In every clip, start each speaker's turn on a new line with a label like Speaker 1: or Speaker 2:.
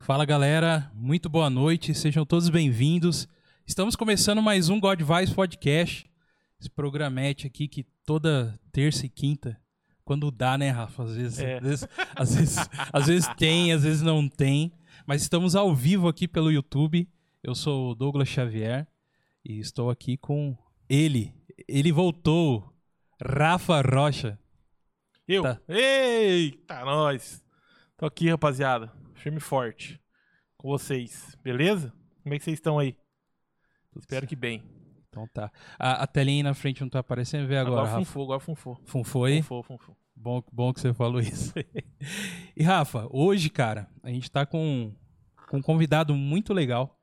Speaker 1: Fala galera, muito boa noite, sejam todos bem-vindos. Estamos começando mais um God Vibes Podcast, esse programete aqui que toda terça e quinta, quando dá, né, Rafa? Às vezes,
Speaker 2: É.
Speaker 1: às vezes, às vezes, às vezes tem, às vezes não tem, mas estamos ao vivo aqui pelo YouTube. Eu sou o Douglas Xavier e estou aqui com ele. Ele voltou, Rafa Rocha.
Speaker 2: Eu?
Speaker 1: Tá.
Speaker 2: Eita, nós! Tô aqui, rapaziada. Firme e forte. Com vocês, beleza? Como é que vocês estão aí? Espero que bem.
Speaker 1: Então tá. A, a telinha aí na frente não tá aparecendo, vê agora,
Speaker 2: Agora
Speaker 1: Rafa.
Speaker 2: funfou, agora funfou.
Speaker 1: Funfoi.
Speaker 2: Funfou, funfou.
Speaker 1: Bom, bom que você falou isso. e Rafa, hoje, cara, a gente tá com, com um convidado muito legal,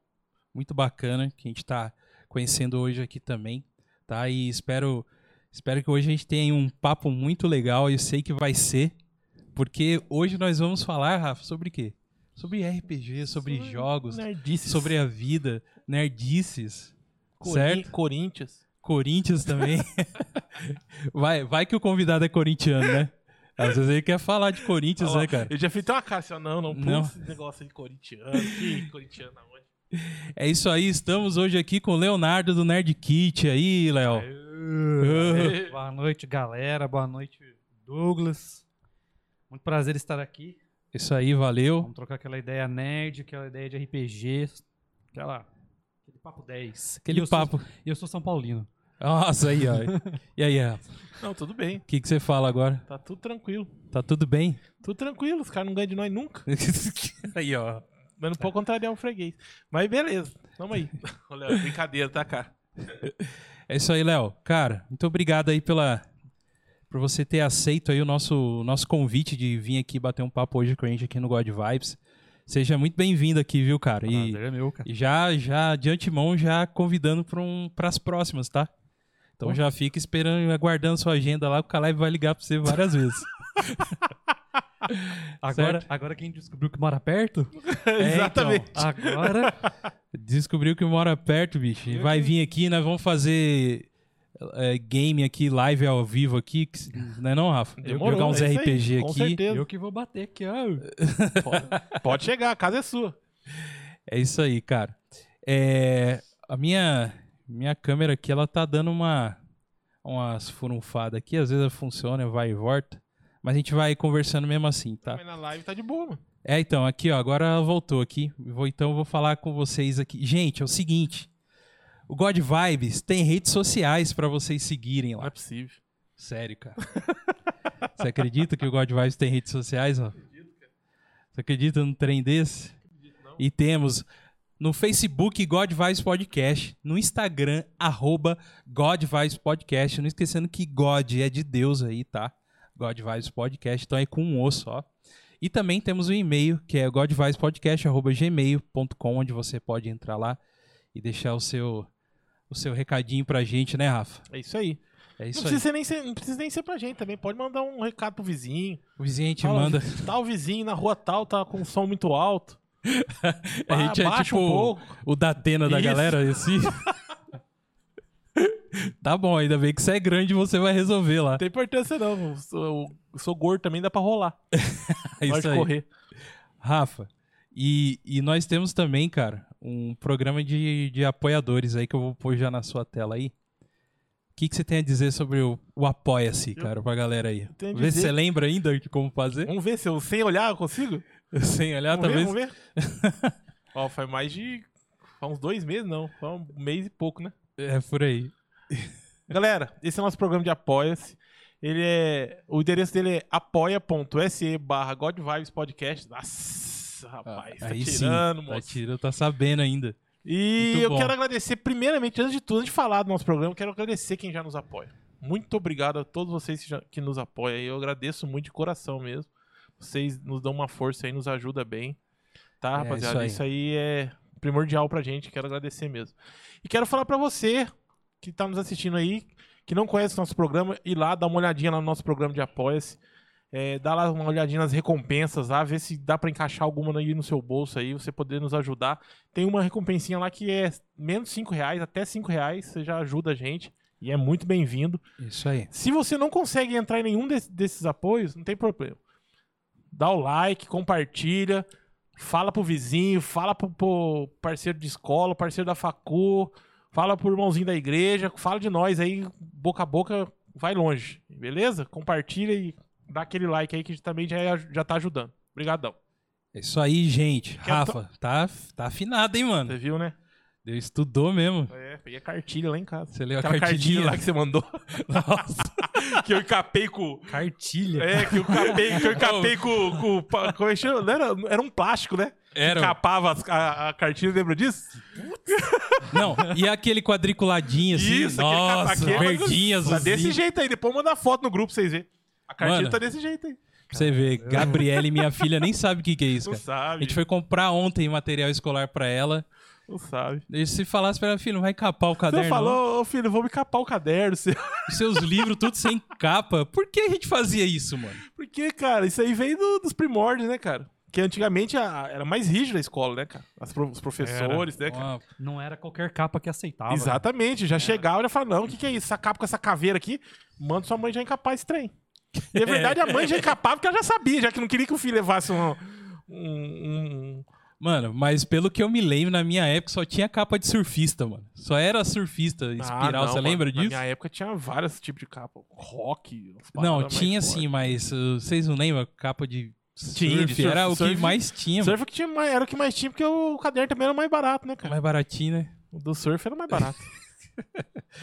Speaker 1: muito bacana, que a gente tá conhecendo hoje aqui também, tá? E espero, espero que hoje a gente tenha um papo muito legal, eu sei que vai ser, porque hoje nós vamos falar, Rafa, sobre o quê? Sobre RPG, sobre
Speaker 2: Sobre
Speaker 1: jogos,
Speaker 2: Nerdices.
Speaker 1: sobre a vida, nerdices,
Speaker 2: Corin-
Speaker 1: certo?
Speaker 2: Corinthians.
Speaker 1: Corinthians também. vai, vai que o convidado é corintiano, né? Às vezes ele quer falar de Corinthians,
Speaker 2: Olha lá,
Speaker 1: né, cara?
Speaker 2: Eu já fiz até uma cara assim, ó, não, não,
Speaker 1: Não.
Speaker 2: não. esse negócio de corintiano. Que corintiano aonde?
Speaker 1: É isso aí, estamos hoje aqui com o Leonardo do Nerd Kit aí, Léo. Uhum.
Speaker 2: Aê.
Speaker 3: Boa noite, galera. Boa noite, Douglas. Muito prazer estar aqui.
Speaker 1: Isso aí, valeu.
Speaker 3: Vamos trocar aquela ideia nerd, aquela ideia de RPG, aquela, aquele papo 10. E
Speaker 1: Aquele
Speaker 3: eu sou-
Speaker 1: papo.
Speaker 3: E eu sou São Paulino.
Speaker 1: Nossa, aí, ó. E aí, Rafa?
Speaker 2: Não, tudo bem.
Speaker 1: O que, que você fala agora?
Speaker 2: Tá tudo tranquilo.
Speaker 1: Tá tudo bem?
Speaker 2: Tudo tranquilo, os caras não ganham de nós nunca. um
Speaker 1: aí, ó.
Speaker 2: Mas não pode contrariar o é freguês. Mas beleza, tamo aí. Ô, Léo, brincadeira, tá, cara?
Speaker 1: É isso aí, Léo. Cara, muito obrigado aí pela por você ter aceito aí o nosso o nosso convite de vir aqui bater um papo hoje com a gente aqui no God Vibes. Seja muito bem-vindo aqui, viu, cara? E,
Speaker 3: Prazer é meu, cara.
Speaker 1: e já já de antemão já convidando para um para as próximas, tá? Então
Speaker 3: Bom.
Speaker 1: já fica esperando, aguardando sua agenda lá, que o Caleb vai ligar para você várias vezes.
Speaker 3: Agora, agora quem descobriu que mora perto,
Speaker 1: É,
Speaker 2: Exatamente.
Speaker 3: agora
Speaker 1: Descobriu que mora perto, bicho. E vai vir aqui, nós vamos fazer é, game aqui, live ao vivo aqui, que se- não é não, Rafa?
Speaker 2: Demorou,
Speaker 1: Jogar uns
Speaker 2: é isso aí,
Speaker 1: RPG
Speaker 2: Com
Speaker 1: aqui.
Speaker 2: certeza.
Speaker 3: eu que vou bater aqui, ó.
Speaker 2: Pode, pode chegar, a casa é sua.
Speaker 1: É isso aí, cara. É, a minha minha câmera aqui, ela tá dando uma umas furunfadas aqui, às vezes ela funciona, vai e volta, mas a gente vai conversando mesmo assim, tá?
Speaker 2: Mas na live tá de boa, mano.
Speaker 1: É, então, aqui, ó, agora ela voltou aqui. Vou, então, vou falar com vocês aqui. Gente, é o seguinte. O God Vibes tem redes sociais pra vocês seguirem
Speaker 2: Não
Speaker 1: lá.
Speaker 2: é possível.
Speaker 1: Sério, cara. Você acredita que o God Vibes tem redes sociais, ó? Você acredita num trem desse? E temos no Facebook God Vibes Podcast, no Instagram, arroba God Vibes Podcast. Não esquecendo que God é de Deus aí, tá? God Vibes Podcast, então é com um osso, ó. E também temos o e-mail, que é godvibespodcast.gmail.com, onde você pode entrar lá e deixar o seu, o seu recadinho pra gente, né, Rafa?
Speaker 2: É isso aí.
Speaker 1: É
Speaker 2: Não
Speaker 1: isso aí.
Speaker 2: precisa, ser nem ser, não precisa nem ser pra gente também. Pode mandar um recado pro vizinho.
Speaker 1: O vizinho te
Speaker 2: Fala,
Speaker 1: manda.
Speaker 2: Tal vizinho na rua tal tá com som muito alto.
Speaker 1: A gente é
Speaker 2: Baixa
Speaker 1: tipo
Speaker 2: um pouco.
Speaker 1: o Datena da
Speaker 2: Isso.
Speaker 1: galera, esse. tá bom, ainda bem que você é grande e você vai resolver lá.
Speaker 2: Não tem importância não. Eu sou, eu sou gordo também, dá pra rolar.
Speaker 1: É
Speaker 2: Pode
Speaker 1: isso aí.
Speaker 2: correr.
Speaker 1: Rafa, e, e nós temos também, cara, um programa de, de apoiadores aí que eu vou pôr já na sua tela aí. O que, que você tem a dizer sobre o, o Apoia-se, cara, pra galera aí?
Speaker 2: tenho a
Speaker 1: Vê se
Speaker 2: dizer-
Speaker 1: você lembra ainda de como fazer.
Speaker 2: Vamos ver se eu sem olhar eu consigo.
Speaker 1: Sem olhar,
Speaker 2: Vamos ver,
Speaker 1: Ah, talvez.
Speaker 2: vamos ver. Ó, faz mais de... Faz uns dois meses, não. Faz um mês e pouco, né?
Speaker 1: É por aí.
Speaker 2: Galera, esse é o nosso programa de Apoia-se. Ele é. O endereço dele é apoia.se barra Podcast. Nossa, rapaz, tá
Speaker 1: aí
Speaker 2: tirando,
Speaker 1: sim, Tá
Speaker 2: moço.
Speaker 1: tirando, tá sabendo ainda.
Speaker 2: E
Speaker 1: Muito
Speaker 2: eu
Speaker 1: bom.
Speaker 2: quero agradecer, primeiramente, antes de tudo, antes de falar do nosso programa, eu quero agradecer quem já nos apoia. Muito obrigado a todos vocês que, já- que nos apoiam. Eu agradeço muito de coração mesmo. Vocês nos dão uma força aí, nos ajuda bem. Tá,
Speaker 1: É,
Speaker 2: rapaziada?
Speaker 1: isso
Speaker 2: Isso aí. é primordial pra gente. Quero agradecer mesmo. E quero falar pra você que tá nos assistindo aí, que não conhece o nosso programa, ir lá, dá uma olhadinha lá no nosso programa de apoia-se. É, dá lá uma olhadinha nas recompensas lá, ver se dá pra encaixar alguma aí no seu bolso aí, você poder nos ajudar. Tem uma recompensinha lá que é menos 5 reais, até 5 reais, você já ajuda a gente e é muito bem-vindo.
Speaker 1: Isso aí.
Speaker 2: Se você não consegue entrar em nenhum des- desses apoios, não tem problema. Dá o like, compartilha, Fala pro vizinho, fala pro, pro parceiro de escola, parceiro da facu, fala pro irmãozinho da igreja, fala de nós aí, boca a boca, vai longe, beleza? Compartilha e dá aquele like aí que também já, é- já tá ajudando. Obrigadão.
Speaker 1: É isso aí, gente.
Speaker 2: Quero
Speaker 1: Rafa, tá, tá afinado, hein, mano?
Speaker 2: Você viu, né?
Speaker 1: Ele estudou mesmo.
Speaker 2: É, peguei a cartilha lá em casa.
Speaker 1: Você leu a
Speaker 2: Aquela cartilha
Speaker 1: cartilha.
Speaker 2: lá que você mandou,
Speaker 1: Nossa,
Speaker 2: que eu encapei com...
Speaker 1: cartilha.
Speaker 2: É, que eu encapei, que eu encapei com... com pa- como é que chama? Não era, era um plástico, né?
Speaker 1: Era. um-
Speaker 2: Encapava as- a, a cartilha, lembra disso?
Speaker 1: Não, e aquele quadriculadinho assim,
Speaker 2: Isso, aquele
Speaker 1: nossa,
Speaker 2: capa- aquele-
Speaker 1: verdinho,
Speaker 2: Tá
Speaker 1: azulzinho.
Speaker 2: desse jeito aí, depois manda foto no grupo pra vocês verem. A cartilha
Speaker 1: Mano.
Speaker 2: tá desse jeito aí.
Speaker 1: Pra você ver, Gabriela e minha filha nem sabe o que, que é isso,
Speaker 2: Não
Speaker 1: cara. A
Speaker 2: sabe,
Speaker 1: gente foi comprar ontem material escolar pra ela.
Speaker 2: não sabe.
Speaker 1: E se falasse pra ela, filho, não vai capar o caderno.
Speaker 2: Você
Speaker 1: não?
Speaker 2: falou, ô filho, vou me capar o caderno. seu.
Speaker 1: Os Seus livros, tudo sem capa. Por que a gente fazia isso, mano?
Speaker 2: Porque, cara, isso aí veio do- dos primórdios, né, cara? Porque antigamente a- era mais rígida a escola, né, cara? As pro- os professores, né, cara?
Speaker 1: Uma-
Speaker 3: Não era qualquer capa que aceitava.
Speaker 2: Exatamente, já chegava e já falava, não, o que, que é isso? Essa capa com essa caveira aqui, manda sua mãe já encapar esse trem. E, na verdade, a mãe já encapava porque ela já sabia, já que não queria que o filho levasse um... um- um-
Speaker 1: Mano, mas pelo que eu me lembro, na minha época só tinha capa de surfista, mano. Só era surfista,
Speaker 2: Ah,
Speaker 1: espiral,
Speaker 2: não,
Speaker 1: você
Speaker 2: mano,
Speaker 1: lembra
Speaker 2: Na
Speaker 1: disso?
Speaker 2: minha época tinha vários tipos de capa. Rock. umas
Speaker 1: Não,
Speaker 2: paradas mais
Speaker 1: tinha
Speaker 2: fortes.
Speaker 1: sim, mas uh, vocês não lembram? Capa de
Speaker 2: Tinha,
Speaker 1: surf,
Speaker 2: de surf,
Speaker 1: era o que
Speaker 2: surf.
Speaker 1: mais tinha, mano.
Speaker 2: Surf que tinha mais- era o que mais tinha, porque o caderno também era mais barato, né, cara?
Speaker 1: mais baratinho, né?
Speaker 2: O do surf era mais barato.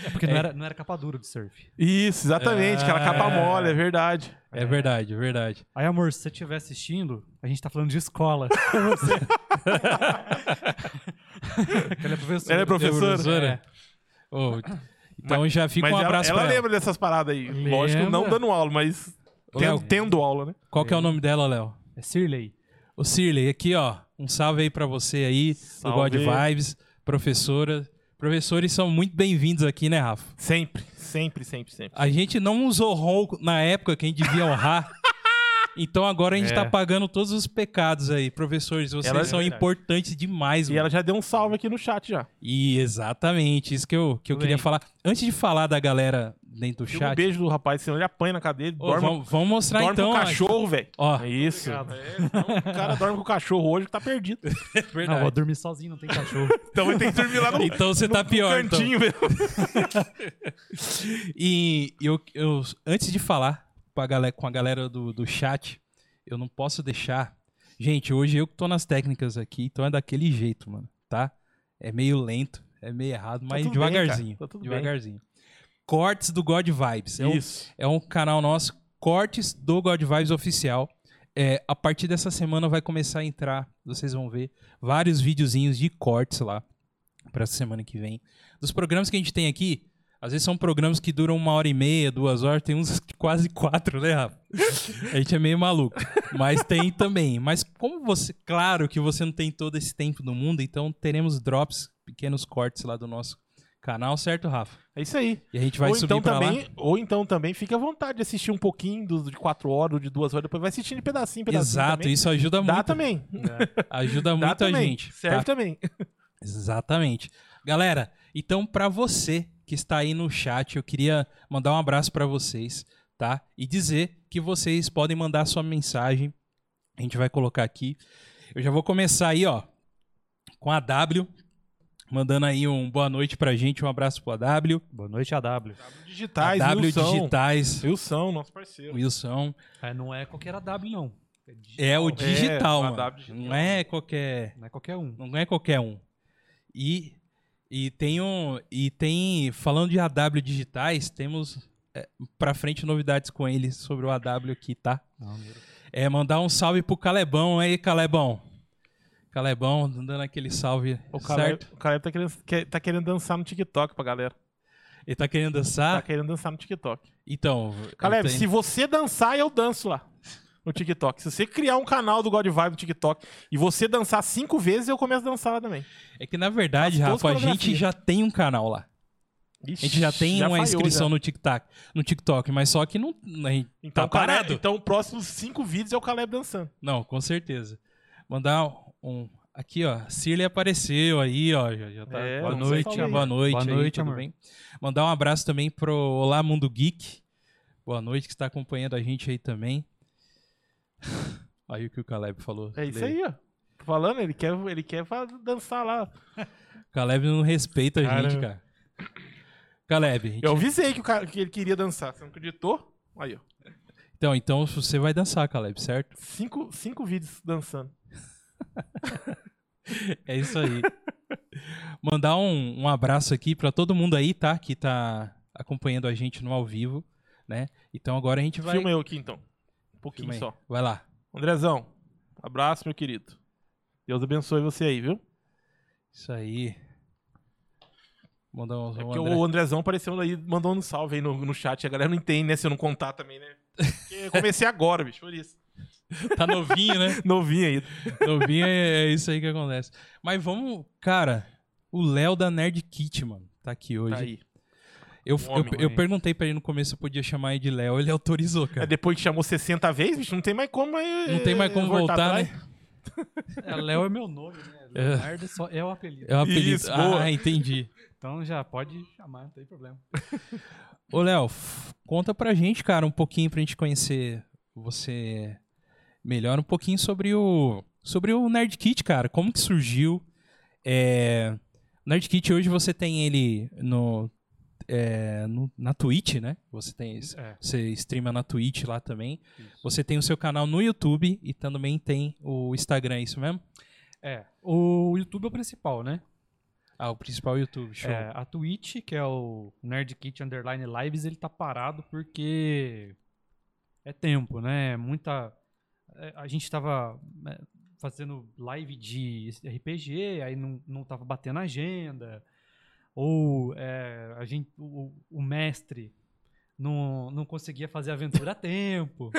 Speaker 3: É porque não era, não era capa dura de surf.
Speaker 2: Isso, exatamente, aquela capa
Speaker 1: É.
Speaker 2: mole, é verdade.
Speaker 1: É verdade, é verdade.
Speaker 3: Aí, amor, se você estiver assistindo, a gente tá falando de escola. Ela é professora.
Speaker 2: Ela é professora? É.
Speaker 1: Professora? Ô, então já fica
Speaker 2: Mas
Speaker 1: um
Speaker 2: ela-
Speaker 1: abraço
Speaker 2: ela,
Speaker 1: pra ela.
Speaker 2: lembra dessas paradas aí. Lógico, não
Speaker 3: Lembra.
Speaker 2: dando aula, mas
Speaker 1: Ô,
Speaker 2: tendo,
Speaker 1: Léo,
Speaker 2: tendo aula, né?
Speaker 1: Qual que é o nome dela, Léo?
Speaker 3: É. É Sirley.
Speaker 1: Ô, Sirley, aqui, ó. Um salve aí pra você aí, do God
Speaker 2: Salve.
Speaker 1: Vibes, professora. Professores são muito bem-vindos aqui, né, Rafa?
Speaker 2: Sempre, sempre, sempre, sempre.
Speaker 1: A gente não nos honrou na época que a gente devia honrar. Então agora a gente
Speaker 3: É.
Speaker 1: tá pagando todos os pecados aí. Professores, vocês
Speaker 2: Ela-
Speaker 1: são
Speaker 2: é verdade.
Speaker 1: importantes demais,
Speaker 2: E
Speaker 1: mano.
Speaker 2: ela já deu um salve aqui no chat já.
Speaker 1: E exatamente, isso que eu, que eu
Speaker 3: Tudo
Speaker 1: queria
Speaker 3: bem.
Speaker 1: falar. Antes de falar da galera dentro do
Speaker 2: Deu Um
Speaker 1: chat,
Speaker 2: beijo do rapaz, senão ele apanha na cadeira,
Speaker 1: ô,
Speaker 2: dorme,
Speaker 1: vamos, vamos mostrar
Speaker 2: dorme
Speaker 1: então.
Speaker 2: com
Speaker 1: ó.
Speaker 2: o cachorro, velho.
Speaker 1: Ó,
Speaker 2: Isso. É, então, o cara dorme com o cachorro hoje que tá perdido.
Speaker 3: Não, vou dormir sozinho, não tem cachorro.
Speaker 2: Então ele tem que dormir lá no,
Speaker 1: Então você tá pior. então.
Speaker 2: cantinho mesmo.
Speaker 1: E eu, eu- antes de falar pra galera, com a galera do, do chat, eu não posso deixar. Gente, hoje eu que tô nas técnicas aqui, então é daquele jeito, mano, tá? É meio lento, é meio errado, mas
Speaker 2: tudo bem,
Speaker 1: devagarzinho.
Speaker 2: cara, tá tudo bem.
Speaker 1: devagarzinho. Cortes do God Vibes. É um,
Speaker 2: Isso.
Speaker 1: é um canal nosso, Cortes do God Vibes Oficial. É, a partir dessa semana vai começar a entrar, vocês vão ver, vários videozinhos de cortes lá para essa semana que vem. Dos programas que a gente tem aqui, às vezes são programas que duram uma hora e meia, duas horas, tem uns de quase quatro, né, Rafa? A gente é meio maluco. Mas tem também. Mas como você. Claro que você não tem todo esse tempo do mundo, então teremos drops, pequenos cortes lá do nosso canal, certo, Rafa?
Speaker 2: É isso aí.
Speaker 1: E a gente vai
Speaker 2: ou,
Speaker 1: subir
Speaker 2: então
Speaker 1: pra lá.
Speaker 2: também, ou então também fica à vontade de assistir um pouquinho do, de 4 horas, ou de 2 horas, depois vai assistindo de pedacinho, pedacinho.
Speaker 1: Exato,
Speaker 2: também.
Speaker 1: isso ajuda
Speaker 2: Dá
Speaker 1: muito.
Speaker 2: também.
Speaker 1: Ajuda
Speaker 2: Dá
Speaker 1: muito a
Speaker 2: também.
Speaker 1: gente.
Speaker 2: Serve
Speaker 1: tá?
Speaker 2: também.
Speaker 1: Exatamente. Galera, então pra você que está aí no chat, eu queria mandar um abraço pra vocês, tá? E dizer que vocês podem mandar sua mensagem. A gente vai colocar aqui. Eu já vou começar aí, ó, com a W, mandando aí um boa noite pra gente, um abraço pro AW,
Speaker 3: Boa noite, AW.
Speaker 2: Digitais,
Speaker 1: AW
Speaker 2: Wilson.
Speaker 1: Digitais,
Speaker 2: Wilson, nosso parceiro.
Speaker 1: Wilson.
Speaker 3: É, não é qualquer AW, não.
Speaker 1: É o
Speaker 2: É,
Speaker 1: digital,
Speaker 3: um
Speaker 2: o
Speaker 1: mano.
Speaker 2: AW digital.
Speaker 1: Não é qualquer
Speaker 3: Não é qualquer um.
Speaker 1: Não é qualquer um. E, e tem um. E tem. Falando de AW digitais, temos é, pra frente novidades com ele sobre o AW aqui, tá?
Speaker 3: Não,
Speaker 1: É mandar um salve pro Calebão aí, Calebão. Calebão, tá dando aquele salve.
Speaker 2: O Caleb,
Speaker 1: Certo?
Speaker 2: o Caleb tá, querendo, quer- tá querendo dançar no TikTok pra galera.
Speaker 1: Ele tá querendo
Speaker 2: Tá
Speaker 1: dançar?
Speaker 2: querendo dançar no TikTok.
Speaker 1: Então.
Speaker 2: Caleb,
Speaker 1: eu tenho-
Speaker 2: se você dançar, eu danço lá. No TikTok. Se você criar um canal do God Vibe no TikTok e você dançar cinco vezes, eu começo a dançar lá também.
Speaker 1: É que na verdade,
Speaker 2: Faz duas
Speaker 1: Rafa, a gente
Speaker 2: coreografias.
Speaker 1: já tem um canal lá. A gente já tem uma inscrição
Speaker 2: no
Speaker 1: no TikTok, no TikTok, mas só que não. a gente-
Speaker 2: Então,
Speaker 1: Tá
Speaker 2: o Caleb-
Speaker 1: parado?
Speaker 2: então, os próximos cinco vídeos é o Caleb dançando.
Speaker 1: Não, com certeza. Mandar um. Aqui, ó. Cirley apareceu aí, ó. Já, já tá.
Speaker 2: É,
Speaker 1: boa,
Speaker 2: não sei
Speaker 1: noite,
Speaker 2: falar.
Speaker 1: boa noite,
Speaker 3: Boa
Speaker 1: aí,
Speaker 3: noite,
Speaker 1: tudo
Speaker 3: amor.
Speaker 1: bem? Mandar um abraço também pro Olá Mundo Geek. Boa noite, que está acompanhando a gente aí também. Aí o que o Caleb falou.
Speaker 2: É isso
Speaker 1: Lê.
Speaker 2: aí, ó. falando, ele quer, ele quer fa- dançar lá.
Speaker 1: Caleb não respeita a
Speaker 2: Cara,
Speaker 1: gente, cara. Caleb, a gente-
Speaker 2: Eu avisei que, o cara, que ele queria dançar. Você não acreditou? Aí, ó.
Speaker 1: então, então você vai dançar, Caleb, certo?
Speaker 2: Cinco, cinco vídeos dançando.
Speaker 1: É isso aí. Mandar um, um abraço aqui pra todo mundo aí, tá? Que tá acompanhando a gente no ao vivo, né? Então agora a gente vai.
Speaker 2: Filma eu aqui, então. Um pouquinho
Speaker 1: Filma aí.
Speaker 2: só.
Speaker 1: Vai lá.
Speaker 2: Andrezão, abraço, meu querido. Deus abençoe você aí, viu?
Speaker 1: Isso aí. Mandar um.
Speaker 2: É
Speaker 1: um
Speaker 2: porque
Speaker 1: André-
Speaker 2: o Andrezão apareceu aí, mandou um salve aí no, no chat. A galera não entende, né? Se eu não contar também, né? Porque eu comecei agora, bicho, por isso.
Speaker 1: Tá novinho, né?
Speaker 2: Novinho tá ainda.
Speaker 1: Novinho é, é isso aí que acontece. Mas vamos, cara, o Léo da Nerd Kit, mano, tá aqui hoje.
Speaker 2: Tá aí.
Speaker 1: Eu,
Speaker 2: Um homem,
Speaker 1: eu, eu
Speaker 2: né?
Speaker 1: perguntei pra ele no começo se eu podia chamar ele de Léo, ele autorizou,
Speaker 2: É
Speaker 1: cara.
Speaker 2: depois que chamou 60 vezes, bicho, não tem mais como aí. eh,
Speaker 1: Não tem mais como voltar,
Speaker 2: atrás.
Speaker 1: né?
Speaker 3: É, Léo é meu nome, né?
Speaker 1: É.
Speaker 3: Leonardo é, só, é o apelido.
Speaker 1: É o apelido.
Speaker 2: Isso, boa.
Speaker 1: Ah, entendi.
Speaker 3: Então já pode chamar, não tem problema.
Speaker 1: Ô, Léo, f- conta pra gente, cara, um pouquinho pra gente conhecer você melhor, um pouquinho sobre o sobre o Nerd Kit, cara. Como que surgiu? É, o Nerd Kit hoje você tem ele no, é, no- na Twitch, né? Você tem esse-
Speaker 3: É,
Speaker 1: você streama na Twitch lá também. Você tem o seu canal no YouTube e também tem o Instagram, é isso mesmo?
Speaker 3: é, o YouTube é o principal, né?
Speaker 1: Ah, o principal é o YouTube, show.
Speaker 3: É, a Twitch, que é o Nerd Kit Underline Lives, ele tá parado porque é tempo, né? Muita. é, A gente tava né, fazendo live de RPG, aí não, não tava batendo a agenda. Ou é, a gente, o, o mestre não, não conseguia fazer a aventura a tempo.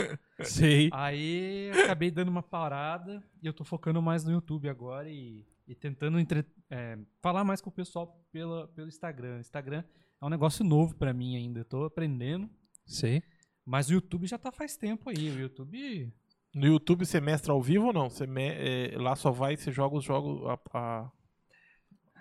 Speaker 1: Sei.
Speaker 3: Aí eu acabei dando uma parada e eu tô focando mais no YouTube agora e, e tentando entre- é, falar mais com o pessoal pela, pelo Instagram. Instagram é um negócio novo pra mim ainda, eu tô aprendendo.
Speaker 1: Sei.
Speaker 3: Mas o YouTube já tá faz tempo aí. O YouTube.
Speaker 2: No YouTube você mestra ao vivo ou não? Você me- é, lá só vai e você joga os jogos. A,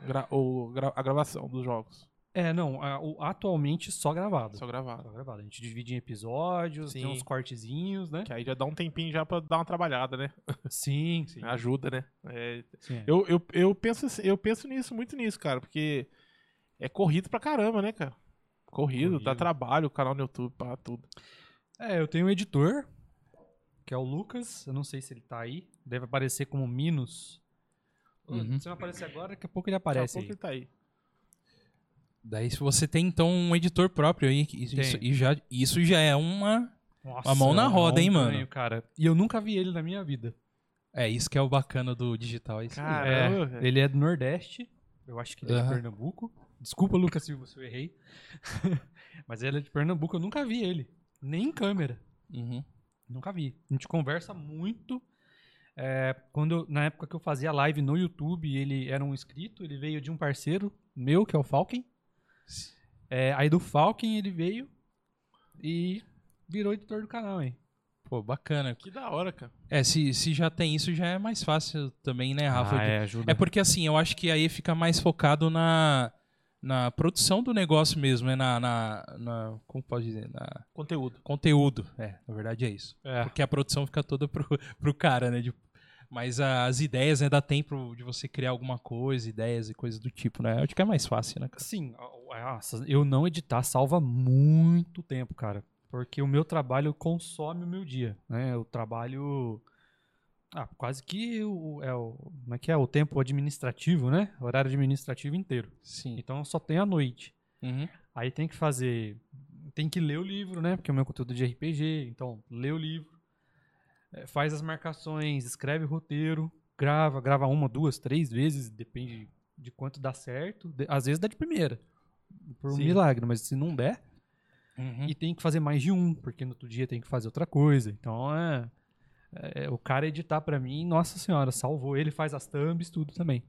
Speaker 2: a, gra- o gra- a gravação dos jogos.
Speaker 3: É, não, a- o- atualmente só gravado.
Speaker 2: Só
Speaker 3: Só...
Speaker 2: gravado.
Speaker 3: gravado. A gente divide em episódios, tem
Speaker 2: Sim.
Speaker 3: uns cortezinhos, né?
Speaker 2: Que aí já dá um tempinho já pra dar uma trabalhada, né?
Speaker 3: Sim, sim.
Speaker 2: Ajuda, né? É,
Speaker 3: sim é.
Speaker 2: eu, eu, eu, penso, assim- eu penso nisso, muito nisso, cara, porque é corrido pra caramba, né, cara? Corrido, dá
Speaker 3: Corrido.
Speaker 2: trabalho, o canal no YouTube, pá, tudo.
Speaker 3: É, eu tenho um editor, que é o Lucas. Eu não sei se ele tá aí. Deve aparecer como Minos. Ô,
Speaker 1: Uhum.
Speaker 3: Se não aparecer agora, daqui a pouco ele
Speaker 2: Daqui a
Speaker 3: aparece
Speaker 2: pouco ele tá aí.
Speaker 1: Daí se você tem então um editor próprio aí, que isso,
Speaker 3: Tem.
Speaker 1: isso- e já, isso já é uma.
Speaker 3: aí. Nossa,
Speaker 1: a mão na
Speaker 3: é um
Speaker 1: roda, hein,
Speaker 3: tamanho,
Speaker 1: mano?
Speaker 3: cara. E eu nunca vi ele na minha vida.
Speaker 1: É isso que é o bacana do digital. É isso aí.
Speaker 2: Caramba,
Speaker 3: É,
Speaker 2: velho.
Speaker 3: ele é do Nordeste. Eu acho que ele é de
Speaker 1: Aham.
Speaker 3: Pernambuco. Desculpa, Lucas, se eu- se eu errei. Mas ele é de Pernambuco, eu nunca vi ele. Nem em câmera.
Speaker 1: Uhum.
Speaker 3: Nunca vi. A gente conversa muito. É, quando eu- na época que eu fazia live no YouTube, ele era um inscrito, ele veio de um parceiro meu, que é o Falken. É, aí do Falken ele veio e virou editor do canal, hein?
Speaker 1: Pô, bacana.
Speaker 2: Que da hora, cara.
Speaker 1: É, se, se já tem isso, já é mais fácil também, né, Rafa?
Speaker 3: é, ajuda.
Speaker 1: É porque assim, eu acho que aí fica mais focado na, na produção do negócio mesmo, né? Na, na, na- Como pode dizer? Na
Speaker 2: Conteúdo.
Speaker 1: conteúdo. É, na verdade é isso. Porque a produção fica toda pro, pro cara, né? de- mas as ideias, né? Dá tempo de você criar alguma coisa, ideias e coisas do tipo, né? Eu acho que é mais fácil, né, cara?
Speaker 3: Sim, a- a- nossa, eu não editar salva muito tempo, cara. Porque o meu trabalho consome o meu dia, né? Eu trabalho ah, quase que o, é o, como é que é? O tempo administrativo, né? Horário administrativo inteiro.
Speaker 1: Sim.
Speaker 3: Então eu só tenho a noite.
Speaker 1: Uhum.
Speaker 3: Aí tem que fazer. Tem que ler o livro, né? Porque o meu conteúdo é de RPG. Então, lê o livro. eh, Faz as marcações, escreve o roteiro, grava, grava uma, duas, três vezes, depende de quanto dá certo. De- Às vezes dá de primeira. Por um
Speaker 1: Sim.
Speaker 3: milagre, mas se não der.
Speaker 1: Uhum.
Speaker 3: E tem que fazer mais de um, porque no outro dia tem que fazer outra coisa. Então é. é, o cara editar pra mim, nossa senhora, salvou. Ele faz as thumbs, tudo também.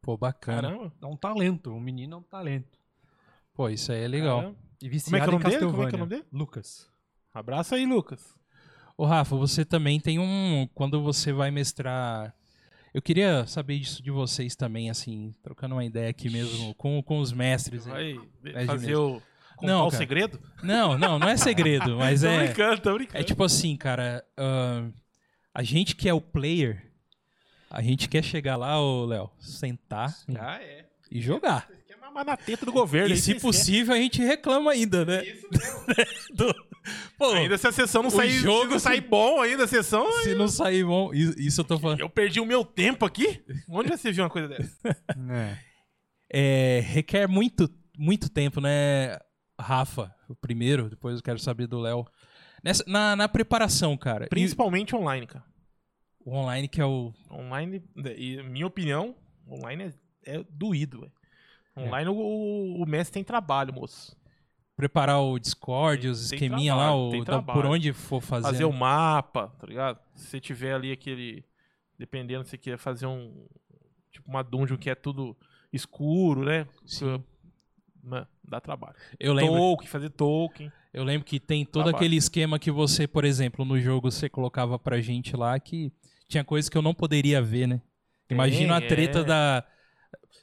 Speaker 1: Pô, bacana.
Speaker 2: Caramba.
Speaker 3: É um talento. O menino é um talento.
Speaker 1: Pô, isso aí é legal.
Speaker 2: Caramba.
Speaker 3: E
Speaker 2: Como é que é o nome
Speaker 3: viciado
Speaker 2: dele?
Speaker 3: em
Speaker 2: Como é que é o
Speaker 3: Castlevania.
Speaker 2: nome dele?
Speaker 3: Lucas.
Speaker 2: Abraço aí, Lucas.
Speaker 1: Ô, Rafa, você também tem um. Quando você vai mestrar. Eu queria saber disso de vocês também, assim, trocando uma ideia aqui mesmo com, com os mestres. né? aí.
Speaker 2: Vai
Speaker 1: Mestre
Speaker 2: fazer
Speaker 1: é. mesmo.
Speaker 2: o. Contar
Speaker 1: Não,
Speaker 2: o
Speaker 1: cara.
Speaker 2: segredo?
Speaker 1: Não, não, não é segredo, mas
Speaker 2: tô
Speaker 1: é.
Speaker 2: brincando, tô
Speaker 1: É
Speaker 2: brincando.
Speaker 1: tipo assim, cara. ahn, a gente que é o player, A gente quer chegar lá, ô Léo, sentar
Speaker 2: Ah, é.
Speaker 1: e jogar.
Speaker 2: Você quer mamar é na teta do governo.
Speaker 1: E
Speaker 2: aí
Speaker 1: se
Speaker 2: você
Speaker 1: possível, a gente reclama ainda, né?
Speaker 2: esquece. Isso mesmo.
Speaker 1: Do- Pô,
Speaker 2: Ainda se a sessão não
Speaker 1: O
Speaker 2: sair,
Speaker 1: jogo-
Speaker 2: se não sair bom ainda a sessão,
Speaker 1: se não sair bom, i- isso eu tô falando.
Speaker 2: eu perdi o meu tempo aqui. Onde já se viu uma coisa dessa?
Speaker 1: É, requer muito, muito tempo, né, Rafa? O primeiro, depois eu quero saber do Léo. Nessa- na, na preparação, cara. E
Speaker 2: Principalmente online, cara.
Speaker 1: o online que é o.
Speaker 2: Online, né, e minha opinião, online é, é doído, velho.
Speaker 1: É.
Speaker 2: Online o, o mestre tem trabalho, moço.
Speaker 1: Preparar o Discord,
Speaker 2: Tem-
Speaker 1: os
Speaker 2: tem
Speaker 1: esqueminha lá,
Speaker 2: trabalho,
Speaker 1: o,
Speaker 2: tem
Speaker 1: da-
Speaker 2: trabalho.
Speaker 1: por onde for fazer. um-
Speaker 2: Fazer o mapa, tá ligado? Se você tiver ali aquele. Dependendo se você quer fazer um. Tipo uma dungeon que é tudo escuro, né?
Speaker 1: Sim.
Speaker 2: Mano, dá trabalho.
Speaker 1: Eu lembro.
Speaker 2: Token, fazer token.
Speaker 1: Eu lembro que tem todo
Speaker 2: Trabalho.
Speaker 1: aquele esquema que você, por exemplo, no jogo você colocava pra gente lá que tinha coisas que eu não poderia ver, né? Imagina
Speaker 2: Tem,
Speaker 1: a treta
Speaker 2: é.
Speaker 1: da,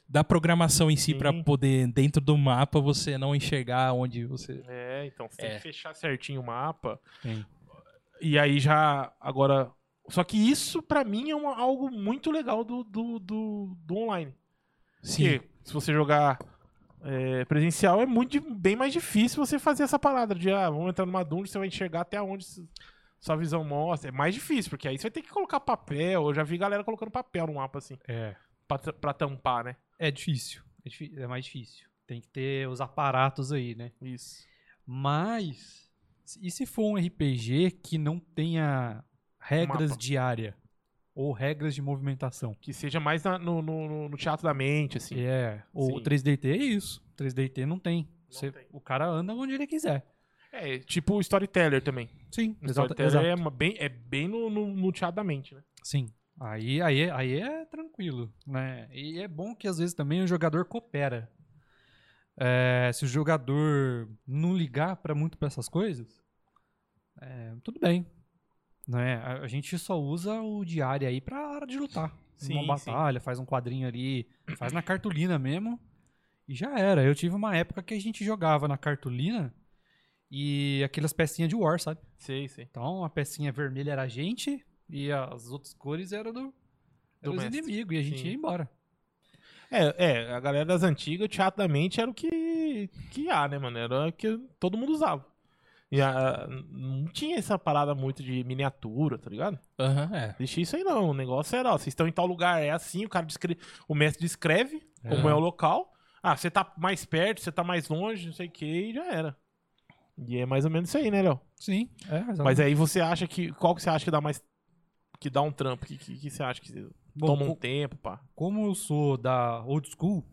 Speaker 1: da programação em si pra
Speaker 2: Sim.
Speaker 1: poder, dentro do mapa, você não enxergar onde você.
Speaker 2: É, então você tem
Speaker 1: É.
Speaker 2: que fechar certinho o mapa.
Speaker 3: Tem.
Speaker 2: E aí já agora. Só que isso pra mim é uma- algo muito legal do, do, do, do online. Porque se você jogar é, presencial é muito di- bem mais difícil você fazer essa parada de ah, vamos entrar numa dungeon, você vai enxergar até onde s- sua visão mostra. É mais difícil, porque aí você vai ter que colocar papel. Eu já vi galera colocando papel no mapa assim,
Speaker 3: É.
Speaker 2: pra, tra- pra tampar, né?
Speaker 3: É difícil. É, difí- é mais difícil. Tem que ter os aparatos aí, né?
Speaker 2: Isso.
Speaker 3: Mas. E se for um RPG que não tenha regras
Speaker 2: Mapa.
Speaker 3: de área? Ou regras de movimentação?
Speaker 2: Que seja mais na- no, no- no- no teatro da mente, assim.
Speaker 3: É. Ou
Speaker 2: Sim.
Speaker 3: 3DT é isso. 3DT não tem. Você-
Speaker 2: tem.
Speaker 3: O cara anda onde ele quiser.
Speaker 2: É, tipo o storyteller também.
Speaker 3: Sim,
Speaker 2: O
Speaker 3: exato.
Speaker 2: storyteller
Speaker 3: exato.
Speaker 2: é uma- bem, é bem no, no, no teatro da mente, né?
Speaker 3: Sim. Aí, aí, é- aí é tranquilo, né? E é bom que às vezes também o jogador coopera. É, se o jogador não ligar para muito para essas coisas, é, tudo bem. Né? A, a gente só usa o diário aí pra hora de lutar.
Speaker 2: Sim,
Speaker 3: Uma
Speaker 2: sim.
Speaker 3: batalha, faz um quadrinho ali, faz na cartolina mesmo. E já era. Eu tive uma época que a gente jogava na cartolina e aquelas pecinhas de War, sabe?
Speaker 2: Sei, sei.
Speaker 3: Então a pecinha vermelha era a gente e as outras cores eram do,
Speaker 2: Do
Speaker 3: eram os
Speaker 2: mestre.
Speaker 3: inimigos e a gente
Speaker 2: Sim.
Speaker 3: ia embora.
Speaker 2: É, é, a galera das antigas, o teatro da mente era o que, que há, né, mano? Era o que todo mundo usava. E a- não tinha essa parada muito de miniatura, tá ligado?
Speaker 1: Aham, é.
Speaker 2: Deixa isso aí não. O negócio era, ó, vocês estão em tal lugar, é assim, o cara descreve. O mestre descreve como
Speaker 1: É.
Speaker 2: é o local. Ah, você tá mais perto, você tá mais longe, não sei o que, e já era. E é mais ou menos isso aí, né, Léo?
Speaker 3: Sim, é, exatamente.
Speaker 2: Mas aí você acha que. Qual que você acha que dá mais. Que dá um trampo? Que, que, que você acha que
Speaker 3: Bom,
Speaker 2: toma um
Speaker 3: co-
Speaker 2: tempo, pá?
Speaker 3: como eu sou da old school,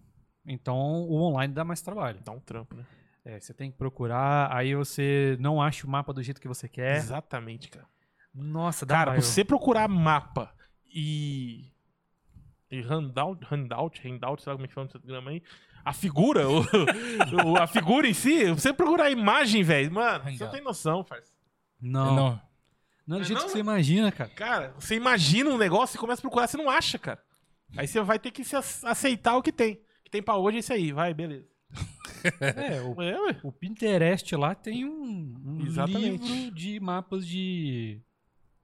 Speaker 3: então o online dá mais trabalho.
Speaker 2: Dá um trampo, né?
Speaker 3: É, você tem que procurar, aí você não acha o mapa do jeito que você quer.
Speaker 2: Exatamente, cara.
Speaker 3: Nossa, dá
Speaker 2: Cara,
Speaker 3: raiva.
Speaker 2: você procurar mapa e. E handout, handout, handout, sei lá como é que fala no Instagram aí. A figura, o, o- a figura em si, você procurar a imagem, velho. Mano, você não
Speaker 1: Hangout.
Speaker 2: tem noção, parça.
Speaker 3: Não,
Speaker 1: Não.
Speaker 3: não, é do
Speaker 2: Não,
Speaker 3: jeito
Speaker 2: não,
Speaker 3: que você
Speaker 2: né?
Speaker 3: imagina, cara.
Speaker 2: Cara, você imagina um negócio e começa a procurar, você não acha, cara. Aí você vai ter que se ace- aceitar o que tem. O que tem pra hoje é isso aí, vai, beleza.
Speaker 3: É, o,
Speaker 2: É, ué.
Speaker 3: o Pinterest lá tem um, um
Speaker 2: Exatamente.
Speaker 3: livro de mapas de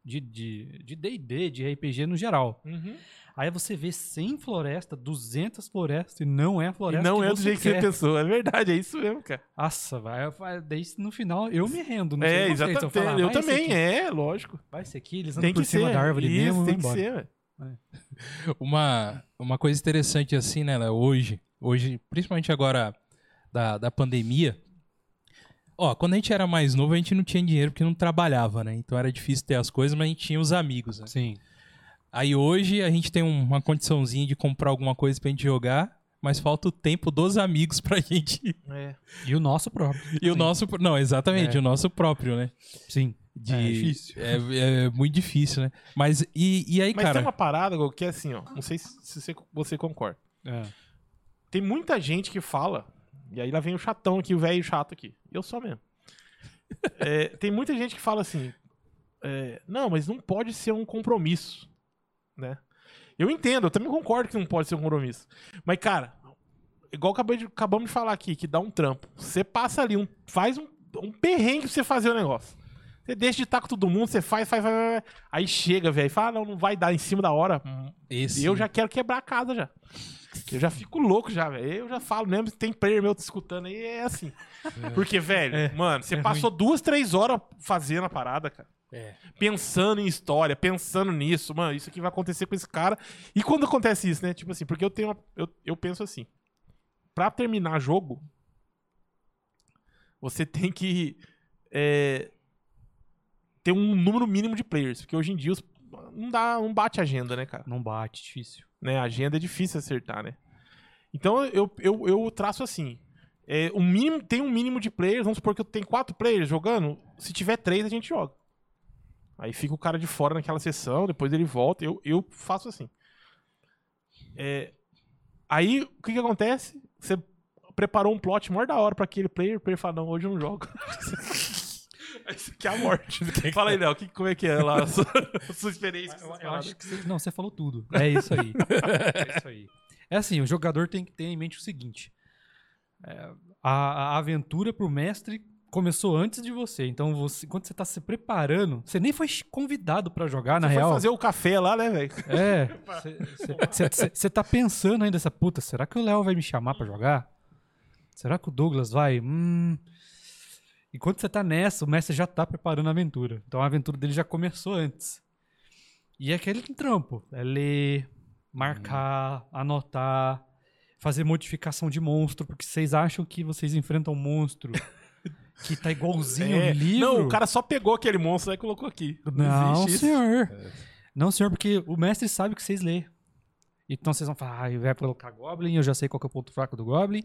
Speaker 3: de de de D&D, de RPG no geral.
Speaker 2: Uhum.
Speaker 3: Aí você vê 100 florestas, 200 florestas e não é a
Speaker 2: E
Speaker 3: floresta
Speaker 2: não
Speaker 3: que
Speaker 2: é do
Speaker 3: você
Speaker 2: jeito que
Speaker 3: quer.
Speaker 2: você pensou, é verdade, é isso mesmo, cara.
Speaker 3: Nossa, vai, vai- daí no final eu me rendo. Não
Speaker 2: é,
Speaker 3: sei vocês,
Speaker 2: exatamente.
Speaker 3: eu, falo, ah,
Speaker 2: eu
Speaker 3: vai esse
Speaker 2: também,
Speaker 3: aqui,
Speaker 2: é, lógico.
Speaker 3: Vai esse aqui, eles andam
Speaker 2: Tem
Speaker 3: por
Speaker 2: que
Speaker 3: cima
Speaker 2: ser.
Speaker 3: da árvore
Speaker 2: isso,
Speaker 3: mesmo.
Speaker 2: tem
Speaker 3: vão embora.
Speaker 2: que ser, velho.
Speaker 1: Uma, uma coisa interessante assim, né, Léo, hoje, hoje, principalmente agora da, da pandemia. Ó, quando a gente era mais novo, a gente não tinha dinheiro porque não trabalhava, né? Então era difícil ter as coisas, mas a gente tinha os amigos, né?
Speaker 3: Sim.
Speaker 1: Aí hoje a gente tem um, uma condiçãozinha de comprar alguma coisa pra gente jogar, mas falta o tempo dos amigos pra gente.
Speaker 2: É.
Speaker 3: E o nosso próprio.
Speaker 1: E o
Speaker 3: Sim.
Speaker 1: nosso. pro- Não, exatamente,
Speaker 3: É.
Speaker 1: o nosso próprio, né?
Speaker 3: Sim.
Speaker 1: De-
Speaker 3: É difícil.
Speaker 1: É, é muito difícil, né? Mas e, e aí,
Speaker 2: Mas
Speaker 1: cara?
Speaker 2: tem uma parada Gol, que é assim, ó. Não sei se se você, você concorda.
Speaker 3: É.
Speaker 2: Tem muita gente que fala, e aí lá vem o chatão aqui, o velho chato aqui. Eu sou mesmo. É, tem muita gente que fala assim, é, não, mas não pode ser um compromisso, né? Eu entendo, eu também concordo que não pode ser um compromisso. Mas, cara, igual acabei de- acabamos de falar aqui, que dá um trampo. Você passa ali, um, faz um, um perrengue pra você fazer o negócio. Você deixa de estar com todo mundo, você faz, faz, faz, faz, faz. Aí chega, velho, e fala, "Ah, não, não vai dar em cima da hora.
Speaker 1: Esse.
Speaker 2: E eu já quero quebrar a casa já. Eu já fico louco já, velho. Eu já falo mesmo, tem player meu te escutando aí, é assim. Porque, velho,
Speaker 3: É,
Speaker 2: mano, você
Speaker 3: é
Speaker 2: passou duas, três horas fazendo a parada, cara.
Speaker 1: É.
Speaker 2: Pensando em história, pensando nisso, mano, isso aqui vai acontecer com esse cara. E quando acontece isso, né? Tipo assim, porque eu tenho. uma- eu, eu penso assim. Pra terminar jogo, você tem que. é, ter um número mínimo de players. Porque hoje em dia os- não, dá, não bate agenda, né, cara?
Speaker 3: Não bate, difícil.
Speaker 2: né? A agenda é difícil acertar, né? Então eu, eu, eu traço assim. É, o mínimo, tem um mínimo de players, vamos supor que eu tenho quatro players jogando. Se tiver três, a gente joga. Aí fica o cara de fora naquela sessão, depois ele volta. Eu, eu faço assim. É, aí o que, que acontece? Você preparou um plot maior da hora pra aquele player, o player fala, não, hoje eu não jogo. Isso aqui é a morte. Fala aí, Léo, que, como é que é lá a sua, a sua experiência? com
Speaker 3: Eu,
Speaker 2: essas
Speaker 3: eu
Speaker 2: paradas?
Speaker 3: acho que você... Não, você falou tudo. É isso aí. é isso aí. É assim, o jogador tem que ter em mente o seguinte. é, a, a aventura pro mestre começou antes de você. Então, você, quando você tá se preparando, você nem foi convidado pra jogar, na
Speaker 2: Você
Speaker 3: real.
Speaker 2: foi fazer o café lá, né, velho?
Speaker 3: É, você tá pensando ainda essa puta, será que o Léo vai me chamar pra jogar? Será que o Douglas vai? Hum. Enquanto você tá nessa, o mestre já tá preparando a aventura. Então a aventura dele já começou antes. E é aquele trampo. É ler, marcar,
Speaker 2: Hum.
Speaker 3: anotar, fazer modificação de monstro, porque vocês acham que vocês enfrentam um monstro que tá igualzinho
Speaker 2: É,
Speaker 3: no livro.
Speaker 2: Não, o cara só pegou aquele monstro lá e colocou aqui.
Speaker 3: Não,
Speaker 2: existe isso.
Speaker 3: senhor. Não, senhor, porque o mestre sabe o que vocês lê. Então vocês vão falar, ah, vai colocar Goblin, eu já sei qual que é o ponto fraco do Goblin,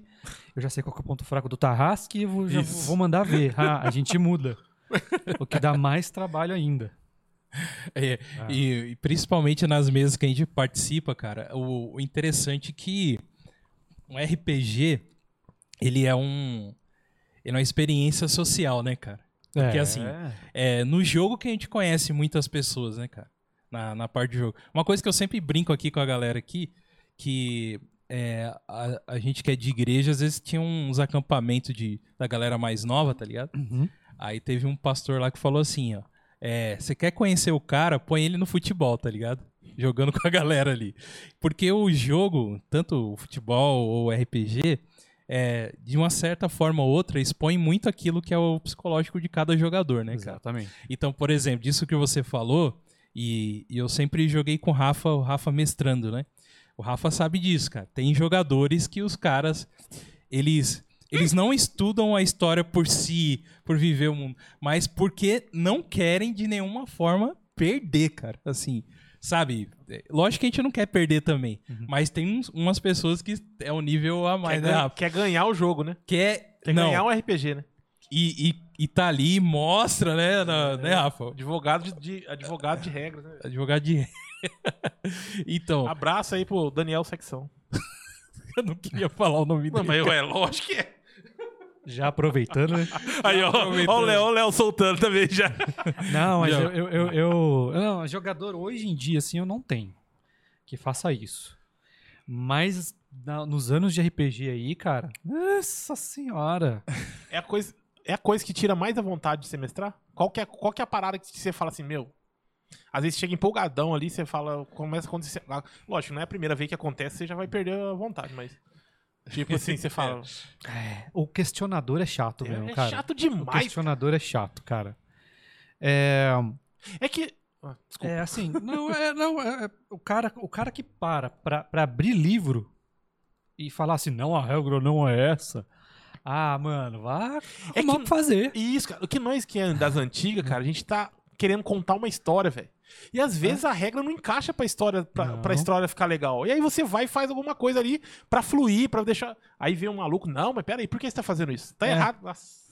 Speaker 3: eu já sei qual que é o ponto fraco do Tarrasque, eu vou, já
Speaker 2: Isso.
Speaker 3: vou mandar ver. Ah, a gente muda. o que dá mais trabalho ainda.
Speaker 1: É,
Speaker 3: Ah.
Speaker 1: e, e principalmente nas mesas que a gente participa, cara, o, o interessante é que um RPG, ele é um. Ele é uma experiência social, né, cara? Porque,
Speaker 3: É.
Speaker 1: assim, É, no jogo que a gente conhece muitas pessoas, né, cara? Na, na parte do jogo. Uma coisa que eu sempre brinco aqui com a galera aqui, que é, a, a gente que é de igreja, às vezes tinha uns acampamentos de, da galera mais nova, tá ligado?
Speaker 3: Uhum.
Speaker 1: Aí teve um pastor lá que falou assim, ó. É, você quer conhecer o cara, põe ele no futebol, tá ligado? Jogando com a galera ali. Porque o jogo, tanto o futebol ou o RPG, é, de uma certa forma ou outra, expõe muito aquilo que é o psicológico de cada jogador, né, cara?
Speaker 3: Exatamente.
Speaker 1: Então, por exemplo, disso que você falou, e, e eu sempre joguei com o Rafa, o Rafa mestrando, né? O Rafa sabe disso, cara. Tem jogadores que os caras, eles, eles não estudam a história por si, por viver o mundo, mas porque não querem de nenhuma forma perder, cara. Assim, sabe? É, Lógico que a gente não quer perder também, mas tem uns- umas pessoas que é um nível a
Speaker 2: Uhum. Quer,
Speaker 1: mais, né,
Speaker 2: ganha-
Speaker 1: Rafa?
Speaker 2: quer ganhar o jogo, né?
Speaker 1: Quer,
Speaker 2: Quer
Speaker 1: não,
Speaker 2: ganhar um RPG, né?
Speaker 1: e, e, e tá ali e mostra, né, na-
Speaker 2: É.
Speaker 1: né, Rafa?
Speaker 2: Advogado de, de- advogado de regras, né?
Speaker 1: Advogado de. então,
Speaker 2: Abraço aí pro Daniel Secção.
Speaker 1: eu não queria falar o nome dele.
Speaker 2: mas é lógico que é.
Speaker 3: Já aproveitando, né?
Speaker 2: Aí, ó, ó o
Speaker 1: né?
Speaker 2: Léo, ó o Léo soltando também já.
Speaker 3: Não, mas
Speaker 1: Já.
Speaker 3: eu, eu, eu, eu- não, jogador hoje em dia, assim, eu não tenho que faça isso. Mas na- nos anos de RPG aí, cara, nossa senhora.
Speaker 2: É a coisa, é a coisa que tira mais a vontade de você mestrar? Qual que, é, qual que é a parada que você fala assim, meu? Às vezes chega empolgadão ali, você fala, começa a acontecer. Ah, Lógico, não é a primeira vez que acontece, você já vai perder a vontade, mas. Tipo assim, você fala.
Speaker 3: O questionador é chato
Speaker 2: É,
Speaker 3: mesmo,
Speaker 2: é
Speaker 3: cara.
Speaker 2: chato
Speaker 3: o
Speaker 2: demais.
Speaker 3: questionador é chato, cara. É,
Speaker 2: É que. Ah, desculpa.
Speaker 3: é assim, não, é, não, é- é- o, cara, o cara que para pra, pra abrir livro e falar assim, não, a regra não é essa. Ah, mano, vá
Speaker 2: É
Speaker 3: é
Speaker 2: que-
Speaker 3: que... fazer.
Speaker 2: E isso, cara. O que nós que é das antigas, cara, a gente tá querendo contar uma história, velho. E às vezes a regra não encaixa pra história, pra,
Speaker 3: É. Não.
Speaker 2: pra história ficar legal. E aí você vai e faz alguma coisa ali pra fluir, pra deixar. Aí vem um maluco, não, mas pera aí, por que você tá fazendo isso? Tá
Speaker 3: É.
Speaker 2: errado. Nossa.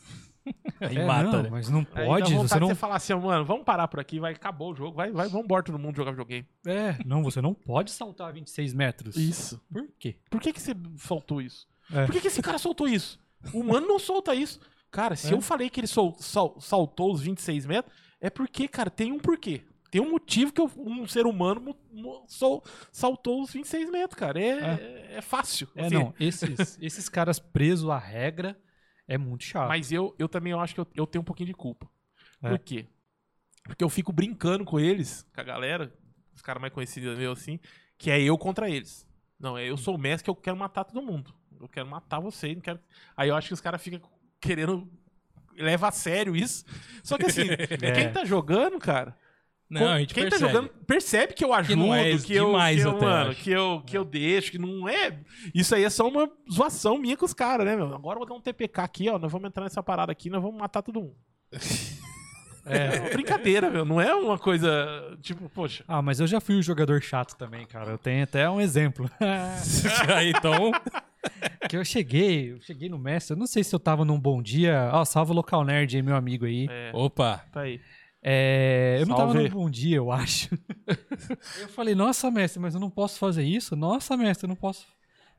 Speaker 1: Aí
Speaker 3: É,
Speaker 1: mata,
Speaker 3: não,
Speaker 1: né?
Speaker 3: mas não
Speaker 2: Aí dá
Speaker 3: pode,
Speaker 2: vontade
Speaker 3: você
Speaker 2: de
Speaker 3: não
Speaker 2: Você falar assim, ó, mano, vamos parar por aqui, vai, acabou o jogo, vai, vai, vamos embora todo mundo jogar videogame.
Speaker 3: É, não, você não pode saltar 26 metros.
Speaker 2: Isso.
Speaker 3: Por quê?
Speaker 2: Por que, que você soltou isso?
Speaker 3: É.
Speaker 2: Por que, que esse cara soltou isso? O humano não solta isso. Cara, se
Speaker 3: É.
Speaker 2: eu falei que ele sol- sal- saltou os 26 metros, é porque, cara, tem um porquê. Tem um motivo que eu- um ser humano mu- mu- sol- saltou os 26 metros, cara. É, é. fácil.
Speaker 3: É,
Speaker 2: Assim,
Speaker 3: não, esses, esses caras presos à regra é muito chato.
Speaker 2: Mas eu, eu também eu acho que eu, eu tenho um pouquinho de culpa.
Speaker 3: É.
Speaker 2: Por quê? Porque eu fico brincando com eles, com a galera, os caras mais conhecidos meu assim, que é eu contra eles. Não,
Speaker 3: Hum.
Speaker 2: é eu sou o mestre que eu quero matar todo mundo. Eu quero matar você, não quero. Aí eu acho que os caras ficam querendo. Leva a sério isso. Só que assim,
Speaker 3: É.
Speaker 2: quem tá jogando, cara.
Speaker 1: Não, a gente
Speaker 2: quem
Speaker 1: percebe.
Speaker 2: tá jogando percebe que eu ajudo, que,
Speaker 1: não é
Speaker 2: eu,
Speaker 1: isso,
Speaker 2: que eu,
Speaker 1: demais até, eu
Speaker 2: mano,
Speaker 1: acho.
Speaker 2: que eu, que eu deixo, que não é. Isso aí é só uma zoação minha com os caras, né, meu? Agora eu vou dar um TPK aqui, ó. Nós vamos entrar nessa parada aqui, nós vamos matar todo mundo. É, uma brincadeira, meu. Não é uma coisa tipo, poxa.
Speaker 3: Ah, mas eu já fui um jogador chato também, cara. Eu tenho até um exemplo.
Speaker 1: Aí, então,
Speaker 3: que eu cheguei, eu cheguei no mestre, eu não sei se eu tava num bom dia. Ó, salve o local nerd aí, meu amigo aí.
Speaker 2: É,
Speaker 1: opa.
Speaker 2: tá aí.
Speaker 3: É, eu não tava
Speaker 2: Salve.
Speaker 3: num bom dia, eu acho. eu falei, nossa, mestre, mas eu não posso fazer isso? Nossa, mestre, eu não posso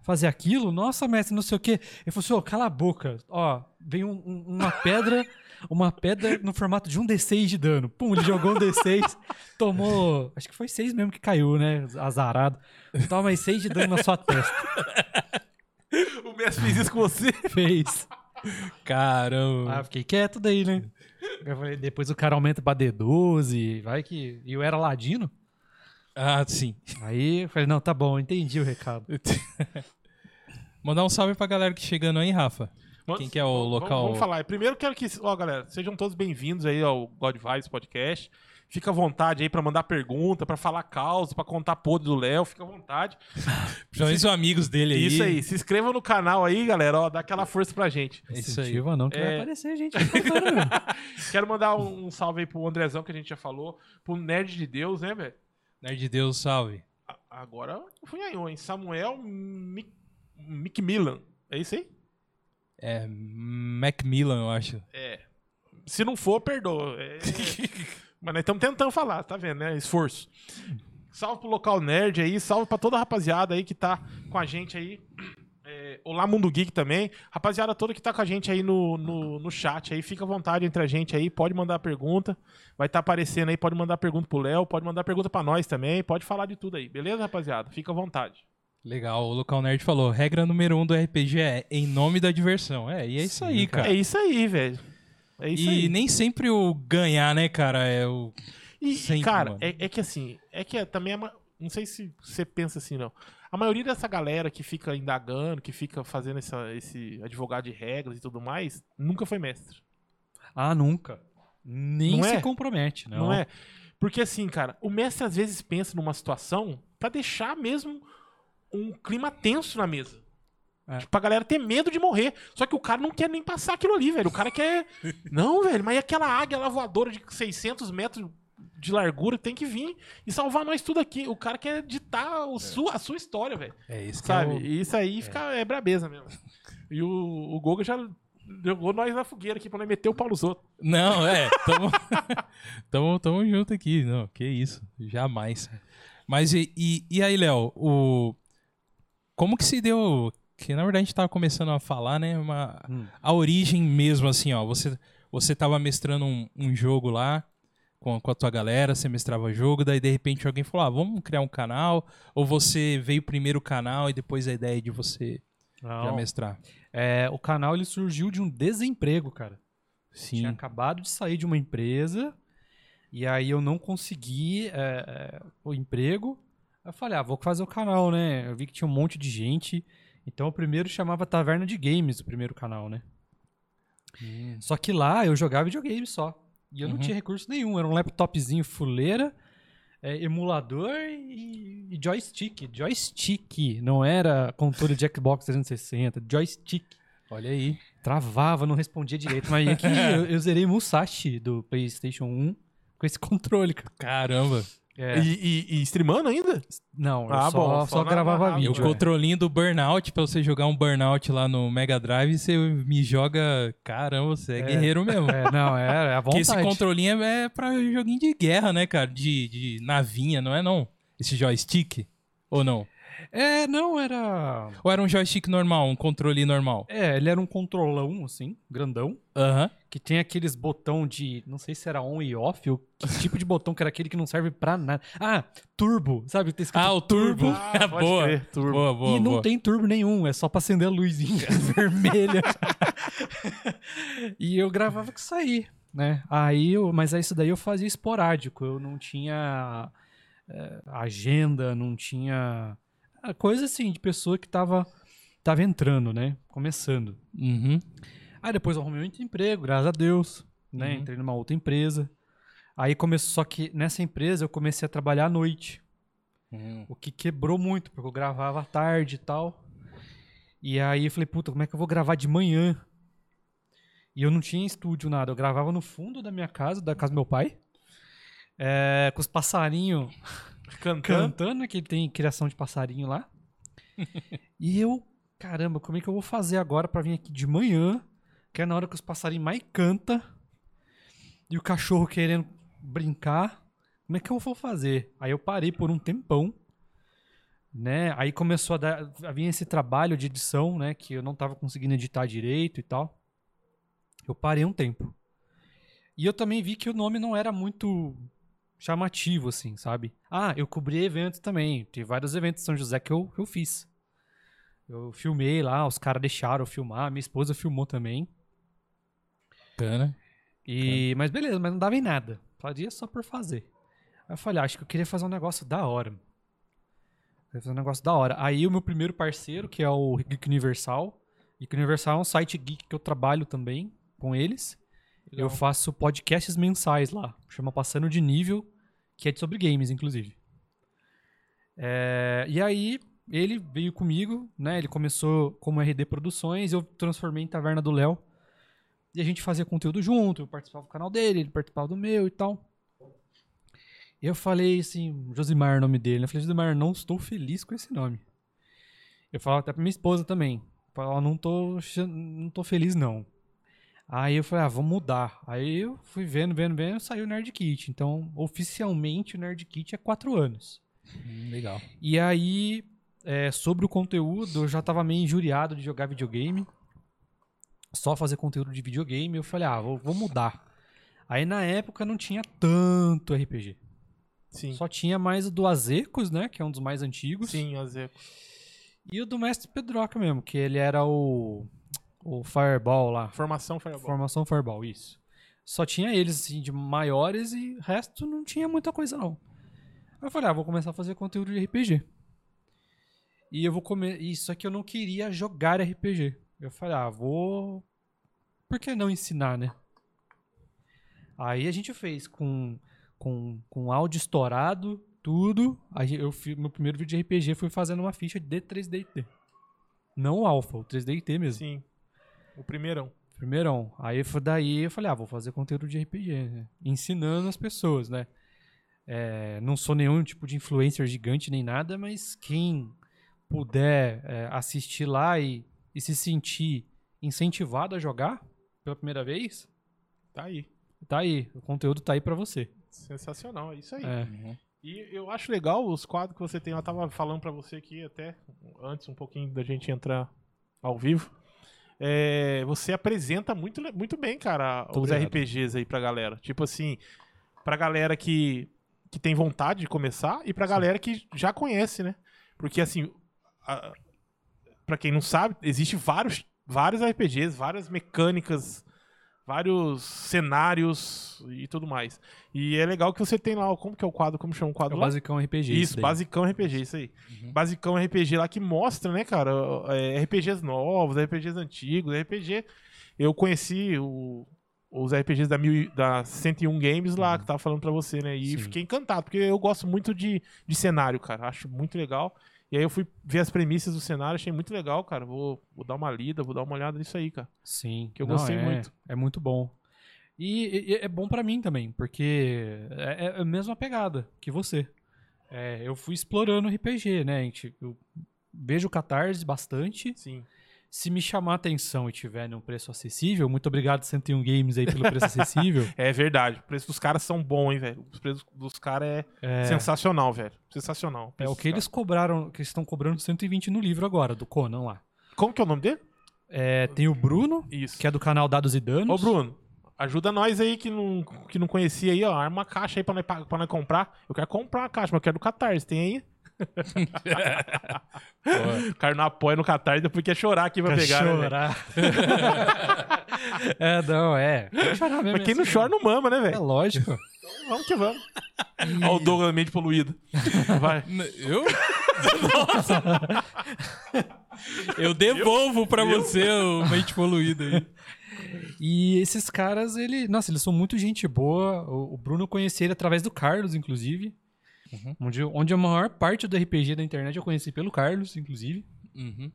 Speaker 3: fazer aquilo? Nossa, mestre, não sei o quê. Ele falou assim, ô, cala a boca. Ó, vem um- um- uma pedra, uma pedra no formato de um D6 de dano. Pum, ele jogou um D6, tomou, acho que foi seis mesmo que caiu, né, azarado. Toma aí seis de dano na sua testa.
Speaker 2: O mestre fez isso com você.
Speaker 3: Fez. Ah, eu
Speaker 1: Caramba.
Speaker 3: Ah, fiquei quieto daí, né? Eu falei, depois o cara aumenta pra D12, vai que. E eu era ladino.
Speaker 1: Ah, sim.
Speaker 3: Aí eu falei, não, tá bom, entendi o recado.
Speaker 1: Mandar um salve pra galera que chegando aí, Rafa. Quem que é o
Speaker 2: Vamos-
Speaker 1: local?
Speaker 2: Vamos, falar. Primeiro quero que, ó, galera, sejam todos bem-vindos aí ao God Vibes Podcast. Fica à vontade aí pra mandar pergunta, pra falar causa, pra contar podre do Léo, fica à vontade.
Speaker 1: Principalmente os amigos dele aí.
Speaker 2: Isso aí, se inscreva no canal aí, galera, ó, dá aquela força pra gente.
Speaker 1: É Isso aí.
Speaker 3: Incentiva não, que vai
Speaker 2: É.
Speaker 3: aparecer gente faltando mesmo.
Speaker 2: Quero mandar um, um salve aí pro Andrezão, que a gente já falou, pro Nerd de Deus, né, velho?
Speaker 1: Nerd de Deus, salve.
Speaker 2: A- Agora eu fui aí, ó, em Samuel Mic- Micmillan, é isso aí?
Speaker 1: É, Macmillan, eu acho.
Speaker 2: É. Se não for, perdoa. É- Mas nós estamos tentando falar, tá vendo, né? Esforço. Salve pro local nerd aí, salve pra toda a rapaziada aí que tá com a gente aí. É, Olá, Mundo Geek também. Rapaziada toda que tá com a gente aí no, no, no chat aí, fica à vontade entre a gente aí, pode mandar pergunta. Vai estar aparecendo aí, pode mandar pergunta pro Léo, pode mandar pergunta pra nós também, pode falar de tudo aí, beleza, rapaziada? Fica à vontade.
Speaker 1: Legal, o Local Nerd falou: regra número um do RPG é em nome da diversão. É, e é isso
Speaker 3: Sim,
Speaker 1: aí,
Speaker 3: cara.
Speaker 1: cara.
Speaker 2: É isso aí, velho. É isso
Speaker 1: e
Speaker 2: aí.
Speaker 1: nem sempre o ganhar, né, cara? É o.
Speaker 2: E,
Speaker 1: Sempre,
Speaker 2: cara,
Speaker 1: mano.
Speaker 2: é, é que assim, é que é também. a ma- não sei se você pensa assim, não. A maioria dessa galera que fica indagando, que fica fazendo essa- esse advogado de regras e tudo mais, nunca foi mestre.
Speaker 3: Ah, nunca. Nem
Speaker 2: Não
Speaker 3: se
Speaker 2: é?
Speaker 3: compromete, não.
Speaker 2: Não. é? Porque assim, cara, o mestre às vezes pensa numa situação pra deixar mesmo um clima tenso na mesa.
Speaker 3: É.
Speaker 2: Tipo, pra galera ter medo de morrer. Só que o cara não quer nem passar aquilo ali, velho. O cara quer. não, velho, mas e aquela águia lá voadora de 600 metros de largura tem que vir e salvar nós tudo aqui. O cara quer ditar o su- a sua história, velho.
Speaker 1: É isso que
Speaker 2: Sabe?
Speaker 1: é o-
Speaker 2: E isso aí fica, é brabeza mesmo. E o, o Goga já jogou nós na fogueira aqui pra nós meter o pau nos outros.
Speaker 1: Não, é. Tamo... tamo, tamo junto aqui. Não, que isso. Jamais.
Speaker 3: É.
Speaker 1: Mas e, e, e aí, Léo? O... Como que se deu. Que na verdade a gente tava começando a falar, né? Uma...
Speaker 3: Hum.
Speaker 1: A origem mesmo, assim, ó. Você, você tava mestrando um, um jogo lá. Com, com a tua galera, você mestrava jogo, daí de repente alguém falou: ah, vamos criar um canal? Ou você veio primeiro o canal e depois a ideia de você já
Speaker 3: Não.
Speaker 1: mestrar?
Speaker 3: É, o canal ele surgiu de um desemprego, cara.
Speaker 1: Sim.
Speaker 3: Tinha acabado de sair de uma empresa e aí eu não consegui é, é, o emprego. Eu falei, ah, vou fazer o canal, né? Eu vi que tinha um monte de gente. Então o primeiro chamava Taverna de Games, o primeiro canal, né? Só que lá eu jogava videogame só. E eu não
Speaker 1: Uhum.
Speaker 3: tinha recurso nenhum. Era um laptopzinho fuleira, é, emulador e, e joystick. Joystick. Não era controle de Xbox 360. Joystick.
Speaker 1: Olha aí.
Speaker 3: Travava, não respondia direito. Mas aqui eu, eu zerei Musashi do PlayStation 1 com esse controle, cara.
Speaker 1: Caramba.
Speaker 3: É,
Speaker 2: E- e- e streamando ainda?
Speaker 3: não, eu
Speaker 2: Ah,
Speaker 3: só,
Speaker 2: bom,
Speaker 3: só
Speaker 2: só na-
Speaker 3: gravava
Speaker 2: na-
Speaker 1: E
Speaker 3: vídeo.
Speaker 1: o
Speaker 2: Entendi.
Speaker 3: é.
Speaker 1: controlinho do Burnout, pra você jogar um Burnout lá no Mega Drive, você me joga. Caramba, você é,
Speaker 3: É.
Speaker 1: guerreiro mesmo.
Speaker 3: É, não, era a
Speaker 1: Porque
Speaker 3: vontade.
Speaker 1: esse controlinho é é pra joguinho de guerra, né, cara? De, de navinha, não é não? Esse joystick? Ou não?
Speaker 3: É, não, era...
Speaker 1: Ou era um joystick normal, um controle normal?
Speaker 3: É, ele era um controlão, assim, grandão.
Speaker 1: Aham.
Speaker 3: Que tem aqueles botão de. Não sei se era on e off, ou que tipo de botão que era aquele que não serve pra nada. Ah, turbo, sabe? Tem escrito
Speaker 1: Ah, o turbo.
Speaker 2: Ah, pode
Speaker 1: boa.
Speaker 2: crer, turbo.
Speaker 1: boa. Boa,
Speaker 3: e não
Speaker 1: boa.
Speaker 3: tem turbo nenhum, é só pra acender a luzinha vermelha. e eu gravava que isso aí. né? Aí eu, mas isso daí eu fazia esporádico, eu não tinha eh, agenda, não tinha ah, coisa assim de pessoa que tava tava entrando, né? Começando.
Speaker 1: Uhum.
Speaker 3: Aí depois eu arrumei outro emprego, graças a Deus, né?
Speaker 1: Uhum.
Speaker 3: Entrei numa outra empresa. Aí começou só que nessa empresa eu comecei a trabalhar à noite.
Speaker 1: Hum,
Speaker 3: O que quebrou muito, porque eu gravava à tarde e tal. E aí eu falei, puta, como é que eu vou gravar de manhã? E eu não tinha estúdio, nada. Eu gravava no fundo da minha casa, da casa do meu pai. eh, com os passarinhos
Speaker 2: Cantando.
Speaker 3: cantando, que tem criação de passarinho lá. e eu, caramba, como é que eu vou fazer agora pra vir aqui de manhã, que é na hora que os passarinhos mais canta e o cachorro querendo brincar. Como é que eu vou fazer? Aí eu parei por um tempão, né? Aí começou a, dar, a vir esse trabalho de edição, né, que eu não tava conseguindo editar direito e tal. Eu parei um tempo. E eu também vi que o nome não era muito chamativo, assim, sabe? Ah, eu cobri eventos também. Tem vários eventos em São José que eu, que eu fiz. Eu filmei lá, os caras deixaram eu filmar, minha esposa filmou também.
Speaker 1: Bacana.
Speaker 3: E, mas beleza, mas não dava em nada. Fazia só por fazer. Aí eu falei, ah, acho que eu queria fazer um negócio da hora. Queria fazer um negócio da hora. Aí o meu primeiro parceiro, que é o Geek Universal. Geek Universal é um site geek que eu trabalho também com eles. Eu faço podcasts mensais lá. Chama Passando de Nível, que é de sobre games, inclusive. É, e aí, ele veio comigo, né? Ele começou como RD Produções, eu transformei em Taverna do Léo. E a gente fazia conteúdo junto, eu participava do canal dele, ele participava do meu e tal. E eu falei assim, Josimar é o nome dele. né? Eu falei, Josimar, não estou feliz com esse nome. Eu falava até pra minha esposa também. Eu Falava, não tô, ach- não tô feliz não. Aí eu falei, ah, vamos mudar. Aí eu fui vendo, vendo, vendo, saiu o Nerd Kit. Então, oficialmente, o Nerd Kit é quatro anos.
Speaker 1: Hum, Legal.
Speaker 3: E aí, é, sobre o conteúdo, eu já tava meio injuriado de jogar videogame. Só fazer conteúdo de videogame. Eu falei, ah, vou, vou mudar. Aí na época não tinha tanto RPG.
Speaker 2: Sim.
Speaker 3: Só tinha mais o do Azecos, né? Que é um dos mais antigos.
Speaker 2: Sim, Azeco.
Speaker 3: E o do Mestre Pedroca mesmo, que ele era o, o Fireball lá.
Speaker 2: Formação Fireball.
Speaker 3: Formação Fireball, isso. Só tinha eles, assim, de maiores e o resto não tinha muita coisa, não. Aí eu falei, ah, vou começar a fazer conteúdo de RPG. E eu vou comer. Isso aqui eu não queria jogar RPG. Eu falei, ah, vou. Por que não ensinar, né? Aí a gente fez com, com, com áudio estourado, tudo. Aí eu fiz, meu primeiro vídeo de RPG foi fazendo uma ficha de 3DT. Não o Alpha, o 3DT mesmo.
Speaker 2: Sim. O primeirão.
Speaker 3: Primeirão. Aí foi daí eu falei, ah, vou fazer conteúdo de RPG, né? Ensinando as pessoas, né? É, não sou nenhum tipo de influencer gigante nem nada, mas quem puder é, assistir lá e, e se sentir incentivado a jogar pela primeira vez,
Speaker 2: Tá aí.
Speaker 3: tá aí. O conteúdo tá aí pra você.
Speaker 2: Sensacional, é isso aí.
Speaker 3: É.
Speaker 1: Uhum.
Speaker 2: E eu acho legal os quadros que você tem. Eu tava falando pra você aqui até antes um pouquinho da gente entrar ao vivo. É, você apresenta muito, le- muito bem, cara,
Speaker 1: Muito
Speaker 2: os
Speaker 1: obrigado.
Speaker 2: RPGs aí pra galera. Tipo assim, pra galera que, que tem vontade de começar e pra galera que já conhece, né? Porque assim, a, pra quem não sabe, existe vários, vários RPGs, várias mecânicas, vários cenários e tudo mais. E é legal que você tem lá, como que é o quadro, como chama o
Speaker 3: É
Speaker 2: quadro
Speaker 3: o
Speaker 2: lá?
Speaker 3: basicão RPG.
Speaker 2: Isso,
Speaker 3: daí.
Speaker 2: basicão RPG, isso aí.
Speaker 1: Uhum.
Speaker 2: Basicão RPG lá que mostra, né, cara, é, RPGs novos, RPGs antigos, RPG. Eu conheci o- os RPGs da, mil, e- da 101 Games lá,
Speaker 3: Uhum.
Speaker 2: que eu tava falando pra você, né? E
Speaker 1: Sim.
Speaker 2: fiquei encantado, porque eu gosto muito de, de cenário, cara. Acho muito legal. E aí eu fui ver as premissas do cenário, achei muito legal, cara. Vou, vou dar uma lida, vou dar uma olhada nisso aí, cara.
Speaker 3: Sim.
Speaker 2: que eu gostei
Speaker 3: é,
Speaker 2: muito.
Speaker 3: É muito bom. E, e- é bom pra mim também, porque é, é a mesma pegada que você. É, eu fui explorando RPG, né? gente? Eu vejo o Catarse bastante.
Speaker 2: Sim.
Speaker 3: Se me chamar a atenção e tiver num preço acessível, muito obrigado 101 Games aí pelo preço acessível.
Speaker 2: É verdade. O preço dos caras são bons, hein, velho. Os preços dos caras é,
Speaker 3: É,
Speaker 2: sensacional, velho. Sensacional.
Speaker 3: é o
Speaker 2: Preço
Speaker 3: que
Speaker 2: dos
Speaker 3: eles cobraram, que estão cobrando 120 no livro agora, do Conan lá.
Speaker 2: caras. Como que é o nome dele?
Speaker 3: É, tem o Bruno,
Speaker 2: Isso.
Speaker 3: que é do canal Dados e Danos.
Speaker 2: Ô, Bruno, ajuda nós aí que não, que não conhecia aí, ó. Arma uma caixa aí pra nós, pa- pra nós comprar. Eu quero comprar uma caixa, mas eu quero do Catarse. Tem aí? O cara não apoia no Catar e depois quer chorar quem vai
Speaker 3: Pra
Speaker 2: pegar. né, velho?
Speaker 3: chorar. é, não, é. Tem que Chorar mesmo.
Speaker 2: Mas quem
Speaker 3: é
Speaker 2: não
Speaker 3: assim,
Speaker 2: chora não mama, né,
Speaker 3: É
Speaker 2: velho?
Speaker 3: lógico.
Speaker 2: Vamos que vamos. Olha o Douglas mente poluído. Vai.
Speaker 1: N- Eu? Nossa! Eu devolvo pra você o mente poluída aí.
Speaker 3: E esses caras, ele. Nossa, eles são muito gente boa. O, o Bruno eu conheci ele através do Carlos, inclusive.
Speaker 2: Uhum.
Speaker 3: Onde, onde a maior parte do RPG da internet eu conheci pelo Carlos, inclusive.
Speaker 1: Uhum.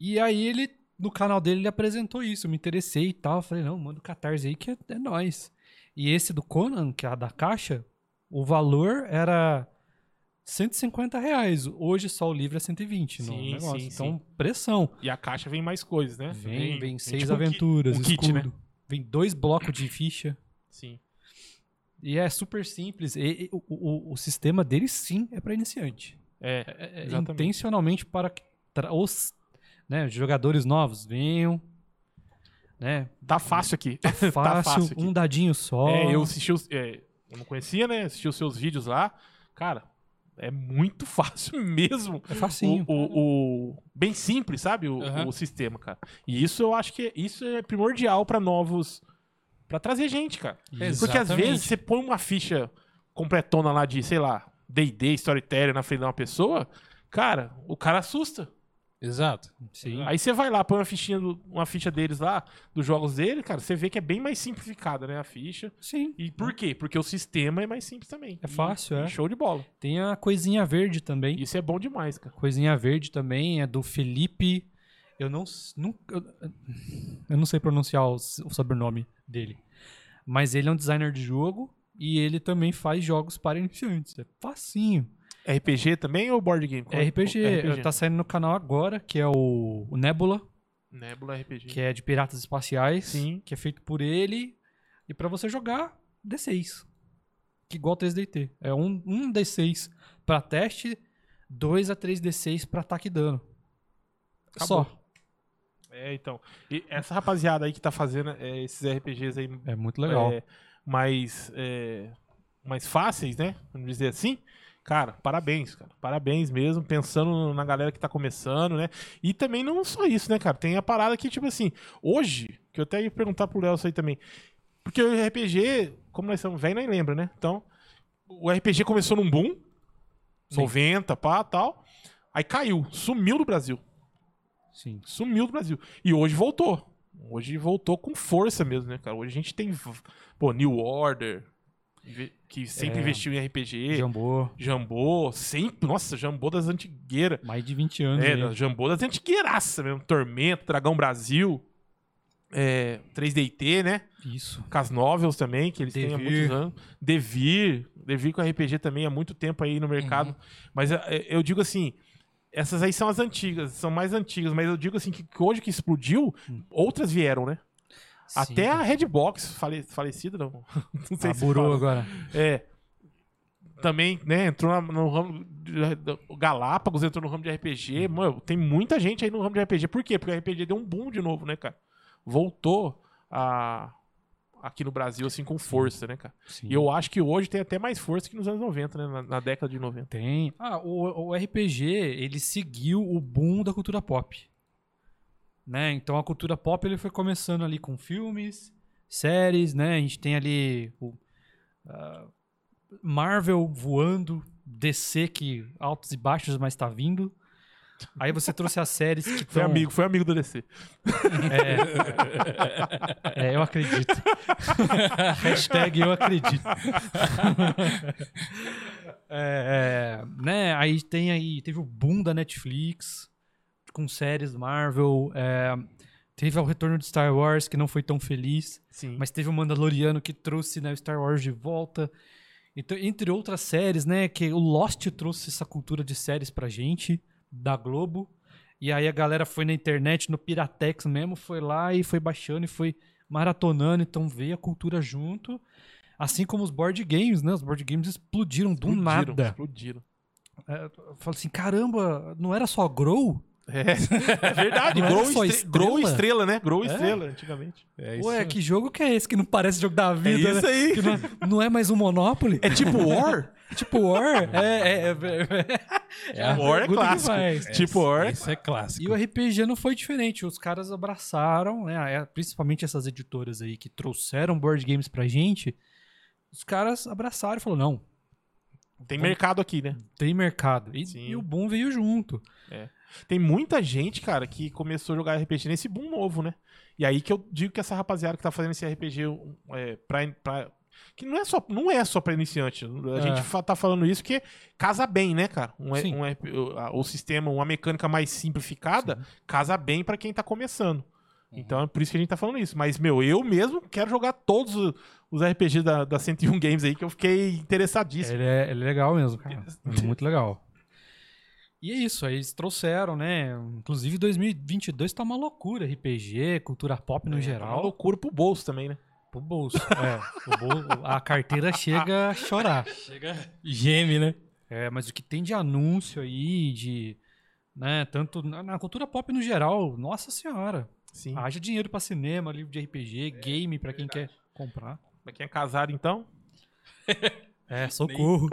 Speaker 3: E aí ele, no canal dele, ele apresentou isso. Eu me interessei e tal. Eu falei, não, manda o Catarse aí que é, é nóis. E esse do Conan, que é a da caixa, o valor era 150 reais. Hoje só o livro é 120 no
Speaker 2: Sim,
Speaker 3: negócio.
Speaker 2: sim,
Speaker 3: então, pressão.
Speaker 2: E a caixa vem mais coisas, né?
Speaker 3: Vem, vem, seis
Speaker 2: tipo um ki-
Speaker 3: aventuras,
Speaker 2: um kit, né?
Speaker 3: escudo. Vem dois blocos de ficha.
Speaker 2: Sim.
Speaker 3: E é super simples. E- e- o, o- o sistema dele, sim, é para iniciante.
Speaker 2: É.
Speaker 3: É, é
Speaker 2: Exatamente.
Speaker 3: intencionalmente para que tra- os né, jogadores novos venham. Né,
Speaker 2: Tá fácil aqui.
Speaker 3: fácil,
Speaker 2: fácil aqui.
Speaker 3: um dadinho só.
Speaker 2: É, eu assisti os. é, eu não conhecia, né? Assisti os seus vídeos lá. Cara, é muito fácil mesmo.
Speaker 3: É facinho.
Speaker 2: O, o- o- bem simples, sabe? O,
Speaker 1: Aham.
Speaker 2: o sistema, cara. E isso eu acho que é- isso é primordial pra novos. Pra trazer gente, cara. Porque às
Speaker 1: Exatamente.
Speaker 2: vezes você põe uma ficha completona lá de, sei lá, DD, storytelling na frente de uma pessoa. Cara, o cara assusta.
Speaker 1: Exato.
Speaker 3: Sim.
Speaker 2: Aí você vai lá, põe uma fichinha, do- uma ficha deles lá, dos jogos dele, cara, você vê que é bem mais simplificada, né, a ficha.
Speaker 3: Sim.
Speaker 2: E por quê? Porque o sistema é mais simples também.
Speaker 3: É fácil, é.
Speaker 2: E Show de bola.
Speaker 3: Tem a coisinha verde também.
Speaker 2: Isso é bom demais, cara.
Speaker 3: Coisinha verde também é do Felipe. Eu não, s- nunca, eu, eu não sei pronunciar o, s- o sobrenome dele. Mas ele é um designer de jogo e ele também faz jogos para iniciantes. É facinho.
Speaker 2: RPG também ou board game? Qual-
Speaker 3: É RPG,
Speaker 2: RPG.
Speaker 3: tá saindo no canal agora, que é o, o Nebula,
Speaker 2: Nebula RPG.
Speaker 3: que é de piratas espaciais,
Speaker 2: Sim.
Speaker 3: que é feito por ele. E pra você jogar, D6. Que igual 3DT. É um, um D6 pra teste, 2 a 3D6 pra ataque e dano.
Speaker 2: Acabou.
Speaker 3: Só.
Speaker 2: É, então. E essa rapaziada aí que tá fazendo é, esses RPGs aí
Speaker 3: É muito legal.
Speaker 2: é, mais, é, mais fáceis, né? Vamos dizer assim. Cara, parabéns, cara. Parabéns mesmo, pensando na galera que tá começando, né? E também não só isso, né, cara? Tem a parada que, tipo assim, hoje, que eu até ia perguntar pro Léo isso aí também. Porque o RPG, como nós somos velho, nem lembra, né? Então, o RPG começou num boom,
Speaker 3: Sim.
Speaker 2: 90, pá, tal. Aí caiu, sumiu do Brasil
Speaker 3: Sim.
Speaker 2: sumiu do Brasil. E hoje voltou. Hoje voltou com força mesmo, né, cara? Hoje a gente tem, v- pô, New Order, inve- que sempre
Speaker 3: É.
Speaker 2: investiu em RPG,
Speaker 3: Jambô,
Speaker 2: Jambô, sempre, nossa, Jambô das antigueiras.
Speaker 3: mais de 20 anos.
Speaker 2: É,
Speaker 3: aí.
Speaker 2: não, Jambô das antigueiraças mesmo. Tormento, Dragão Brasil, é, 3DT, né?
Speaker 3: Isso.
Speaker 2: Com as novels também, que eles têm há
Speaker 3: Devir.
Speaker 2: muitos anos. Devir. Devir com RPG também há muito tempo aí no mercado.
Speaker 3: Uhum.
Speaker 2: Mas é, é, eu digo assim, essas aí são as antigas, são mais antigas. Mas eu digo assim, que que hoje que explodiu,
Speaker 3: Hum.
Speaker 2: outras vieram, né? Até
Speaker 3: Ah,
Speaker 2: a Redbox, fale, falecida, não, não sei se
Speaker 3: Aburou
Speaker 2: fala.
Speaker 3: agora.
Speaker 2: É. Também, né, entrou na- no ramo de- do Galápagos, entrou no ramo de
Speaker 3: Uhum.
Speaker 2: RPG. Mano, tem muita gente aí no ramo de RPG. Por quê? Porque o RPG deu um boom de novo, né, cara? Voltou a aqui no Brasil assim com força, né, cara?
Speaker 3: Sim.
Speaker 2: E eu acho que hoje tem até mais força que nos anos 90, né, na, na década de 90.
Speaker 3: Tem. Ah, o, o RPG, ele seguiu o boom da cultura pop. Né? Então a cultura pop ele foi começando ali com filmes, séries, né? A gente tem ali o, ah, Marvel voando, DC que altos e baixos, mas tá vindo. Aí você trouxe as séries que
Speaker 2: Foi
Speaker 3: tão-
Speaker 2: amigo, foi amigo do DC.
Speaker 3: É, eu acredito. Hashtag eu acredito. É, é, né, aí tem aí, teve o boom da Netflix com séries Marvel, é, teve o retorno de Star Wars que não foi tão feliz,
Speaker 2: Sim.
Speaker 3: mas teve o Mandaloriano que trouxe né, o Star Wars de volta. Então, entre outras séries, né, que o Lost trouxe essa cultura de séries pra gente da Globo. E aí a galera foi na internet, no Piratex mesmo, foi lá e foi baixando e foi maratonando, então veio a cultura junto. Assim como os board games, né? Os board games explodiram do
Speaker 2: Explodiram,
Speaker 3: nada.
Speaker 2: Explodiram.
Speaker 3: Eu falo assim, caramba, não era só Grow?
Speaker 2: É, é verdade.
Speaker 3: Não era
Speaker 2: Grow,
Speaker 3: só
Speaker 2: estre...
Speaker 3: estrela?
Speaker 2: Grow estrela, né? Grow
Speaker 3: É?
Speaker 2: estrela, antigamente. É
Speaker 3: Ué, que jogo que é esse que não parece jogo da
Speaker 2: É
Speaker 3: vida,
Speaker 2: isso
Speaker 3: né?
Speaker 2: aí.
Speaker 3: Que não é, não é mais um Monopoly?
Speaker 2: É tipo War?
Speaker 3: É tipo War? É, é, é,
Speaker 1: É a-
Speaker 2: War é
Speaker 3: pergunta que
Speaker 2: clássico.
Speaker 3: faz.
Speaker 2: Tipo War.
Speaker 1: Isso é
Speaker 3: E
Speaker 1: clássico.
Speaker 3: o RPG não foi diferente. Os caras abraçaram, né? é, Principalmente essas editoras aí que trouxeram board games pra gente. Os caras abraçaram e falaram: não, é.
Speaker 2: Tem mercado aqui, né?
Speaker 3: tem mercado. E,
Speaker 2: Sim.
Speaker 3: e o boom veio junto.
Speaker 2: Tem muita gente, cara, que começou a jogar RPG nesse boom novo, né? E aí que eu digo que essa rapaziada que tá fazendo esse RPG um, é, pra, pra- Que não é só, não é só pra iniciante. A
Speaker 3: É.
Speaker 2: gente fa- tá falando isso porque casa bem, né, cara? Um,
Speaker 3: Sim.
Speaker 2: um RP o- a- o sistema, uma mecânica mais simplificada, casa bem pra quem tá começando.
Speaker 3: Uhum.
Speaker 2: Então é por isso que a gente tá falando isso. Mas, meu, eu mesmo quero jogar todos o- os RPGs da, da 101 Games aí que eu fiquei interessadíssimo.
Speaker 3: Ele é, ele é legal mesmo, cara. É Muito legal. E é isso, aí eles trouxeram, né? Inclusive 2022 tá uma loucura. RPG, cultura pop no
Speaker 2: É, Uma
Speaker 3: geral.
Speaker 2: loucura pro bolso também, né?
Speaker 3: Pro bolso. É, o bol- a carteira chega a chorar.
Speaker 1: Geme, né?
Speaker 3: É, mas o que tem de anúncio aí, de. Né, tanto na, na cultura pop no geral, nossa senhora.
Speaker 2: Sim.
Speaker 3: Haja dinheiro pra cinema, livro de
Speaker 1: É,
Speaker 3: RPG, game pra quem quer comprar.
Speaker 2: Pra quem é casado, então.
Speaker 3: É,
Speaker 1: socorro.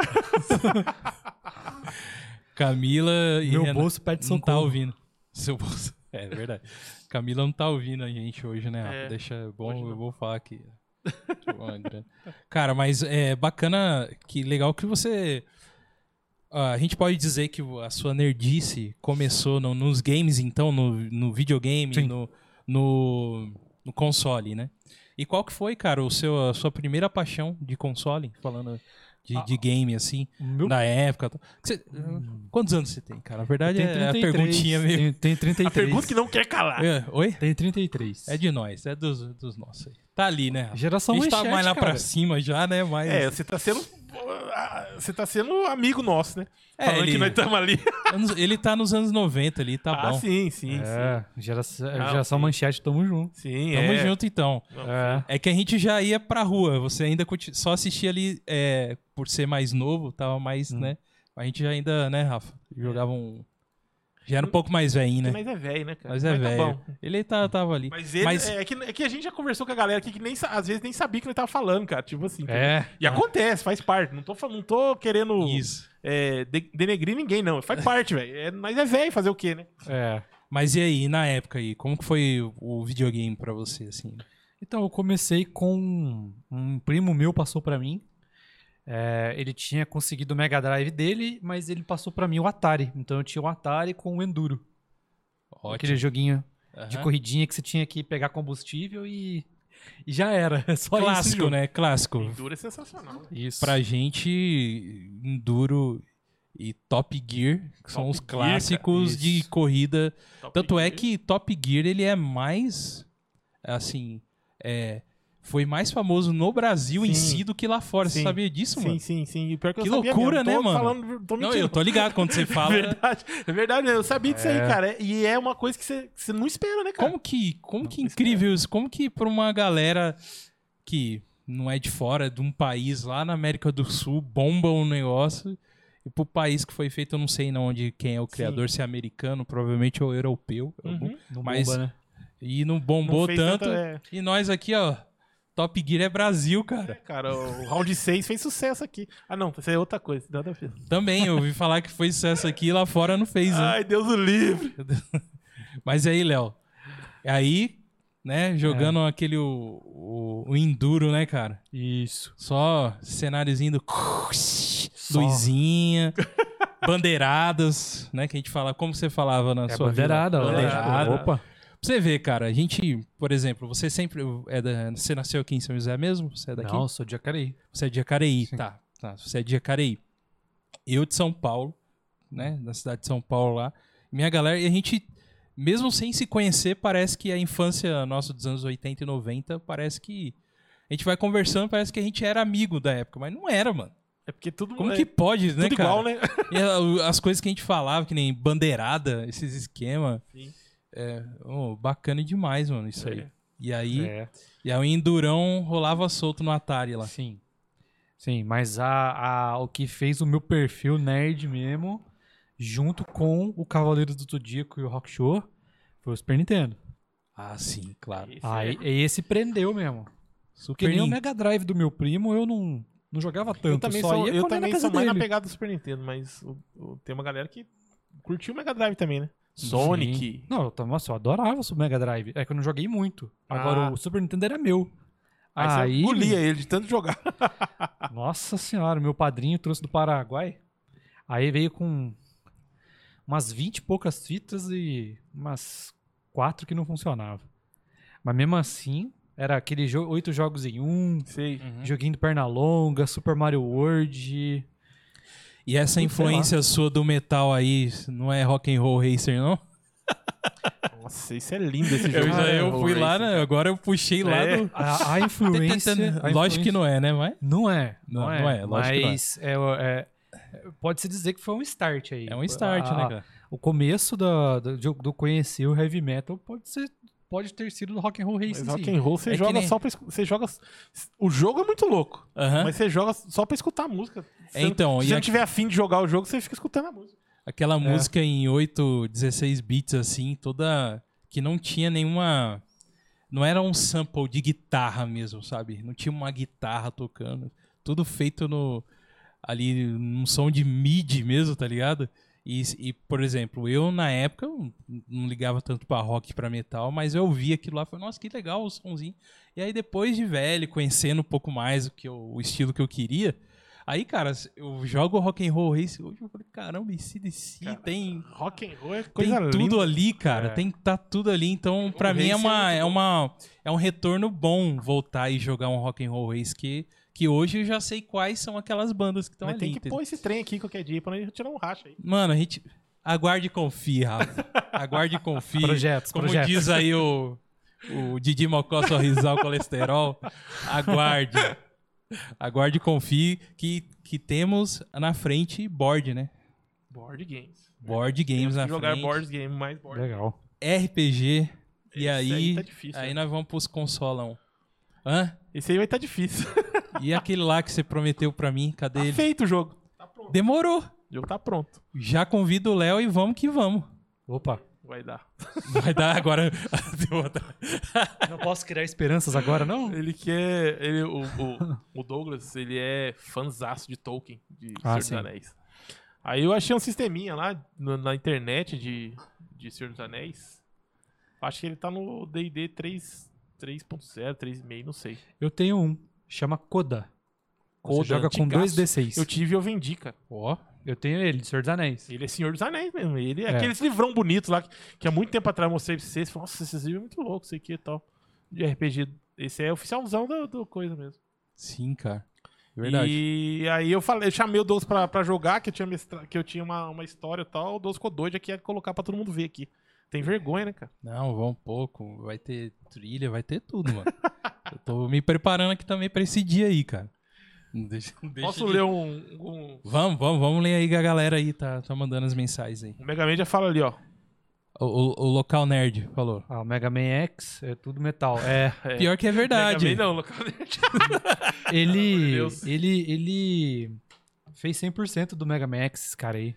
Speaker 1: Camila e
Speaker 3: Meu
Speaker 1: Renan-
Speaker 3: bolso pede
Speaker 1: não tá
Speaker 3: socorro.
Speaker 1: ouvindo. Seu bolso. É verdade. Camila não tá ouvindo a gente hoje, né? Rafa?
Speaker 2: É,
Speaker 1: Deixa bom,
Speaker 2: hoje não.
Speaker 1: eu vou falar aqui. Deixa eu falar uma grana. Cara, mas é bacana, que legal que você. Ah, a gente pode dizer que a sua nerdice começou no- nos games, então, no, no videogame,
Speaker 3: Sim.
Speaker 1: no, no, no console, né? E qual que foi, cara, o seu, a sua primeira paixão de console, falando de, de game, assim,
Speaker 3: O Ah, meu Hum.
Speaker 1: na época? Que você- quantos anos você tem, cara? Na verdade,
Speaker 3: tem
Speaker 1: é a
Speaker 3: 33,
Speaker 1: perguntinha meio...
Speaker 3: tem, tem 33.
Speaker 2: A pergunta que não quer calar.
Speaker 1: É, Oi?
Speaker 3: Tem 33.
Speaker 1: É de nós, é dos, dos nossos aí. Tá ali, né? Rafa?
Speaker 3: Geração
Speaker 1: a gente tá
Speaker 3: manchete,
Speaker 1: mais lá
Speaker 3: cara.
Speaker 1: pra cima já, né? Mas...
Speaker 2: É, você tá sendo. Você tá sendo amigo nosso, né?
Speaker 1: É,
Speaker 2: Falando
Speaker 1: ele-
Speaker 2: que nós estamos ali.
Speaker 1: anos- ele tá nos anos 90 ali, tá
Speaker 2: ah,
Speaker 1: bom.
Speaker 2: sim, sim, sim.
Speaker 3: É, geração,
Speaker 2: Ah,
Speaker 3: geração
Speaker 2: sim.
Speaker 3: manchete, tamo junto.
Speaker 2: Sim,
Speaker 1: Tamo
Speaker 2: é.
Speaker 1: junto então.
Speaker 3: É.
Speaker 1: É que a gente já ia pra rua, você ainda conti- só assistia ali, é, por ser mais novo, tava
Speaker 2: Uhum.
Speaker 1: mais, né? A gente já ainda, né, Rafa? Jogava um. Já era um pouco mais velhinho,
Speaker 2: Porque
Speaker 1: né?
Speaker 2: nós é velho, né, cara?
Speaker 1: Mas é
Speaker 2: Hum. tá
Speaker 1: velho.
Speaker 2: bom.
Speaker 1: ele tá, tava ali.
Speaker 2: Mas, ele,
Speaker 1: Mas-
Speaker 2: É, que, é que a gente já conversou com a galera aqui que nem, sa- às vezes nem sabia que nós tava falando, cara. Tipo assim. entendeu?
Speaker 3: É.
Speaker 2: E acontece, faz parte. Não tô, fal- não tô querendo
Speaker 1: Isso.
Speaker 2: é, de- denegrir ninguém, não. Faz parte, velho. É, nós é velho fazer o quê, né?
Speaker 3: É.
Speaker 1: Mas e aí, na época aí, como que foi o- o videogame pra você, assim?
Speaker 3: Então, eu comecei com um primo meu passou pra mim. É, ele tinha conseguido o Mega Drive dele, mas ele passou pra mim o Atari. Então eu tinha o Atari com o Enduro. Aquele joguinho de
Speaker 1: Aham.
Speaker 3: corridinha que você tinha que pegar combustível e, e já era. É Só isso, o
Speaker 1: Clássico,
Speaker 3: jogo.
Speaker 1: né? Clássico.
Speaker 2: Dura é sensacional.
Speaker 3: Isso.
Speaker 1: Pra gente, Enduro e Top Gear que são
Speaker 2: Top
Speaker 1: os
Speaker 2: Gear,
Speaker 1: clássicos
Speaker 3: cara.
Speaker 1: de
Speaker 3: Isso.
Speaker 1: corrida.
Speaker 2: Top
Speaker 1: Tanto é
Speaker 2: Gear.
Speaker 1: que Top Gear ele é mais, assim, é, foi mais famoso no Brasil em
Speaker 2: Sim.
Speaker 1: si do que lá fora. Você
Speaker 2: Sim.
Speaker 1: sabia disso,
Speaker 2: Sim,
Speaker 1: mano?
Speaker 2: sim, sim. E Pior é que
Speaker 1: Que
Speaker 2: eu sabia
Speaker 1: loucura,
Speaker 2: mesmo. Tô
Speaker 1: né, mano?
Speaker 2: Falando, tô
Speaker 1: Não,
Speaker 2: mentindo.
Speaker 1: eu tô ligado quando você fala.
Speaker 2: verdade, é verdade, eu sabia disso aí,
Speaker 3: É.
Speaker 2: cara. É- E é uma coisa que você, que você não espera, né, cara?
Speaker 1: Como que, como que
Speaker 2: Não, é
Speaker 1: incrível isso? Como que pra uma galera que não é de fora, de um país lá na América do Sul, bomba um negócio e pro país que foi feito, eu não sei não onde quem é o criador, se é americano, provavelmente ou europeu,
Speaker 2: Uhum.
Speaker 3: Não
Speaker 1: mas-
Speaker 3: bomba, né?
Speaker 1: e não
Speaker 2: Não
Speaker 1: bombou
Speaker 2: fez
Speaker 1: tanto.
Speaker 2: tanta- é.
Speaker 1: E nós aqui, ó, Top Gear é Brasil, cara.
Speaker 2: É, cara, o round 6 fez sucesso aqui. Ah, não, isso é outra coisa. Nada a ver.
Speaker 1: Também, eu ouvi falar que foi sucesso aqui e lá fora não fez, né?
Speaker 2: Ai, Deus o livre. Ah.
Speaker 1: Mas aí, Léo, aí, né, jogando
Speaker 2: É.
Speaker 1: aquele o, o- o enduro, né, cara?
Speaker 3: Isso.
Speaker 1: Só cenáriozinho do... Luzinha, bandeiradas, né, que a gente fala... Como você falava na
Speaker 3: É
Speaker 1: sua vida?
Speaker 3: bandeirada, ó.
Speaker 1: Bandeirada.
Speaker 3: Opa.
Speaker 1: Pra você ver, cara, a gente, por exemplo, você sempre... É da, você nasceu aqui em São José mesmo? Você é daqui?
Speaker 3: Não, eu sou de Jacareí.
Speaker 1: Você é de Jacareí, tá, tá. Você é de Jacareí. Eu de São Paulo, né? Da cidade de São Paulo lá. Minha galera, e a gente, mesmo sem se conhecer, parece que a infância nossa dos anos 80 e 90, parece que. A gente vai conversando, parece que a gente era amigo da época, mas não era, mano.
Speaker 2: É porque tudo
Speaker 1: Como
Speaker 2: é,
Speaker 1: que pode, né,
Speaker 2: tudo
Speaker 1: cara?
Speaker 2: igual, né?
Speaker 1: E a- as coisas que a gente falava, que nem bandeirada, esses esquemas.
Speaker 2: Sim.
Speaker 1: É, ô, bacana demais, mano, isso aí.
Speaker 2: É.
Speaker 1: E aí,
Speaker 3: É.
Speaker 1: e aí o Endurão rolava solto no Atari lá.
Speaker 3: Sim. Sim, mas a, a- o que fez o meu perfil nerd mesmo junto com o Cavaleiro do Zodíaco e o Rock Show, foi o Super Nintendo.
Speaker 1: Ah, sim, claro.
Speaker 2: Esse é-
Speaker 3: Aí esse prendeu mesmo. Porque
Speaker 1: Super
Speaker 3: nem o
Speaker 1: Nintendo.
Speaker 3: Mega Drive do meu primo eu não, não jogava tanto,
Speaker 2: Eu também
Speaker 3: só
Speaker 2: sou,
Speaker 3: ia
Speaker 2: eu
Speaker 3: quando ia
Speaker 2: também
Speaker 3: na casa
Speaker 2: sou mais na
Speaker 3: dele.
Speaker 2: pegada do Super Nintendo, mas o- o- tem uma galera que curtiu o Mega Drive também, né? Sonic.
Speaker 3: Não, eu, tam- nossa, eu adorava o Mega Drive. É que eu não joguei muito. Agora
Speaker 2: Ah.
Speaker 3: o Super Nintendo era meu.
Speaker 2: Aí
Speaker 3: Aí,
Speaker 2: você engolia ele de tanto jogar.
Speaker 3: nossa senhora, meu padrinho trouxe do Paraguai. Aí veio com umas 20 e poucas fitas e umas quatro que não funcionavam. Mas mesmo assim, era aquele jogo, oito jogos em um,
Speaker 2: Sei.
Speaker 1: Uhum.
Speaker 3: joguinho de perna longa, Super Mario World.
Speaker 1: E essa
Speaker 3: Sei
Speaker 1: influência sua do metal aí, não é rock and roll racer, não?
Speaker 2: Nossa, isso é lindo esse
Speaker 1: Eu
Speaker 2: jogo.
Speaker 1: já
Speaker 2: né?
Speaker 1: eu fui lá, né? agora eu puxei lá
Speaker 2: É.
Speaker 1: do.
Speaker 3: A, a influência. a
Speaker 1: Lógico que
Speaker 3: influência-
Speaker 1: não é, né? Mas
Speaker 3: Não é.
Speaker 1: Não,
Speaker 3: Não, é,
Speaker 1: não é, lógico que não é.
Speaker 3: mas é. é- Pode-se dizer que foi um start aí.
Speaker 1: é um start,
Speaker 3: A-
Speaker 1: né, cara?
Speaker 3: O começo da, do, de eu- do conhecer o heavy metal pode, ser, pode ter sido do rock and roll
Speaker 2: Mas
Speaker 3: racing.
Speaker 2: rock
Speaker 3: sim.
Speaker 2: and roll, você
Speaker 1: É que
Speaker 2: joga
Speaker 1: nem-
Speaker 2: só pra... escu- Você joga... O jogo é muito louco,
Speaker 1: Aham.
Speaker 2: mas você joga só pra escutar a música. Se
Speaker 1: É, então,
Speaker 2: você
Speaker 1: e
Speaker 2: não
Speaker 1: a-
Speaker 2: tiver afim de jogar o jogo, você fica escutando a música.
Speaker 1: Aquela música em 8, 16 bits, assim, toda. que não tinha nenhuma. Não era um sample de guitarra mesmo, sabe? Não tinha uma guitarra tocando. Tudo feito no. ali, num som de mid mesmo, tá ligado? E, e, por exemplo, eu na época eu não ligava tanto pra rock, pra metal, mas eu ouvia aquilo lá e falei, nossa, que legal o somzinho. E aí depois de velho, conhecendo um pouco mais o, que eu- o estilo que eu queria, aí, cara, eu jogo rock and roll race hoje, eu falei, caramba, esse DC
Speaker 2: Cara,
Speaker 1: tem,
Speaker 2: Rock and roll é
Speaker 1: tem
Speaker 2: coisa linda.
Speaker 1: tudo ali, cara,
Speaker 3: É.
Speaker 1: tem que tá tudo ali. Então, pra mim é
Speaker 2: race é
Speaker 1: uma,
Speaker 2: muito
Speaker 1: é
Speaker 2: bom.
Speaker 1: uma é um retorno bom voltar e jogar um rock and roll race que que hoje eu já sei quais são aquelas bandas que estão
Speaker 2: Mas
Speaker 1: ali.
Speaker 2: tem que
Speaker 1: entendeu?
Speaker 2: pôr esse trem aqui qualquer dia pra nós tirar um racha aí.
Speaker 1: Mano, a gente. Aguarde e confie, Rafa. Aguarde e confie.
Speaker 3: Projetos,
Speaker 1: Como
Speaker 3: projetos.
Speaker 1: diz aí o, o Didi Mocó Sorrisal Colesterol, aguarde. Aguarde e confie que, que temos na frente board, né?
Speaker 2: Board games.
Speaker 1: Board games na
Speaker 2: Tem que jogar
Speaker 1: frente.
Speaker 2: board game, mais board.
Speaker 3: Legal.
Speaker 1: RPG.
Speaker 2: Esse
Speaker 1: e aí, aí,
Speaker 2: tá difícil, né?
Speaker 1: nós vamos pros consolão. Hã?
Speaker 2: Esse aí vai estar difícil.
Speaker 1: E aquele lá que você prometeu pra mim, cadê
Speaker 2: Tá
Speaker 1: ele?
Speaker 2: feito o jogo. Tá pronto.
Speaker 1: Demorou.
Speaker 2: O jogo tá pronto.
Speaker 1: Já convido o Léo e vamos que vamos.
Speaker 3: Opa.
Speaker 2: Vai dar.
Speaker 1: Vai dar agora. Deu outra.
Speaker 3: Não posso criar esperanças agora, não?
Speaker 2: Ele quer. Ele, o, o- o Douglas, ele é fanzaço de Tolkien, de
Speaker 3: Ah,
Speaker 2: Senhor
Speaker 3: sim.
Speaker 2: dos Anéis. Aí eu achei um sisteminha lá no- na internet de, de Senhor dos Anéis. Acho que ele tá no DD 3 3.0, 3.5, não sei.
Speaker 3: Eu tenho um. Chama Coda.
Speaker 2: Coda,
Speaker 3: Você joga com
Speaker 2: antigaço.
Speaker 3: 2D6.
Speaker 2: Eu tive e eu vendi, cara.
Speaker 3: Ó, eu tenho ele, de Senhor dos Anéis.
Speaker 2: Ele é Senhor dos Anéis mesmo. Ele é,
Speaker 3: É.
Speaker 2: aqueles livrão bonitos lá que, que há muito tempo atrás eu mostrei pra vocês. Falei, nossa, esses livros é muito louco, isso aqui e tal. De RPG. Esse é oficialzão do, do coisa mesmo.
Speaker 1: Sim, cara. É Verdade.
Speaker 2: E aí eu falei, eu chamei o Douglas pra, pra jogar, que eu tinha, mestra, que eu tinha uma, uma história e tal. O Douglas ficou doido aqui, ia colocar pra todo mundo ver aqui. Tem vergonha, né, cara?
Speaker 1: Não, vão um pouco. Vai ter trilha, vai ter tudo, mano. Eu tô me preparando aqui também pra esse dia aí, cara. Não deixa, não deixa
Speaker 2: Posso
Speaker 1: de-
Speaker 2: ler um, um.
Speaker 1: Vamos, vamos, vamos ler aí que a galera aí tá, tá mandando as mensagens aí.
Speaker 2: O um Mega Man já fala ali, ó.
Speaker 1: O, o- o local nerd falou.
Speaker 3: Ah, o Mega Man X é tudo metal. É,
Speaker 2: É.
Speaker 1: Pior que é verdade.
Speaker 2: Mega Man não, local nerd. amor de
Speaker 3: ele,
Speaker 2: Deus.
Speaker 3: ele, ele fez 100% do Mega Man X, esse cara aí.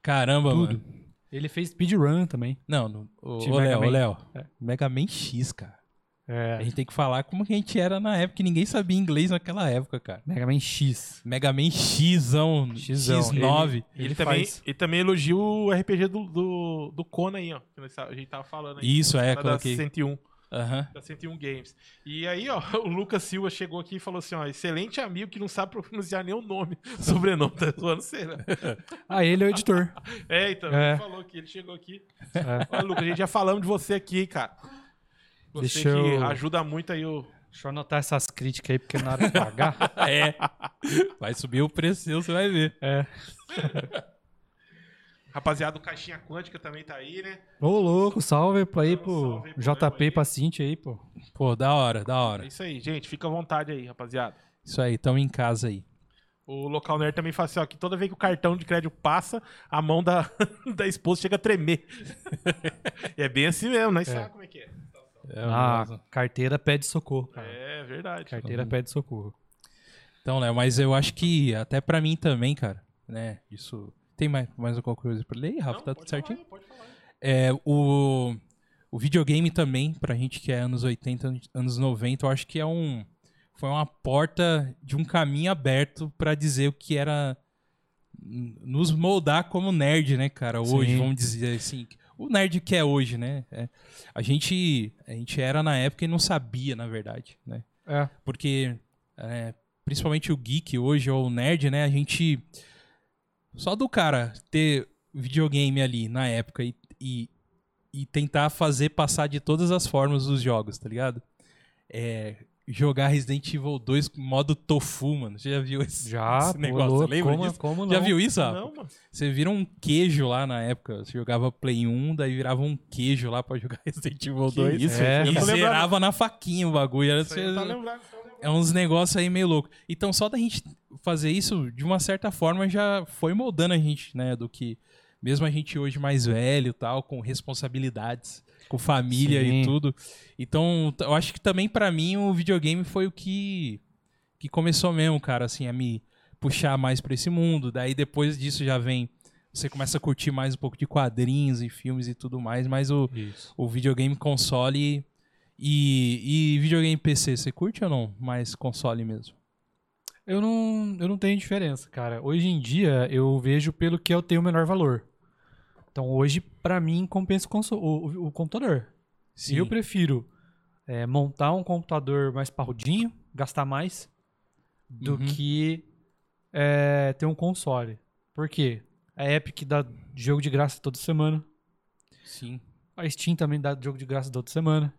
Speaker 1: Caramba,
Speaker 3: Tudo.
Speaker 1: mano.
Speaker 3: Ele fez speedrun também.
Speaker 1: Não, não. Ô,
Speaker 3: De
Speaker 1: ô, Léo,
Speaker 3: Mega
Speaker 1: ô,
Speaker 3: Man.
Speaker 1: Léo.
Speaker 3: É.
Speaker 1: Mega Man X, cara.
Speaker 3: É.
Speaker 1: A gente tem que falar como que a gente era na época, que ninguém sabia inglês naquela época, cara.
Speaker 3: Mega Man X.
Speaker 1: Mega Man Xão,
Speaker 3: Xão,
Speaker 1: X9.
Speaker 2: Ele,
Speaker 3: Ele
Speaker 2: também,
Speaker 3: faz.
Speaker 2: ele também elogia o RPG do, do, do Conan aí, ó. Que nós tá- a gente tava falando aí.
Speaker 1: Isso, é,
Speaker 2: lá da
Speaker 1: coloquei.
Speaker 2: 101.
Speaker 1: Aham.
Speaker 2: da 101 Games. E aí, ó, o Lucas Silva chegou aqui e falou assim, ó, excelente amigo que não sabe pronunciar nem o nome, sobrenome, tá zoando você, né?
Speaker 3: Ah, ele é o editor.
Speaker 2: É, então,
Speaker 3: É.
Speaker 2: ele falou que ele chegou aqui.
Speaker 3: É.
Speaker 2: Ó, Lucas, a gente já falamos de você aqui, cara. Você
Speaker 3: Deixa
Speaker 2: que
Speaker 3: eu-
Speaker 2: ajuda muito aí o...
Speaker 3: Deixa eu anotar essas críticas aí, porque na hora de pagar.
Speaker 1: É. Vai subir o preço, seu, você vai ver.
Speaker 2: Rapaziada, o Caixinha Quântica também tá aí, né?
Speaker 3: Ô, louco, salve pra aí pro
Speaker 2: Salve pro
Speaker 3: JP
Speaker 2: Léo aí.
Speaker 3: e pra Cintia aí, pô.
Speaker 1: Pô, da hora, da
Speaker 2: É
Speaker 1: hora.
Speaker 2: isso aí, gente. Fica à vontade aí, rapaziada.
Speaker 1: Isso aí, tamo em casa aí.
Speaker 2: O Local Nerd também fala assim, ó, que toda vez que o cartão de crédito passa, a mão da, da esposa chega a tremer. e é bem assim mesmo, né? Sabe como é que é.
Speaker 1: É,
Speaker 3: Ah,
Speaker 1: beleza.
Speaker 3: carteira pede socorro,
Speaker 1: Tá.
Speaker 3: cara.
Speaker 2: É verdade.
Speaker 3: Carteira pede socorro.
Speaker 1: Então, Léo, mas eu acho que até pra mim também, cara, né? Isso Tem mais, mais alguma coisa pra ler, Rafa? tá tudo certinho?
Speaker 2: Pode falar.
Speaker 1: É, o, o videogame também, pra gente que é anos 80, anos 90, eu acho que é um. Foi uma porta de um caminho aberto pra dizer o que era. n- Nos moldar como nerd, né, cara? Hoje,
Speaker 3: Sim.
Speaker 1: vamos dizer assim. O nerd que é hoje, né? É. a, gente, a gente era na época e não sabia, na verdade, né?
Speaker 3: É.
Speaker 1: porque é, principalmente o geek hoje ou o nerd, né? A gente só do cara ter videogame ali na época e, e, e tentar fazer passar de todas as formas os jogos, tá ligado? É, jogar Resident Evil 2 com modo tofu, mano. Você já viu esse,
Speaker 3: Já,
Speaker 1: esse
Speaker 3: pô,
Speaker 1: negócio?
Speaker 3: louco,
Speaker 1: Lembra
Speaker 3: como, é,
Speaker 1: disso?
Speaker 3: como
Speaker 1: Já
Speaker 3: não?
Speaker 1: viu isso? Rafa?
Speaker 2: Não, mano.
Speaker 1: Você vira um queijo lá na época. Você jogava Play 1, daí virava um queijo lá pra jogar Resident Evil
Speaker 2: Que
Speaker 1: 2.
Speaker 2: isso,
Speaker 3: É.
Speaker 2: gente.
Speaker 1: E
Speaker 2: eu tô lembrando.
Speaker 1: zerava na faquinha o bagulho. Era-
Speaker 2: Isso aí tá eu tô lembrando, tô lembrando.
Speaker 1: é uns negócios aí meio louco. Então, só da gente fazer isso, de uma certa forma, já foi moldando a gente, né? Do que, mesmo a gente hoje mais velho e tal, com responsabilidades, com família e
Speaker 3: Sim.
Speaker 1: tudo. Então, t- eu acho que também pra mim o videogame foi o que, que começou mesmo, cara, assim, a me puxar mais pra esse mundo. Daí depois disso já vem. Você começa a curtir mais um pouco de quadrinhos e filmes e tudo mais, mas o,
Speaker 3: Isso.
Speaker 1: o videogame console e, e videogame PC, você curte ou não? Mais console mesmo.
Speaker 3: Eu não, eu não tenho diferença, cara. Hoje em dia, eu vejo pelo que eu tenho o menor valor. Então, hoje, pra mim, compensa o, conso- o- o- o computador.
Speaker 1: Sim.
Speaker 3: Eu prefiro é, montar um computador mais parrudinho, gastar mais, do
Speaker 1: Uhum.
Speaker 3: que é, ter um console. Por quê? A Epic dá jogo de graça toda semana.
Speaker 1: Sim.
Speaker 3: A Steam também dá jogo de graça toda semana.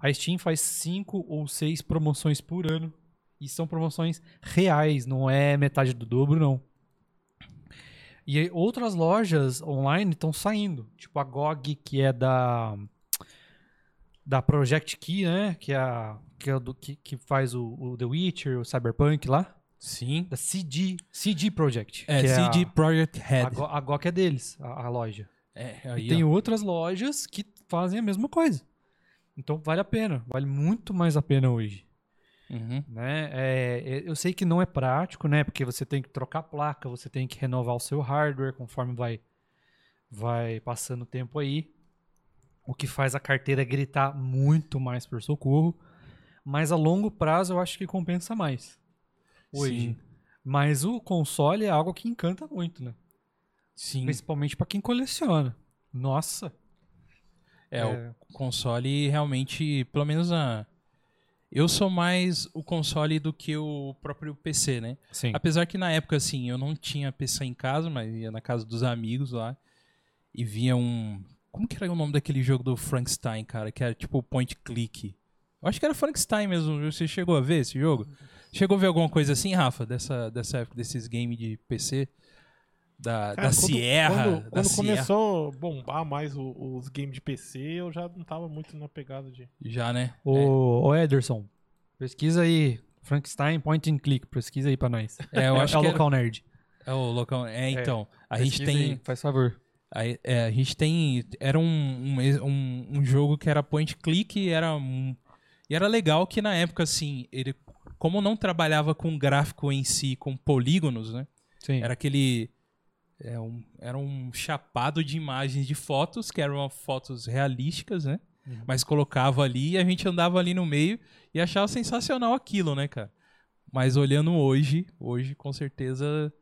Speaker 3: A Steam faz cinco ou seis promoções por ano. E são promoções reais, não é metade do dobro, não. E aí outras lojas online estão saindo. Tipo a GOG, que é da. Da Project Key, né? Que é, a, que, é do, que, que faz o, o The Witcher, o Cyberpunk lá.
Speaker 1: Sim.
Speaker 3: Da CD. CD Project.
Speaker 1: É,
Speaker 3: que
Speaker 1: CD Projekt
Speaker 3: É a, a,
Speaker 1: Red.
Speaker 3: Go- a GOG é deles, a- a loja.
Speaker 1: É,
Speaker 3: E
Speaker 1: aí,
Speaker 3: tem
Speaker 1: ó.
Speaker 3: outras lojas que fazem a mesma coisa. Então vale a pena, vale muito mais a pena hoje.
Speaker 1: Uhum.
Speaker 3: Né? É, é, eu sei que não é prático, né? Porque você tem que trocar a placa, você tem que renovar o seu hardware conforme vai, vai passando o tempo aí. O que faz a carteira gritar muito mais por socorro. Mas a longo prazo eu acho que compensa mais. Hoje.
Speaker 1: Sim.
Speaker 3: Mas o console é algo que encanta muito, né?
Speaker 1: Sim.
Speaker 3: Principalmente pra quem coleciona. Nossa!
Speaker 1: É, o console realmente, pelo menos na. Eu sou mais o console do que o próprio PC, né?
Speaker 3: Sim.
Speaker 1: Apesar que na época, assim, eu não tinha PC em casa, mas ia na casa dos amigos lá e via um. Como que era o nome daquele jogo do Frankenstein, cara? Que era tipo point click. Eu acho que era Frankenstein mesmo. viu? Você chegou a ver esse jogo? Chegou a ver alguma coisa assim, Rafa, dessa, dessa época, desses games de PC? Da,
Speaker 2: Cara,
Speaker 1: da
Speaker 2: quando-
Speaker 1: Sierra.
Speaker 2: Quando,
Speaker 1: da
Speaker 2: quando
Speaker 1: Sierra.
Speaker 2: começou a bombar mais o- os games de PC, eu já não tava muito na pegada de.
Speaker 1: Já, né? É.
Speaker 3: Ô, ô Ederson, pesquisa aí. Frankenstein Point and Click, pesquisa aí pra nós.
Speaker 1: É, eu acho
Speaker 3: é o
Speaker 1: que era-
Speaker 3: local nerd.
Speaker 1: é o local. É, então. A gente
Speaker 3: Pesquisa
Speaker 1: tem.
Speaker 3: aí, faz favor.
Speaker 1: Aí, é, a gente tem. Era um, um, um, um jogo que era point click, era um. E era legal que na época, assim, ele. Como não trabalhava com gráfico em si, com polígonos, né?
Speaker 3: Sim.
Speaker 1: Era aquele. é, um- era um chapado de imagens de fotos, que eram fotos realísticas, né?
Speaker 3: Uhum.
Speaker 1: Mas colocava ali e a gente andava ali no meio e achava sensacional aquilo, né, cara? Mas olhando hoje, hoje com certeza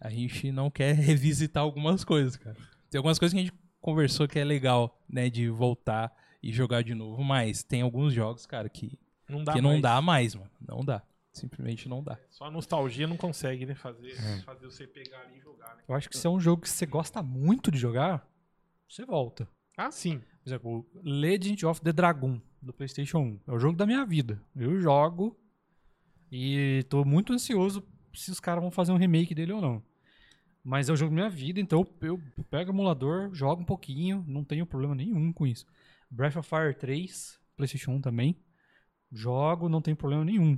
Speaker 1: a gente não quer revisitar algumas coisas, cara. Tem algumas coisas que a gente conversou que é legal, né, de voltar e jogar de novo, mas tem alguns jogos, cara, que,
Speaker 2: Não dá
Speaker 1: que não
Speaker 2: mais.
Speaker 1: dá mais, mano. Não dá. Simplesmente não dá.
Speaker 2: Só a nostalgia não consegue, né? Fazer, fazer você pegar ali e jogar, né?
Speaker 3: Eu acho que se é um jogo que você gosta muito de jogar, você volta.
Speaker 2: Ah, sim.
Speaker 3: Por exemplo, Legend of the Dragon, do PlayStation 1. É o jogo da minha vida. Eu jogo e tô muito ansioso se os caras vão fazer um remake dele ou não. Mas é o jogo da minha vida, então eu eu pego o emulador, jogo um pouquinho, não tenho problema nenhum com isso. Breath of Fire 3, PlayStation 1 também. Jogo, não tem problema nenhum.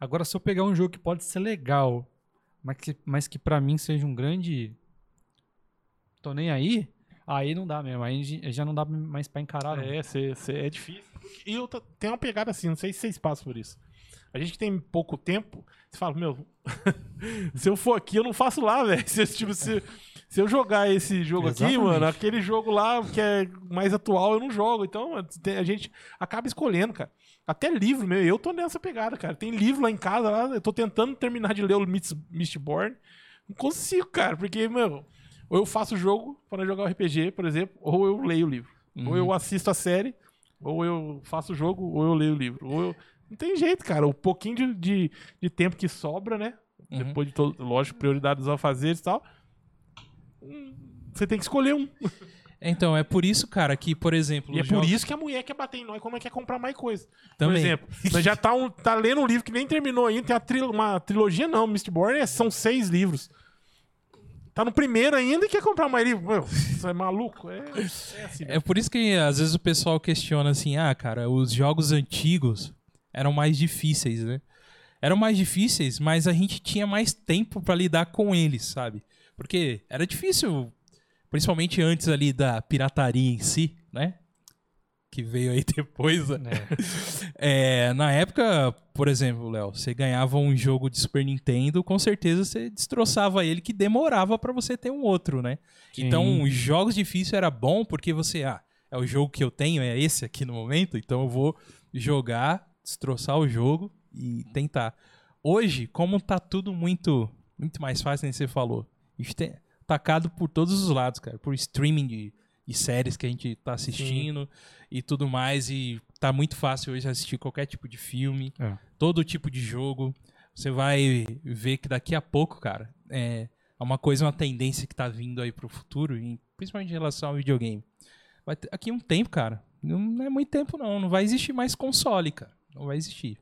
Speaker 3: Agora, se eu pegar um jogo que pode ser legal, mas que, mas que pra mim seja um grande. Tô nem aí. Aí não dá mesmo, aí j- já não dá
Speaker 2: Ah,
Speaker 3: mais pra encarar. não.
Speaker 2: É, cê, cê- é difícil. E eu t- tem uma pegada assim, não sei se vocês passam por isso. A gente que tem pouco tempo, você fala, meu, se eu for aqui, eu não faço lá, velho. Se, eu, tipo, se, se eu jogar esse jogo aqui,
Speaker 1: Exatamente.
Speaker 2: mano, aquele jogo lá que é mais atual, eu não jogo. Então, mano, tem- a gente acaba escolhendo, cara. Até livro, meu, eu tô nessa pegada, cara. Tem livro lá em casa, lá, eu tô tentando terminar de ler o Mist- Mistborn. Não consigo, cara, porque, meu, ou eu faço o jogo para jogar o RPG, por exemplo, ou eu leio o livro. Ou eu assisto a série, ou eu faço o jogo, ou eu leio o livro. Ou eu... Não tem jeito, cara. O pouquinho de, de, de tempo que sobra, né?
Speaker 1: Uhum.
Speaker 2: Depois de todo, lógico, prioridades ao fazer e tal. Hum, Você tem que escolher um.
Speaker 1: Então, é por isso, cara, que, por exemplo,
Speaker 2: E é
Speaker 1: os
Speaker 2: por
Speaker 1: jogos-
Speaker 2: isso que a mulher quer bater em nós quando ela quer é comprar mais coisa.
Speaker 1: também.
Speaker 2: Por exemplo, nós já tá, um- tá lendo um livro que nem terminou ainda, tem a tril- uma trilogia não, Mistborn é- são seis livros. Tá no primeiro ainda e quer comprar mais livro. Meu, você é maluco? É, é assim.
Speaker 1: É por isso que às vezes o pessoal questiona assim: ah, cara, os jogos antigos eram mais difíceis, né? Eram mais difíceis, mas a gente tinha mais tempo pra lidar com eles, sabe? Porque era difícil, principalmente antes ali da pirataria em si, né? Que veio aí depois. né? É, na época, por exemplo, Léo, você ganhava um jogo de Super Nintendo, com certeza você destroçava ele, que demorava pra você ter um outro, né? Então, os jogos difíceis era bom porque você, ah, é o jogo que eu tenho, é esse aqui no momento, então eu vou jogar, destroçar o jogo e tentar. Hoje, como tá tudo muito muito mais fácil, nem você falou. A gente tem atacado por todos os lados, cara, por streaming de, de séries que a gente tá assistindo e tudo mais e tá muito fácil hoje assistir qualquer tipo de filme,
Speaker 3: É.
Speaker 1: todo tipo de jogo. Você vai ver que daqui a pouco, cara, é, é uma coisa, uma tendência que tá vindo aí pro futuro, e principalmente em relação ao videogame. Vai ter, aqui um tempo, cara, não é muito tempo não, não vai existir mais console, cara, não vai existir.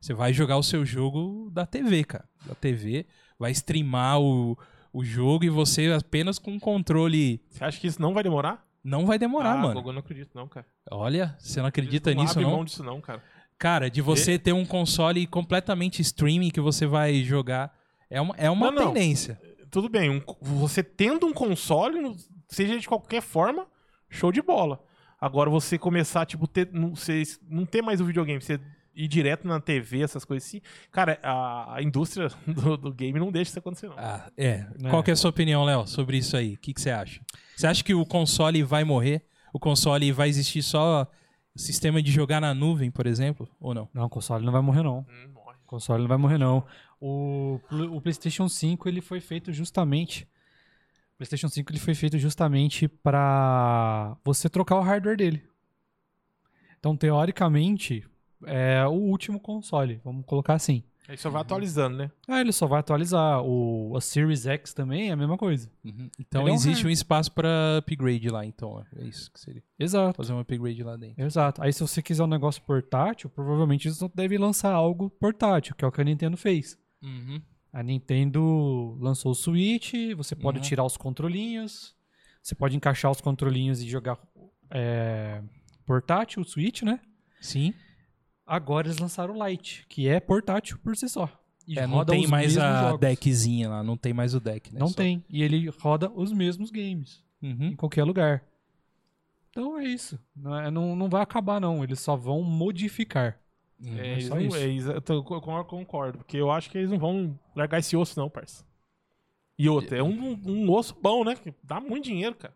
Speaker 1: Você vai jogar o seu jogo da TV, cara, da TV, vai streamar o, o jogo e você apenas com um controle,
Speaker 2: Você acha que isso não vai demorar?
Speaker 1: não vai demorar,
Speaker 2: ah,
Speaker 1: mano.
Speaker 2: Gogo, eu não acredito não, cara.
Speaker 1: Olha, você não acredita
Speaker 2: Eles não
Speaker 1: nisso
Speaker 2: abrem
Speaker 1: não?
Speaker 2: mão disso não, cara.
Speaker 1: Cara, de você ter um console completamente streaming que você vai jogar é uma, é uma
Speaker 2: Não, não.
Speaker 1: tendência.
Speaker 2: Tudo bem, um- você tendo um console, no- seja de qualquer forma, show de bola. Agora você começar, tipo, ter, não, você es- não ter mais o videogame, você ir direto na TV, essas coisas assim. Cara, a, a indústria do, do game não deixa isso acontecer, não.
Speaker 1: Ah, é.
Speaker 2: Né.
Speaker 3: É.
Speaker 1: Qual que é a sua opinião, Léo, sobre isso aí? O que, que você acha? Você acha que o console vai morrer? O console vai existir só sistema de jogar na nuvem, por exemplo, ou não?
Speaker 3: Não, o console não vai morrer, não.
Speaker 2: Hum, morre.
Speaker 3: O console não vai morrer, não. O, pl- o PlayStation 5 ele foi feito justamente. O PlayStation 5 ele foi feito justamente pra você trocar o hardware dele. Então, teoricamente, é o último console, vamos colocar assim.
Speaker 2: Aí só vai atualizando, né?
Speaker 3: Ah, ele só vai atualizar. O a Series X também é a mesma coisa.
Speaker 2: Uhum.
Speaker 1: Então
Speaker 3: Ele é um
Speaker 1: existe um espaço para upgrade lá, então. É isso que seria.
Speaker 3: Exato.
Speaker 1: Fazer um upgrade lá dentro.
Speaker 3: Exato. Aí se você quiser um negócio portátil, provavelmente eles devem lançar algo portátil, que é o que a Nintendo fez.
Speaker 2: Uhum.
Speaker 3: A Nintendo lançou o Switch, você pode
Speaker 1: Uhum.
Speaker 3: tirar os controlinhos, você pode encaixar os controlinhos e jogar é, portátil, o Switch, né?
Speaker 1: Sim.
Speaker 3: Agora eles lançaram o Lite, que é portátil por si só. E
Speaker 1: É, não
Speaker 3: roda
Speaker 1: tem
Speaker 3: os
Speaker 1: mais
Speaker 3: mesmos
Speaker 1: a
Speaker 3: jogos.
Speaker 1: deckzinha lá, não tem mais o deck, né?
Speaker 3: Não
Speaker 1: Só-
Speaker 3: tem. E ele roda os mesmos games,
Speaker 1: Uhum.
Speaker 3: em qualquer lugar. Então é isso. Não, é- não, não vai acabar, não. Eles só vão modificar.
Speaker 1: Uhum.
Speaker 2: É,
Speaker 3: É
Speaker 2: eles
Speaker 3: só
Speaker 2: não-
Speaker 3: isso.
Speaker 2: é, exa- eu tô- eu con- eu concordo, porque eu acho que eles não vão largar esse osso, não, parça. E outra, é um, um- um osso bom, né? Que dá muito dinheiro, cara.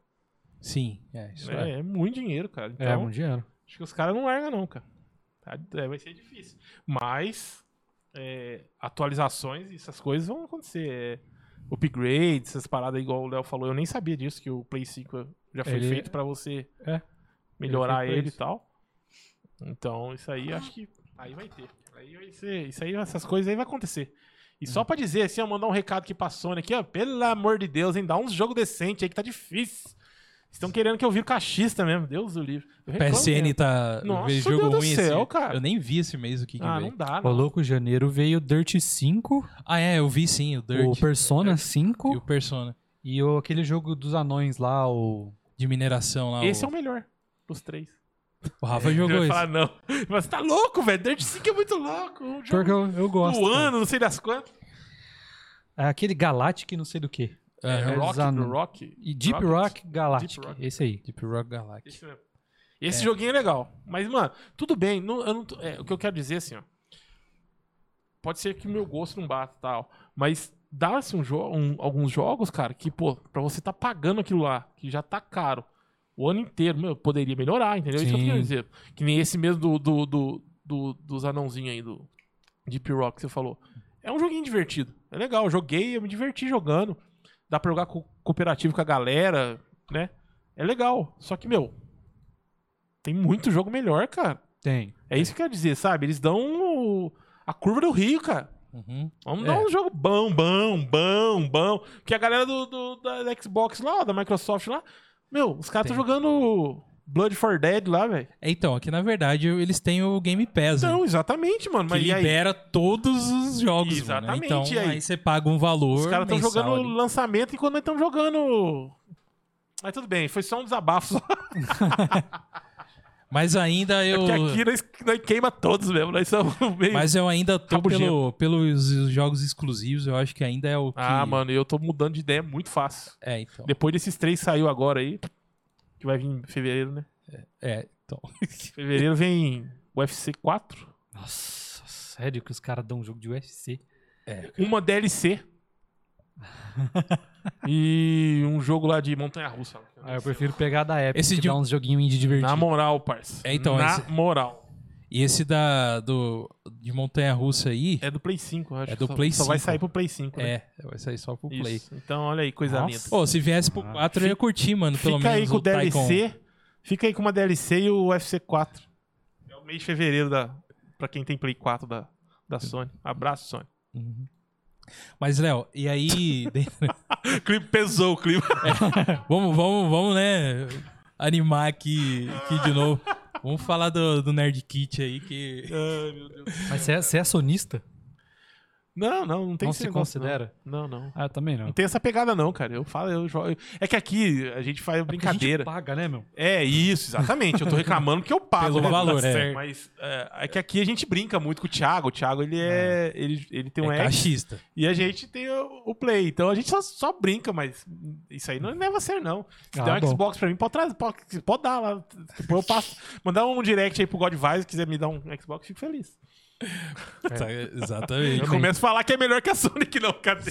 Speaker 1: Sim, é isso. É.
Speaker 2: É, é muito dinheiro, cara. Então,
Speaker 3: é, muito dinheiro.
Speaker 2: Acho que os caras não largam, não, cara. Tá- é, vai ser difícil. Mas é, atualizações e essas coisas vão acontecer. É, upgrades, essas paradas, igual o Léo falou. Eu nem sabia disso, que o Play 5 já foi
Speaker 3: Ele-
Speaker 2: feito pra você
Speaker 3: é.
Speaker 2: melhorar
Speaker 3: Ele foi
Speaker 2: ele,
Speaker 3: pra
Speaker 2: e
Speaker 3: isso.
Speaker 2: tal. Então, isso aí acho que. Aí vai ter. Aí vai ser. Isso aí, essas coisas aí vai acontecer. E
Speaker 3: Uhum.
Speaker 2: só pra dizer, assim, ó, mandar um recado aqui pra Sony aqui, ó. Pelo amor de Deus, hein? Dá uns jogo decente aí que tá difícil. Estão querendo que eu vire cachista mesmo. Deus do livro. Eu reclamo
Speaker 1: PSN
Speaker 2: mesmo.
Speaker 1: tá. eu
Speaker 2: Nossa,
Speaker 1: vejo
Speaker 2: Deus
Speaker 1: jogo
Speaker 2: do
Speaker 1: ruim
Speaker 2: céu,
Speaker 1: esse...
Speaker 2: cara.
Speaker 1: Eu nem vi esse mês o que, que
Speaker 2: Ah,
Speaker 1: veio.
Speaker 2: não dá,
Speaker 3: Ô,
Speaker 2: não.
Speaker 3: louco, em janeiro veio Dirt 5,
Speaker 1: Ah, é, eu vi sim, o Dirt.
Speaker 3: o Persona 5
Speaker 1: E o Persona.
Speaker 3: e o, aquele jogo dos anões lá, o.
Speaker 1: De mineração lá.
Speaker 2: Esse
Speaker 1: o...
Speaker 2: é o melhor dos três.
Speaker 1: o Rafa jogou
Speaker 2: Ele vai
Speaker 1: esse.
Speaker 2: falar, não. Mas tá louco, velho. Dirt 5 é muito louco. Um
Speaker 3: Pior
Speaker 2: jogo
Speaker 3: que eu, eu gosto.
Speaker 2: do
Speaker 3: cara.
Speaker 2: ano, não sei das quantas.
Speaker 3: É aquele Galactic, não sei do que.
Speaker 1: Aham.
Speaker 3: É,
Speaker 2: Rock,
Speaker 3: Zano.
Speaker 2: Rock.
Speaker 3: E Deep
Speaker 2: Rocket.
Speaker 3: Rock Galactic.
Speaker 2: Deep Rock.
Speaker 3: Esse aí.
Speaker 1: Deep Rock Galactic.
Speaker 2: Esse, é mesmo. é, Esse joguinho é legal. Mas, mano, tudo bem. não- eu não tô- é, o que eu quero dizer, assim, ó. pode ser que meu gosto não bata e tal. Mas dá-se um jo um- alguns jogos, cara, que, pô, pra você tá pagando aquilo lá, que já tá caro, o ano inteiro, meu, poderia melhorar, entendeu? Isso que eu
Speaker 1: Sim.
Speaker 2: queria dizer. Que nem esse mesmo do, do, do, do- dos anãozinhos aí, do Deep Rock que você falou. É um joguinho divertido. É legal, eu joguei, eu me diverti jogando. Dá pra jogar co- cooperativo com a galera, né? É legal. Só que, meu, tem muito jogo melhor, cara.
Speaker 1: Tem.
Speaker 2: É isso que eu quero dizer, sabe? Eles dão o- a curva do Rio, cara.
Speaker 1: Uhum.
Speaker 2: Vamos
Speaker 1: É.
Speaker 2: dar um jogo bom, bom, bom, bom. Porque a galera do, do- da Xbox lá, ó, da Microsoft lá, meu, os caras estão
Speaker 1: Tem.
Speaker 2: jogando Blood for Dead lá, velho.
Speaker 1: Então, aqui na verdade eles têm o Game Pass. né?
Speaker 2: Não, exatamente, mano. Então, Mas
Speaker 1: que
Speaker 2: e aí?
Speaker 1: libera todos os jogos. Mano.
Speaker 2: Exatamente,
Speaker 1: Então,
Speaker 2: e aí?
Speaker 1: aí? você paga um valor.
Speaker 2: Os caras estão
Speaker 1: mensal
Speaker 2: jogando
Speaker 1: ali.
Speaker 2: lançamento enquanto nós estamos jogando. Mas tudo bem, foi só um desabafo. Só
Speaker 1: Mas ainda eu.
Speaker 2: que É aqui nós, nós queima todos mesmo. Nós somos meio.
Speaker 1: Mas eu ainda tô
Speaker 2: Rabugento.
Speaker 1: pelo, pelos jogos exclusivos, eu acho que ainda é o que.
Speaker 2: Ah, mano, eu tô mudando de ideia muito fácil.
Speaker 1: É, então.
Speaker 2: Depois desses três saiu agora aí. Que vai vir em fevereiro, né?
Speaker 1: É, então.
Speaker 2: Fevereiro vem UFC 4.
Speaker 4: Nossa, sério que os caras dão um jogo de UFC?
Speaker 2: Uma DLC. e um jogo lá de montanha russa.
Speaker 4: Ah, eu prefiro pegar da Epic,
Speaker 1: Esse
Speaker 4: que
Speaker 1: de-
Speaker 4: dá uns joguinhos indie
Speaker 2: Na
Speaker 4: divertidos.
Speaker 2: moral, parça.
Speaker 1: É, então,
Speaker 2: Na
Speaker 1: esse-
Speaker 2: moral.
Speaker 1: E esse da, do, de Montanha Russa aí.
Speaker 2: É do Play 5, eu acho.
Speaker 1: É
Speaker 2: que
Speaker 1: do
Speaker 2: só,
Speaker 1: Play
Speaker 2: Só vai
Speaker 1: 5.
Speaker 2: sair pro Play 5, né?
Speaker 1: É, vai sair só pro Play.
Speaker 2: Isso. Então, olha aí, coisa
Speaker 4: Nossa.
Speaker 2: linda.
Speaker 1: Pô, se viesse pro 4 eu ia curtir, mano. Pelo
Speaker 2: Fica
Speaker 1: menos
Speaker 2: aí com o
Speaker 1: Tycoon.
Speaker 2: DLC. Fica aí com uma DLC e o UFC 4. É o mês de fevereiro da, pra quem tem Play 4 da, da Sony. Abraço, Sony.
Speaker 1: Uhum. Mas, Léo, e aí. dentro-
Speaker 2: O clipe pesou, o clipe.
Speaker 1: vamos, vamos, vamos, né? Animar aqui, aqui de novo. Vamos falar do, do Nerd Kit aí, que.
Speaker 2: Ai, meu Deus.
Speaker 4: Mas você é, você é sonista?
Speaker 2: Não, não, não tem
Speaker 4: não
Speaker 2: esse
Speaker 4: se
Speaker 2: negócio, né?
Speaker 4: considera?
Speaker 2: Não, não. não.
Speaker 4: Ah, eu também
Speaker 2: Não
Speaker 4: não.
Speaker 2: tem essa pegada, não, cara. Eu falo, eu jogo. É que aqui a gente faz brincadeira.
Speaker 4: A gente paga, né, meu?
Speaker 2: É, isso, exatamente. Eu tô reclamando porque eu pago.
Speaker 1: Pelo
Speaker 2: né?
Speaker 1: valor,
Speaker 2: Tá
Speaker 1: é.
Speaker 2: certo. Mas é, é que aqui a gente brinca muito com o Thiago. O Thiago, ele é. Ele, ele tem um
Speaker 1: é
Speaker 2: X
Speaker 1: cachista.
Speaker 2: e a gente tem o, o Play. Então a gente só, só brinca, mas isso aí não é leva a ser, não. Se
Speaker 4: Ah,
Speaker 2: der um
Speaker 4: bom.
Speaker 2: Xbox pra mim, pode, trazer, pode, pode dar lá. Depois eu passo. Mandar um direct aí pro Godvice, se quiser me dar um Xbox, fico feliz. É.
Speaker 1: Tá, exatamente.
Speaker 2: Eu começo a falar que é melhor que a Sony, que não, cadê?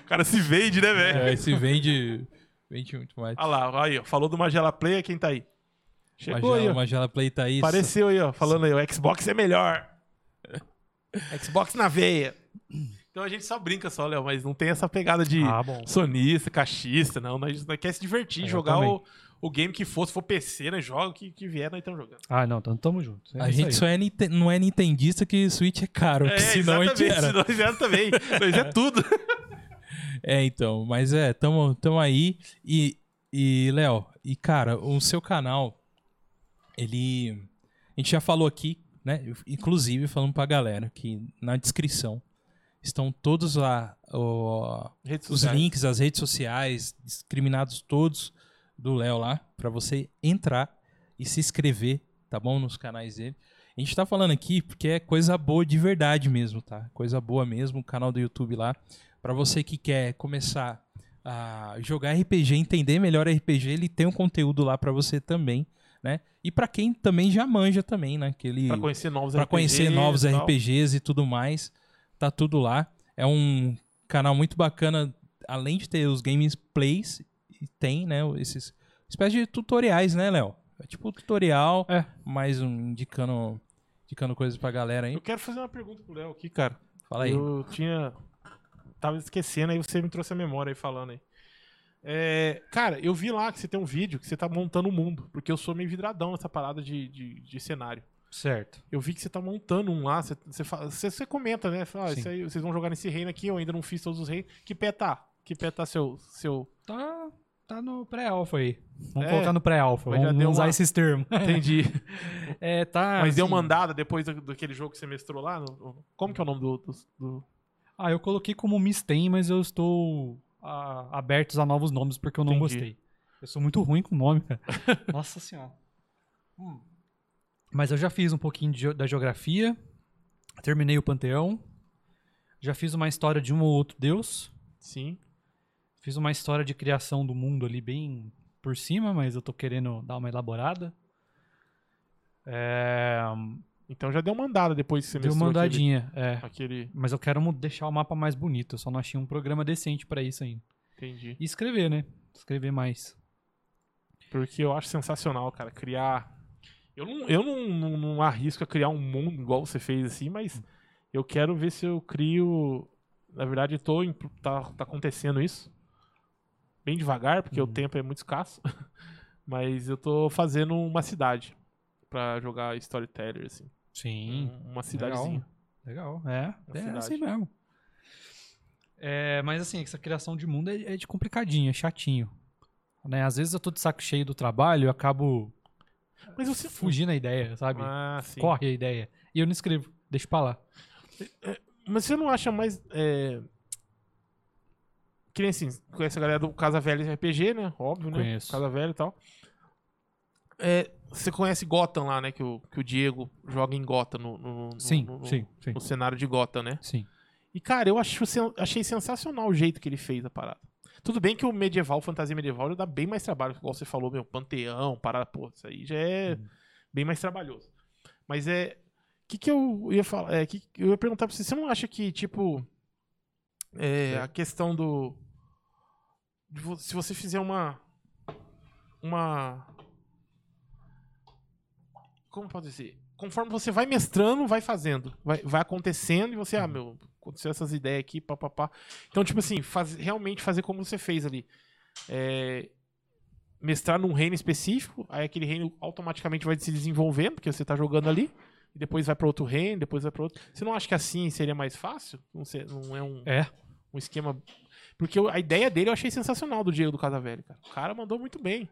Speaker 2: o cara se vende, né, velho?
Speaker 1: É, se vende. Vende muito mais.
Speaker 2: Olha lá, aí, ó, falou do Magela Play, quem tá aí? Chegou
Speaker 1: Magela,
Speaker 2: aí, ó.
Speaker 1: Magela Play tá aí.
Speaker 2: Apareceu aí, ó, falando aí, o Xbox é melhor. Xbox na veia. Então a gente só brinca só, Léo, mas não tem essa pegada de
Speaker 4: Ah, bom.
Speaker 2: sonista, caixista, não. Nós, nós quer se
Speaker 1: É,
Speaker 2: divertir,
Speaker 4: Eu
Speaker 2: jogar
Speaker 4: também.
Speaker 2: o, o game que for, se for PC, né? Joga o que, que vier, nós estamos jogando.
Speaker 4: Ah, não, então tamo junto. É
Speaker 1: A
Speaker 4: isso
Speaker 1: gente
Speaker 4: aí.
Speaker 1: só é ninte- não é nintendista que Switch é caro, porque senão a gente era.
Speaker 2: senão nós era também. nós é tudo.
Speaker 1: É, então, mas é, tamo, tamo aí. E, e Léo, e cara, o seu canal, ele. A gente já falou aqui, né? Inclusive, falando pra galera que na descrição estão todos lá ó,
Speaker 2: Redes
Speaker 1: os
Speaker 2: sociais.
Speaker 1: links, as redes sociais, discriminados todos do Léo lá, pra você entrar e se inscrever, tá bom? Nos canais dele. A gente tá falando aqui porque é coisa boa de verdade mesmo, tá? Coisa boa mesmo, o canal do YouTube lá. Pra você que quer começar a jogar RPG, entender melhor RPG, ele tem um conteúdo lá pra você também, né? E pra quem também já manja também, né? Aquele
Speaker 2: Pra conhecer novos
Speaker 1: para conhecer
Speaker 2: RPGs,
Speaker 1: novos
Speaker 2: tal.
Speaker 1: RPGs e tudo mais. Tá tudo lá. É um canal muito bacana, além de ter os gameplays, e tem, né, esses espécie de tutoriais, né, Léo? É tipo tutorial,
Speaker 4: É.
Speaker 1: mais um indicando indicando coisas pra galera aí.
Speaker 2: Eu quero fazer uma pergunta pro Léo aqui, cara.
Speaker 1: Fala aí.
Speaker 2: Eu tinha. Tava esquecendo, aí você me trouxe a memória aí falando aí. É, cara, eu vi lá que você tem um vídeo que você tá montando o mundo, porque eu sou meio vidradão nessa parada de, de, de cenário.
Speaker 4: Certo.
Speaker 2: Eu vi que você tá montando um lá, você, você, fa- você- você comenta, né? Fala, "Ah,
Speaker 1: Sim.
Speaker 2: isso aí, vocês vão jogar nesse reino aqui, eu ainda não fiz todos os reinos. Que pé tá? Que pé tá seu. seu...
Speaker 4: Tá, tá no pré-alfa aí. Vamos
Speaker 2: É,
Speaker 4: colocar no pré-alfa.
Speaker 2: mas já
Speaker 4: Vamos,
Speaker 2: deu
Speaker 4: vamos usar
Speaker 2: uma-
Speaker 4: esses termos.
Speaker 2: Entendi.
Speaker 4: É,
Speaker 3: Ah,
Speaker 4: tá.
Speaker 2: Mas deu
Speaker 4: assim,
Speaker 2: uma andada depois do- daquele jogo que você mestrou lá? no- no- Como que é o nome do. do- do-
Speaker 4: Ah, eu coloquei como Miss Tem, mas eu estou ah, abertos a novos nomes porque eu não
Speaker 2: Entendi.
Speaker 4: gostei. Eu sou muito ruim com nome, cara. Nossa senhora. Hum. Mas eu já fiz um pouquinho de geo- da geografia, terminei o Panteão, já fiz uma história de um ou outro deus,
Speaker 2: Sim.
Speaker 4: fiz uma história de criação do mundo ali bem por cima, mas eu tô querendo dar uma elaborada. É,
Speaker 2: Então já deu uma andada depois que você
Speaker 3: Deu uma
Speaker 2: mestrou aquele-
Speaker 3: andadinha, é.
Speaker 2: Aquele.
Speaker 3: Mas eu quero mu- deixar o mapa mais bonito, eu só não achei um programa decente pra isso ainda.
Speaker 2: Entendi.
Speaker 3: E escrever, né? Escrever mais.
Speaker 2: Porque eu acho sensacional, cara, criar. Eu não, eu não, não, não arrisco a criar um mundo igual você fez assim, mas eu quero ver se eu crio. Na verdade, eu tô em- tá, tá acontecendo isso. Bem devagar, porque
Speaker 3: Uhum.
Speaker 2: o tempo é muito escasso. Mas eu tô fazendo uma cidade pra jogar storyteller, assim.
Speaker 3: Sim.
Speaker 2: Uma cidadezinha.
Speaker 3: Legal, é.
Speaker 2: Na
Speaker 3: É
Speaker 2: cidade.
Speaker 3: assim mesmo. É, mas assim, essa criação de mundo é, é de complicadinho, é chatinho. Né? Às vezes eu tô de saco cheio do trabalho eu acabo
Speaker 2: Mas você
Speaker 3: fugindo a ideia, sabe?
Speaker 2: Ah, sim.
Speaker 3: Corre a ideia. E eu não escrevo, deixa pra lá.
Speaker 2: Mas você não acha mais. É... Que nem assim, conhece a galera do Casa Velha RPG, né? Óbvio, né?
Speaker 3: Conheço.
Speaker 2: Casa Velha e tal. É, você conhece Gotham lá, né? Que o, que o Diego joga em Gotham no, no, no-
Speaker 3: Sim,
Speaker 2: no- no-
Speaker 3: sim, sim.
Speaker 2: no cenário de Gotham, né?
Speaker 3: Sim.
Speaker 2: E, cara, eu acho, sen- achei sensacional o jeito que ele fez a parada. Tudo bem que o medieval, fantasia medieval, ele dá bem mais trabalho, igual você falou, meu, panteão, parada, pô, isso aí já é
Speaker 3: Uhum.
Speaker 2: bem mais trabalhoso. Mas é. O que, que eu ia falar? É, que, que eu ia perguntar pra você, você não acha que, tipo. é, a questão do. de vo- se você fizer uma. Uma. Como pode dizer? Conforme você vai mestrando, vai fazendo. Vai, vai acontecendo e você, ah, meu, aconteceu essas ideias aqui, papapá. Então, tipo assim, faz- realmente fazer como você fez ali. É, mestrar num reino específico, aí aquele reino automaticamente vai se desenvolvendo, porque você tá jogando ali, e depois vai pra outro reino, depois vai pra outro. Você não acha que assim seria mais fácil? Não, sei- não é um,
Speaker 3: É.
Speaker 2: um esquema. Porque eu- a ideia dele eu achei sensacional do Diego do Casavelli, cara. O cara mandou muito bem.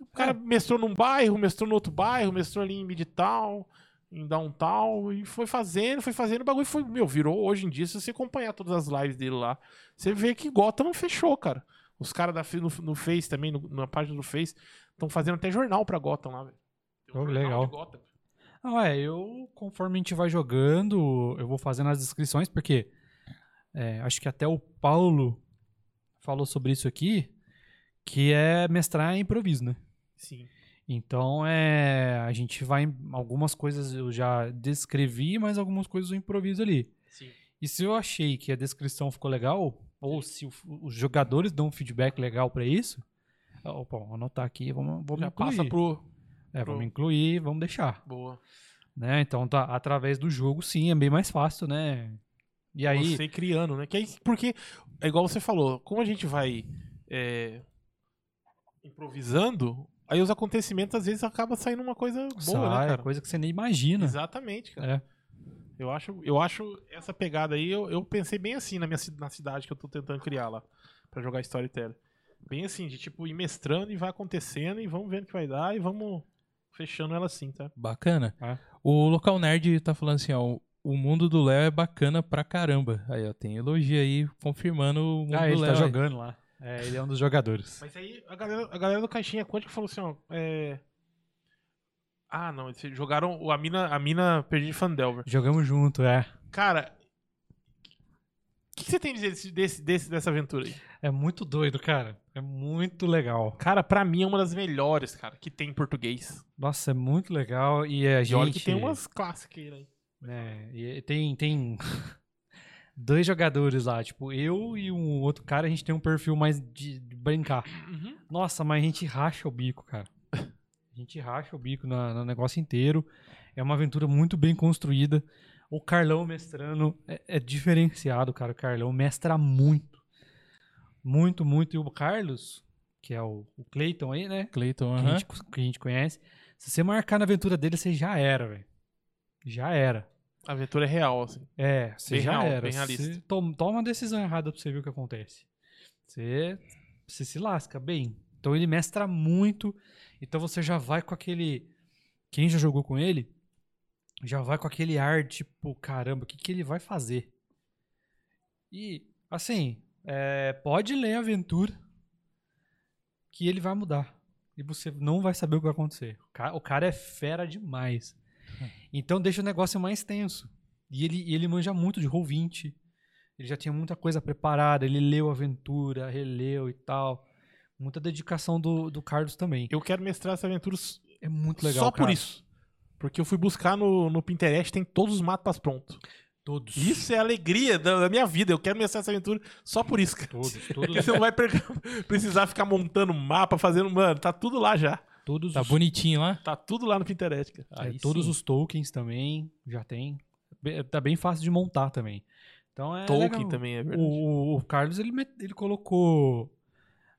Speaker 2: O cara
Speaker 3: É.
Speaker 2: mestrou num bairro, mestrou no outro bairro, mestrou ali em Midtown, em Downtown, e foi fazendo, foi fazendo, o bagulho foi, meu, virou hoje em dia, se você acompanhar todas as lives dele lá, você vê que Gotham fechou, cara. Os caras da Fe- no, no Face também, no- na página do Face, estão fazendo até jornal pra Gotham lá, velho. Tem um
Speaker 3: Oh,
Speaker 2: jornal
Speaker 3: legal.
Speaker 2: de Gotham.
Speaker 3: Não, é, eu, conforme a gente vai jogando, eu vou fazendo as descrições, porque é, acho que até o Paulo falou sobre isso aqui, que é mestrar em improviso, né?
Speaker 2: Sim.
Speaker 3: Então, é, a gente vai. em- Algumas coisas eu já descrevi, mas algumas coisas eu improviso ali.
Speaker 2: Sim.
Speaker 3: E se eu achei que a descrição ficou legal, ou se o- os jogadores dão um feedback legal pra isso, opa, vou anotar aqui, vamos, vamos
Speaker 2: Já
Speaker 3: incluir.
Speaker 2: passa pro.
Speaker 3: É,
Speaker 2: pro-
Speaker 3: vamos incluir, vamos deixar
Speaker 2: Boa.
Speaker 3: né? Então, tá, através do jogo, sim, é bem mais fácil, né? E aí,
Speaker 2: Você criando, né? Que aí, porque, é igual você falou, como a gente vai é, improvisando, aí os acontecimentos às vezes acaba saindo uma coisa boa,
Speaker 3: sai, é
Speaker 2: né, cara?
Speaker 3: coisa que você nem imagina.
Speaker 2: Exatamente, cara.
Speaker 3: É.
Speaker 2: Eu acho, eu acho essa pegada aí, eu, eu pensei bem assim na minha ci- na cidade que eu tô tentando criar lá, pra jogar Storyteller. Bem assim, de tipo, ir mestrando e vai acontecendo e vamos vendo o que vai dar e vamos fechando ela assim, tá?
Speaker 1: Bacana.
Speaker 3: É.
Speaker 1: O Local Nerd tá falando assim, ó. o- O mundo do Léo é bacana pra caramba. Aí, ó, tem elogio aí confirmando o mundo do
Speaker 3: Ah, ele
Speaker 1: Léo.
Speaker 3: tá
Speaker 1: aí.
Speaker 3: jogando lá. É, ele é um dos jogadores.
Speaker 2: Mas aí a galera, a galera do Caixinha Quântica falou assim, ó, é... Ah, não, eles jogaram o- a mina, a mina perdida de Fandelver.
Speaker 3: Jogamos junto, é.
Speaker 2: Cara, o que, que você tem a dizer desse, desse, desse- dessa aventura aí?
Speaker 3: É muito doido, cara. É muito legal.
Speaker 2: Cara, pra mim é uma das melhores, cara, que tem em português.
Speaker 3: Nossa, é muito legal. E a gente.
Speaker 2: E olha que tem umas clássicas aí, né?
Speaker 3: né, e tem, tem dois jogadores lá. Tipo, eu e um outro cara, a gente tem um perfil mais de, de brincar.
Speaker 2: Uhum.
Speaker 3: Nossa, mas a gente racha o bico, cara. A gente racha o bico na- no negócio inteiro. É uma aventura muito bem construída. O Carlão mestrando é, é diferenciado, cara. O Carlão mestra muito. Muito, muito. E o Carlos, que é o, o Cleiton aí, né?
Speaker 1: Clayton,
Speaker 3: que, a
Speaker 1: aham.
Speaker 3: gente, que a gente conhece. Se você marcar na aventura dele, você já era, velho. Já era.
Speaker 2: A aventura é real, assim.
Speaker 3: É, você
Speaker 2: Bem
Speaker 3: já
Speaker 2: real,
Speaker 3: era.
Speaker 2: bem
Speaker 3: Você
Speaker 2: realista.
Speaker 3: tom- toma uma decisão errada pra você ver o que acontece. Você, você se lasca bem. Então ele mestra muito. Então você já vai com aquele. Quem já jogou com ele, já vai com aquele ar tipo, caramba, o que, que ele vai fazer? E, assim, é, pode ler a aventura que ele vai mudar. E você não vai saber o que vai acontecer. O ca- o cara, é fera demais.
Speaker 2: É.
Speaker 3: Então deixa o negócio mais tenso. E ele, e ele manja muito de Roll20. Ele já tinha muita coisa preparada. Ele leu a aventura, releu e tal. Muita dedicação do, do Carlos também.
Speaker 2: Eu quero mestrar essa aventura s-
Speaker 3: É muito legal,
Speaker 2: só
Speaker 3: cara.
Speaker 2: por isso. Porque eu fui buscar no, no Pinterest, tem todos os mapas prontos.
Speaker 3: Todos.
Speaker 2: Isso é a alegria da, da minha vida. Eu quero começar essa aventura só por isso, cara.
Speaker 3: Todos,
Speaker 2: Porque
Speaker 3: todos,
Speaker 2: você não vai pre- precisar ficar montando um mapa, fazendo. Mano, tá tudo lá já.
Speaker 3: todos,
Speaker 1: Tá
Speaker 3: os,
Speaker 1: bonitinho lá?
Speaker 2: Tá tudo lá no Pinterest, cara.
Speaker 3: é, todos os tokens também já tem. Be- Tá bem fácil de montar também. Então é
Speaker 2: Tolkien
Speaker 3: legal.
Speaker 2: também, é verdade.
Speaker 3: O, o- o Carlos ele, met- ele colocou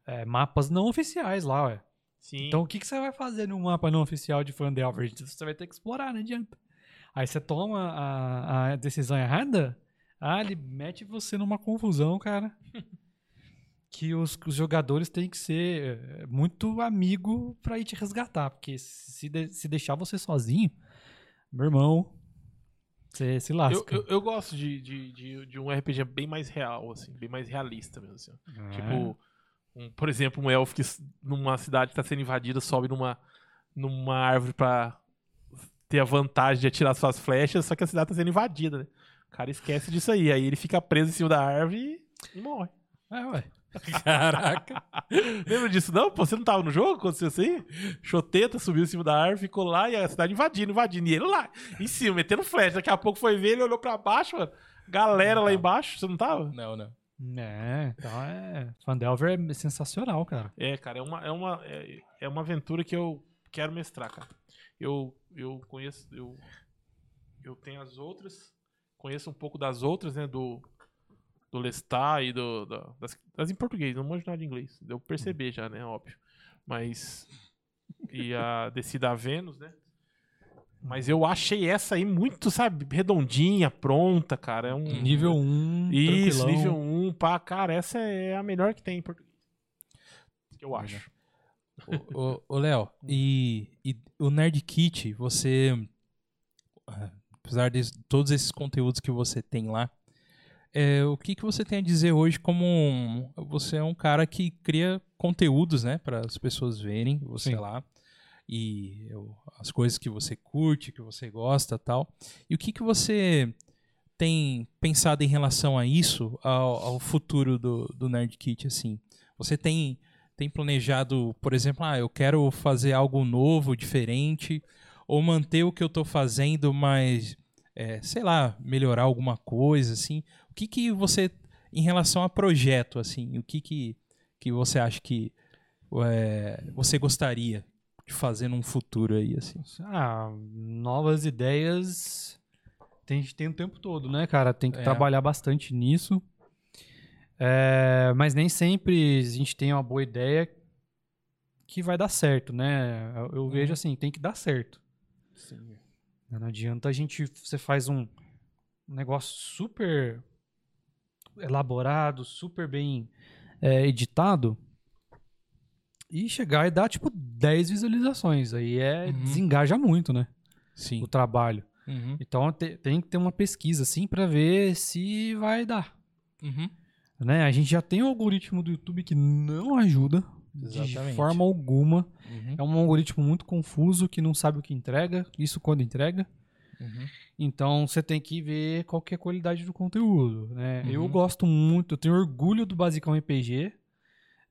Speaker 3: é, mapas não oficiais lá, ué.
Speaker 2: Sim.
Speaker 3: Então o que, que você vai fazer num mapa não oficial de Fandelver? Você vai ter que explorar, não adianta. Aí você toma a, a decisão errada, ah, ele mete você numa confusão, cara. que os, os jogadores têm que ser eh, muito amigo pra ir te resgatar. Porque se, de- se deixar você sozinho, meu irmão, você se
Speaker 2: eu,
Speaker 3: lasca.
Speaker 2: eu, eu gosto de, de, de, de um RPG bem mais real, assim, bem mais realista mesmo. Assim.
Speaker 3: Ah,
Speaker 2: Tipo, um- por exemplo, um elfo que s- numa cidade tá sendo invadida sobe numa, numa árvore pra ter a vantagem de atirar suas flechas, só que a cidade tá sendo invadida, né? O cara esquece disso aí, aí ele fica preso em cima da árvore e, e morre.
Speaker 3: é, ué.
Speaker 1: Caraca.
Speaker 2: Lembra disso não? Pô, você não tava no jogo? Aconteceu isso aí? Choteta subiu em cima da árvore, ficou lá e a cidade invadindo, invadindo. E ele lá, em cima, metendo flecha. Daqui a pouco foi ver, ele olhou pra baixo, mano. Galera lá embaixo, você não tava?
Speaker 1: Não, não.
Speaker 3: É, então é. Fandelver é sensacional, cara.
Speaker 2: É, cara, é uma, é uma, é, é uma aventura que eu quero mestrar, cara. Eu, eu conheço, eu, eu tenho as outras, conheço um pouco das outras, né, do, do Lestat e do, da- das, das em português, não manjo nada em inglês, deu pra perceber já, né, óbvio. Mas, e a Descida a Vênus, né, mas eu achei essa aí muito, sabe, redondinha, pronta, cara, é um...
Speaker 3: Nível 1.
Speaker 2: Isso,
Speaker 3: tranquilão.
Speaker 2: nível 1, pá, cara, essa é a melhor que tem em português. Que eu acho.
Speaker 1: Ô, ô, ô, Léo, e, e o Nerd Kit, você. ah, Apesar de todos esses conteúdos que você tem lá, é, o que, que você tem a dizer hoje como. um- você é um cara que cria conteúdos, né? Para as pessoas verem você
Speaker 3: Sim.
Speaker 1: lá. E eu- as coisas que você curte, que você gosta tal. E o que, que você tem pensado em relação a isso, ao, ao futuro do, do Nerd Kit, assim? Você tem tem planejado, por exemplo, ah, eu quero fazer algo novo, diferente, ou manter o que eu tô fazendo, mas, é, sei lá, melhorar alguma coisa, assim. O que que você, em relação a projeto, assim, o que que, que você acha que é, você gostaria de fazer num futuro aí, assim?
Speaker 3: Ah, novas ideias. Tem, a gente tem o tempo todo, né, cara? Tem que
Speaker 1: É.
Speaker 3: trabalhar bastante nisso. É, mas nem sempre a gente tem uma boa ideia que vai dar certo, né? Eu,
Speaker 2: Uhum.
Speaker 3: eu vejo assim, tem que dar certo. Não adianta a gente. Você faz um negócio super elaborado, super bem é, editado. E chegar e dar tipo 10 visualizações. Aí é.
Speaker 1: Uhum.
Speaker 3: Desengaja muito, né?
Speaker 1: Sim.
Speaker 3: O trabalho.
Speaker 1: Uhum.
Speaker 3: Então te- tem que ter uma pesquisa, assim, pra ver se vai dar.
Speaker 1: Uhum.
Speaker 3: Né? A gente já tem um algoritmo do YouTube que não ajuda de
Speaker 1: Exatamente.
Speaker 3: forma alguma.
Speaker 1: Uhum.
Speaker 3: É um algoritmo muito confuso que não sabe o que entrega, isso quando entrega.
Speaker 1: Uhum.
Speaker 3: Então você tem que ver qual que é a qualidade do conteúdo, né? Eu
Speaker 1: Uhum.
Speaker 3: gosto muito, eu tenho orgulho do Basicão RPG.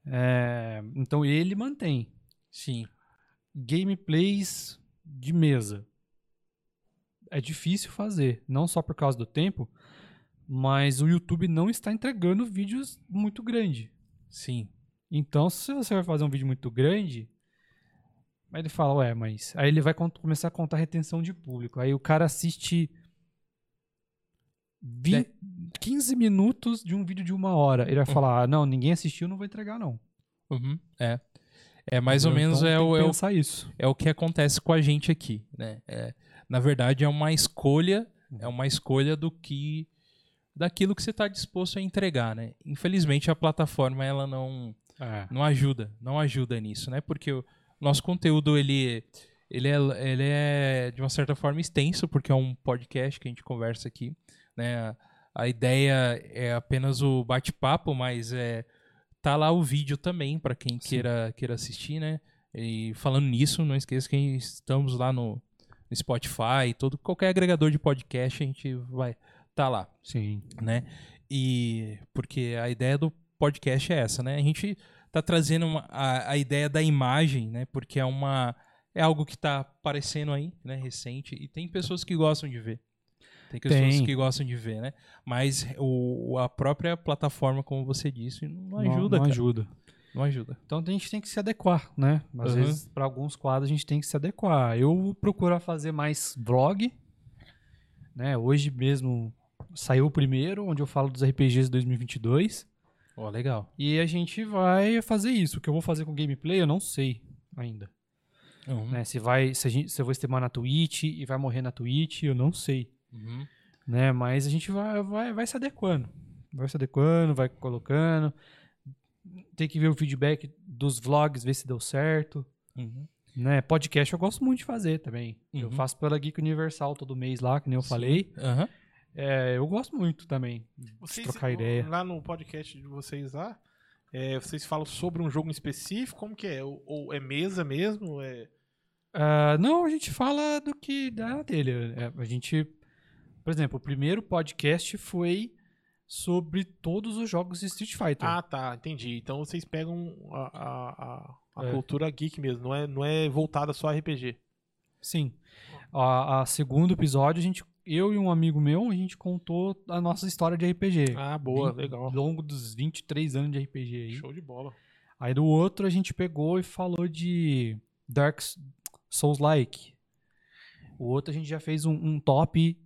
Speaker 3: é, então ele mantém
Speaker 1: Sim.
Speaker 3: gameplays de mesa. É difícil fazer, não só por causa do tempo, mas o YouTube não está entregando vídeos muito grande.
Speaker 1: Sim.
Speaker 3: Então, se você vai fazer um vídeo muito grande, aí ele fala, ué, mas. Aí ele vai cont- começar a contar retenção de público. Aí o cara assiste vi- 15 minutos de um vídeo de uma hora. Ele vai
Speaker 1: Hum.
Speaker 3: falar, ah, não, ninguém assistiu, não vou entregar, não.
Speaker 1: Uhum. É. É mais ou
Speaker 3: Entendeu?
Speaker 1: menos
Speaker 3: Então,
Speaker 1: é,
Speaker 3: tem
Speaker 1: o,
Speaker 3: que
Speaker 1: é o
Speaker 3: pensar isso.
Speaker 1: é o que acontece com a gente aqui, né? É, na verdade, é uma escolha, é uma escolha do que daquilo que você está disposto a entregar, né? Infelizmente a plataforma ela não
Speaker 3: É.
Speaker 1: não ajuda, não ajuda nisso, né? Porque o nosso conteúdo ele ele é, ele é de uma certa forma extenso, porque é um podcast que a gente conversa aqui, né? A ideia é apenas o bate-papo, mas é tá lá o vídeo também para quem queira queira assistir, né? E falando nisso, não esqueça que estamos lá no, no Spotify, todo qualquer agregador de podcast a gente vai tá lá
Speaker 3: Sim.
Speaker 1: né? E porque a ideia do podcast é essa, né? A gente tá trazendo uma- a, a ideia da imagem, né? Porque é uma É algo que tá aparecendo aí, né? Recente. E tem pessoas que gostam de ver. Tem pessoas
Speaker 3: Tem.
Speaker 1: que gostam de ver, né? Mas o, a própria plataforma, como você disse, não ajuda,
Speaker 3: não,
Speaker 1: cara.
Speaker 3: ajuda.
Speaker 1: Não ajuda.
Speaker 3: Então a gente tem que se adequar, né? Às
Speaker 1: Aham.
Speaker 3: vezes, para alguns quadros, a gente tem que se adequar. Eu vou procurar fazer mais vlog, né? Hoje mesmo saiu o primeiro, onde eu falo dos RPGs de 2022.
Speaker 1: Ó, legal.
Speaker 3: E a gente vai fazer isso. O que eu vou fazer com gameplay, eu não sei ainda.
Speaker 1: Uhum.
Speaker 3: né? Se, vai, se, a gente, se eu vou streamar na Twitch e vai morrer na Twitch, eu não sei.
Speaker 1: Uhum.
Speaker 3: né? Mas a gente vai, vai, vai se adequando. Vai se adequando, vai colocando. Tem que ver o feedback dos vlogs, ver se deu certo.
Speaker 1: Uhum.
Speaker 3: Né? Podcast eu gosto muito de fazer também. Eu
Speaker 1: Uhum.
Speaker 3: faço pela Geek Universal todo mês lá, que nem eu
Speaker 1: Sim.
Speaker 3: falei.
Speaker 1: Aham.
Speaker 3: É, eu gosto muito também.
Speaker 2: Vocês,
Speaker 3: trocar ideia.
Speaker 2: Lá no podcast de vocês lá, é, vocês falam sobre um jogo em específico? Como que é? Ou, ou é mesa mesmo? É...
Speaker 3: Ah, não, a gente fala do que dá na telha. É, a gente. Por exemplo, o primeiro podcast foi sobre todos os jogos de Street Fighter.
Speaker 2: Ah, tá, entendi. Então vocês pegam a, a- a- a
Speaker 3: É.
Speaker 2: cultura geek mesmo, não é, não é voltada só a RPG.
Speaker 3: Sim. A, a segundo episódio, a gente, eu e um amigo meu, a gente contou a nossa história de RPG.
Speaker 2: Ah, boa,
Speaker 3: Bem-
Speaker 2: legal.
Speaker 3: Ao longo dos 23 anos de RPG aí.
Speaker 2: Show de bola.
Speaker 3: Aí do outro a gente pegou e falou de Dark S- Souls-like. O outro a gente já fez um, um top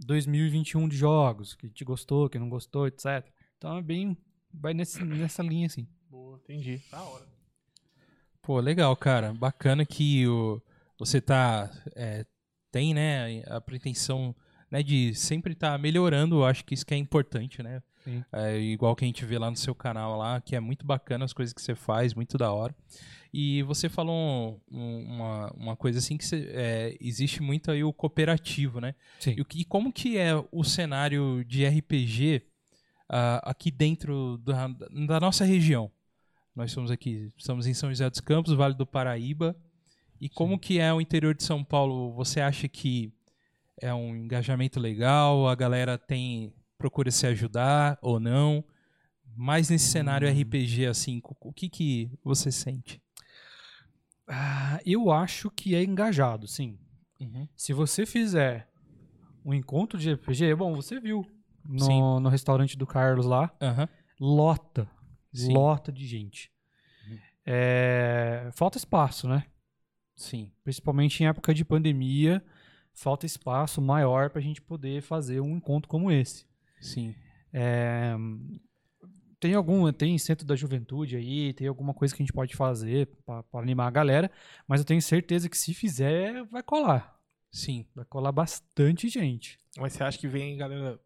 Speaker 3: 2021 de jogos, que a gente gostou, que não gostou, etc. Então é bem. Vai nesse, nessa linha assim.
Speaker 2: Boa, entendi. Da hora.
Speaker 1: Pô, legal, cara. Bacana que o, você tá. é, tem, né, a pretensão né, de sempre estar melhorando. Eu acho que isso que é importante, né?
Speaker 3: Sim.
Speaker 1: É, igual que a gente vê lá no seu canal lá, que é muito bacana as coisas que você faz, muito da hora. E você falou um- um- uma, uma coisa assim que você- é, existe muito aí o cooperativo, né?
Speaker 3: Sim.
Speaker 1: E, o que- e como que é o cenário de RPG ah, aqui dentro da, da nossa região? Nós somos aqui, estamos em São José dos Campos, Vale do Paraíba. E como que é o interior de São Paulo? Você acha que é um engajamento legal? A galera tem procura se ajudar ou não? Mas nesse cenário RPG assim, co- o que que você sente?
Speaker 3: Ah, eu acho que é engajado, sim.
Speaker 1: Uhum.
Speaker 3: Se você fizer um encontro de RPG, bom, você viu
Speaker 1: Sim.
Speaker 3: no, no restaurante do Carlos lá,
Speaker 1: Aham.
Speaker 3: lota,
Speaker 1: Sim.
Speaker 3: lota de gente.
Speaker 1: Uhum.
Speaker 3: É, falta espaço, né?
Speaker 1: Sim.
Speaker 3: Principalmente em época de pandemia, falta espaço maior pra gente poder fazer um encontro como esse.
Speaker 1: Sim.
Speaker 3: É, tem algum, tem centro da juventude aí, tem alguma coisa que a gente pode fazer pra pra animar a galera, mas eu tenho certeza que se fizer, vai colar.
Speaker 1: Sim.
Speaker 3: Vai colar bastante gente.
Speaker 2: Mas você acha que vem galera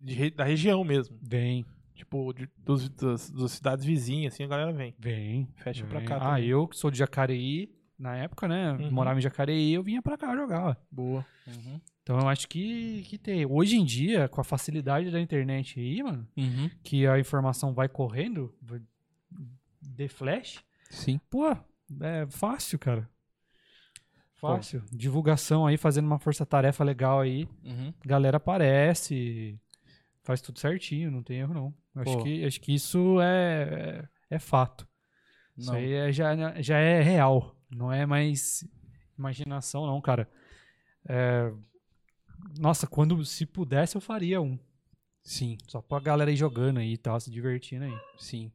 Speaker 2: de re- da região mesmo?
Speaker 3: Vem,
Speaker 2: Tipo, de- dos, das, das cidades vizinhas, assim, a galera vem.
Speaker 3: vem.
Speaker 2: Fecha pra
Speaker 1: Uhum.
Speaker 3: vem.
Speaker 2: cá
Speaker 3: Ah,
Speaker 2: também.
Speaker 3: eu que sou de Jacareí, na época, né?
Speaker 2: Uhum.
Speaker 3: Morava em Jacareí, eu vinha pra cá jogar.
Speaker 2: Boa.
Speaker 1: Uhum.
Speaker 3: Então eu acho que, que tem. Hoje em dia, com a facilidade da internet aí, mano,
Speaker 1: Uhum.
Speaker 3: que a informação vai correndo, vai- de flash,
Speaker 1: Sim.
Speaker 3: pô, é fácil, cara. Fácil. Divulgação aí, fazendo uma força-tarefa legal aí.
Speaker 1: Uhum.
Speaker 3: Galera aparece, faz tudo certinho, não tem erro não. Eu Acho
Speaker 1: Pô.
Speaker 3: que, acho que isso é, é, é fato. Isso
Speaker 1: Não.
Speaker 3: aí é- já, já é real. Não é mais imaginação, não, cara. É, Nossa, quando se pudesse, eu faria um.
Speaker 1: Sim.
Speaker 3: Só pra galera ir jogando aí e tal, se divertindo aí.
Speaker 1: Sim.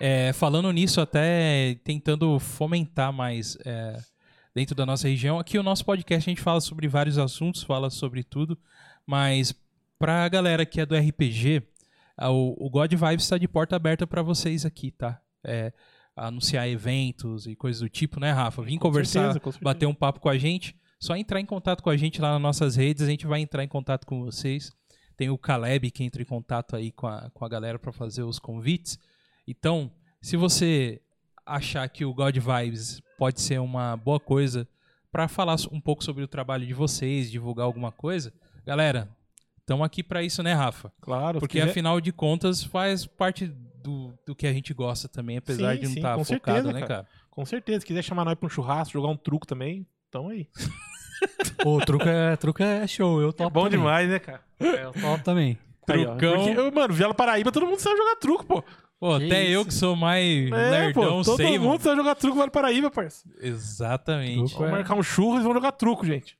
Speaker 1: É, falando nisso, até tentando fomentar mais é, dentro da nossa região, aqui o nosso podcast a gente fala sobre vários assuntos, fala sobre tudo, mas pra galera que é do RPG, a- o, o God Vibes está de porta aberta pra vocês aqui, tá? É, anunciar eventos e coisas do tipo, né, Rafa? Vim conversar
Speaker 2: Certeza, com certeza.
Speaker 1: bater um papo com a gente, só entrar em contato com a gente lá nas nossas redes, a gente vai entrar em contato com vocês. Tem o Caleb que entra em contato aí com a, com a galera para fazer os convites. Então, se você achar que o God Vibes pode ser uma boa coisa para falar um pouco sobre o trabalho de vocês, divulgar alguma coisa, galera, estamos aqui para isso, né, Rafa?
Speaker 2: Claro, se
Speaker 1: Porque
Speaker 2: quiser-
Speaker 1: afinal de contas faz parte do, do que a gente gosta também, apesar
Speaker 2: Sim,
Speaker 1: de não
Speaker 2: sim,
Speaker 1: estar
Speaker 2: com
Speaker 1: focado,
Speaker 2: certeza,
Speaker 1: né,
Speaker 2: cara.
Speaker 1: cara?
Speaker 2: Com certeza, se quiser chamar nós pra um churrasco, jogar um truco também, tamo aí.
Speaker 3: Pô, truco é, truco é show, eu topo. também.
Speaker 2: demais, né, cara?
Speaker 3: Eu topo também.
Speaker 2: Aí, ó,
Speaker 1: Trucão.
Speaker 2: porque, eu, mano, Vila Paraíba, todo mundo sabe jogar truco, pô.
Speaker 1: Pô,
Speaker 5: Que
Speaker 1: até eu que sou mais
Speaker 2: É, pô,
Speaker 1: nerdão
Speaker 2: todo
Speaker 1: sei,
Speaker 2: mundo
Speaker 1: mano.
Speaker 2: vai jogar truco, vai para Paraíba, parceiro.
Speaker 1: Exatamente.
Speaker 2: Vão marcar um churro e vão jogar truco, gente.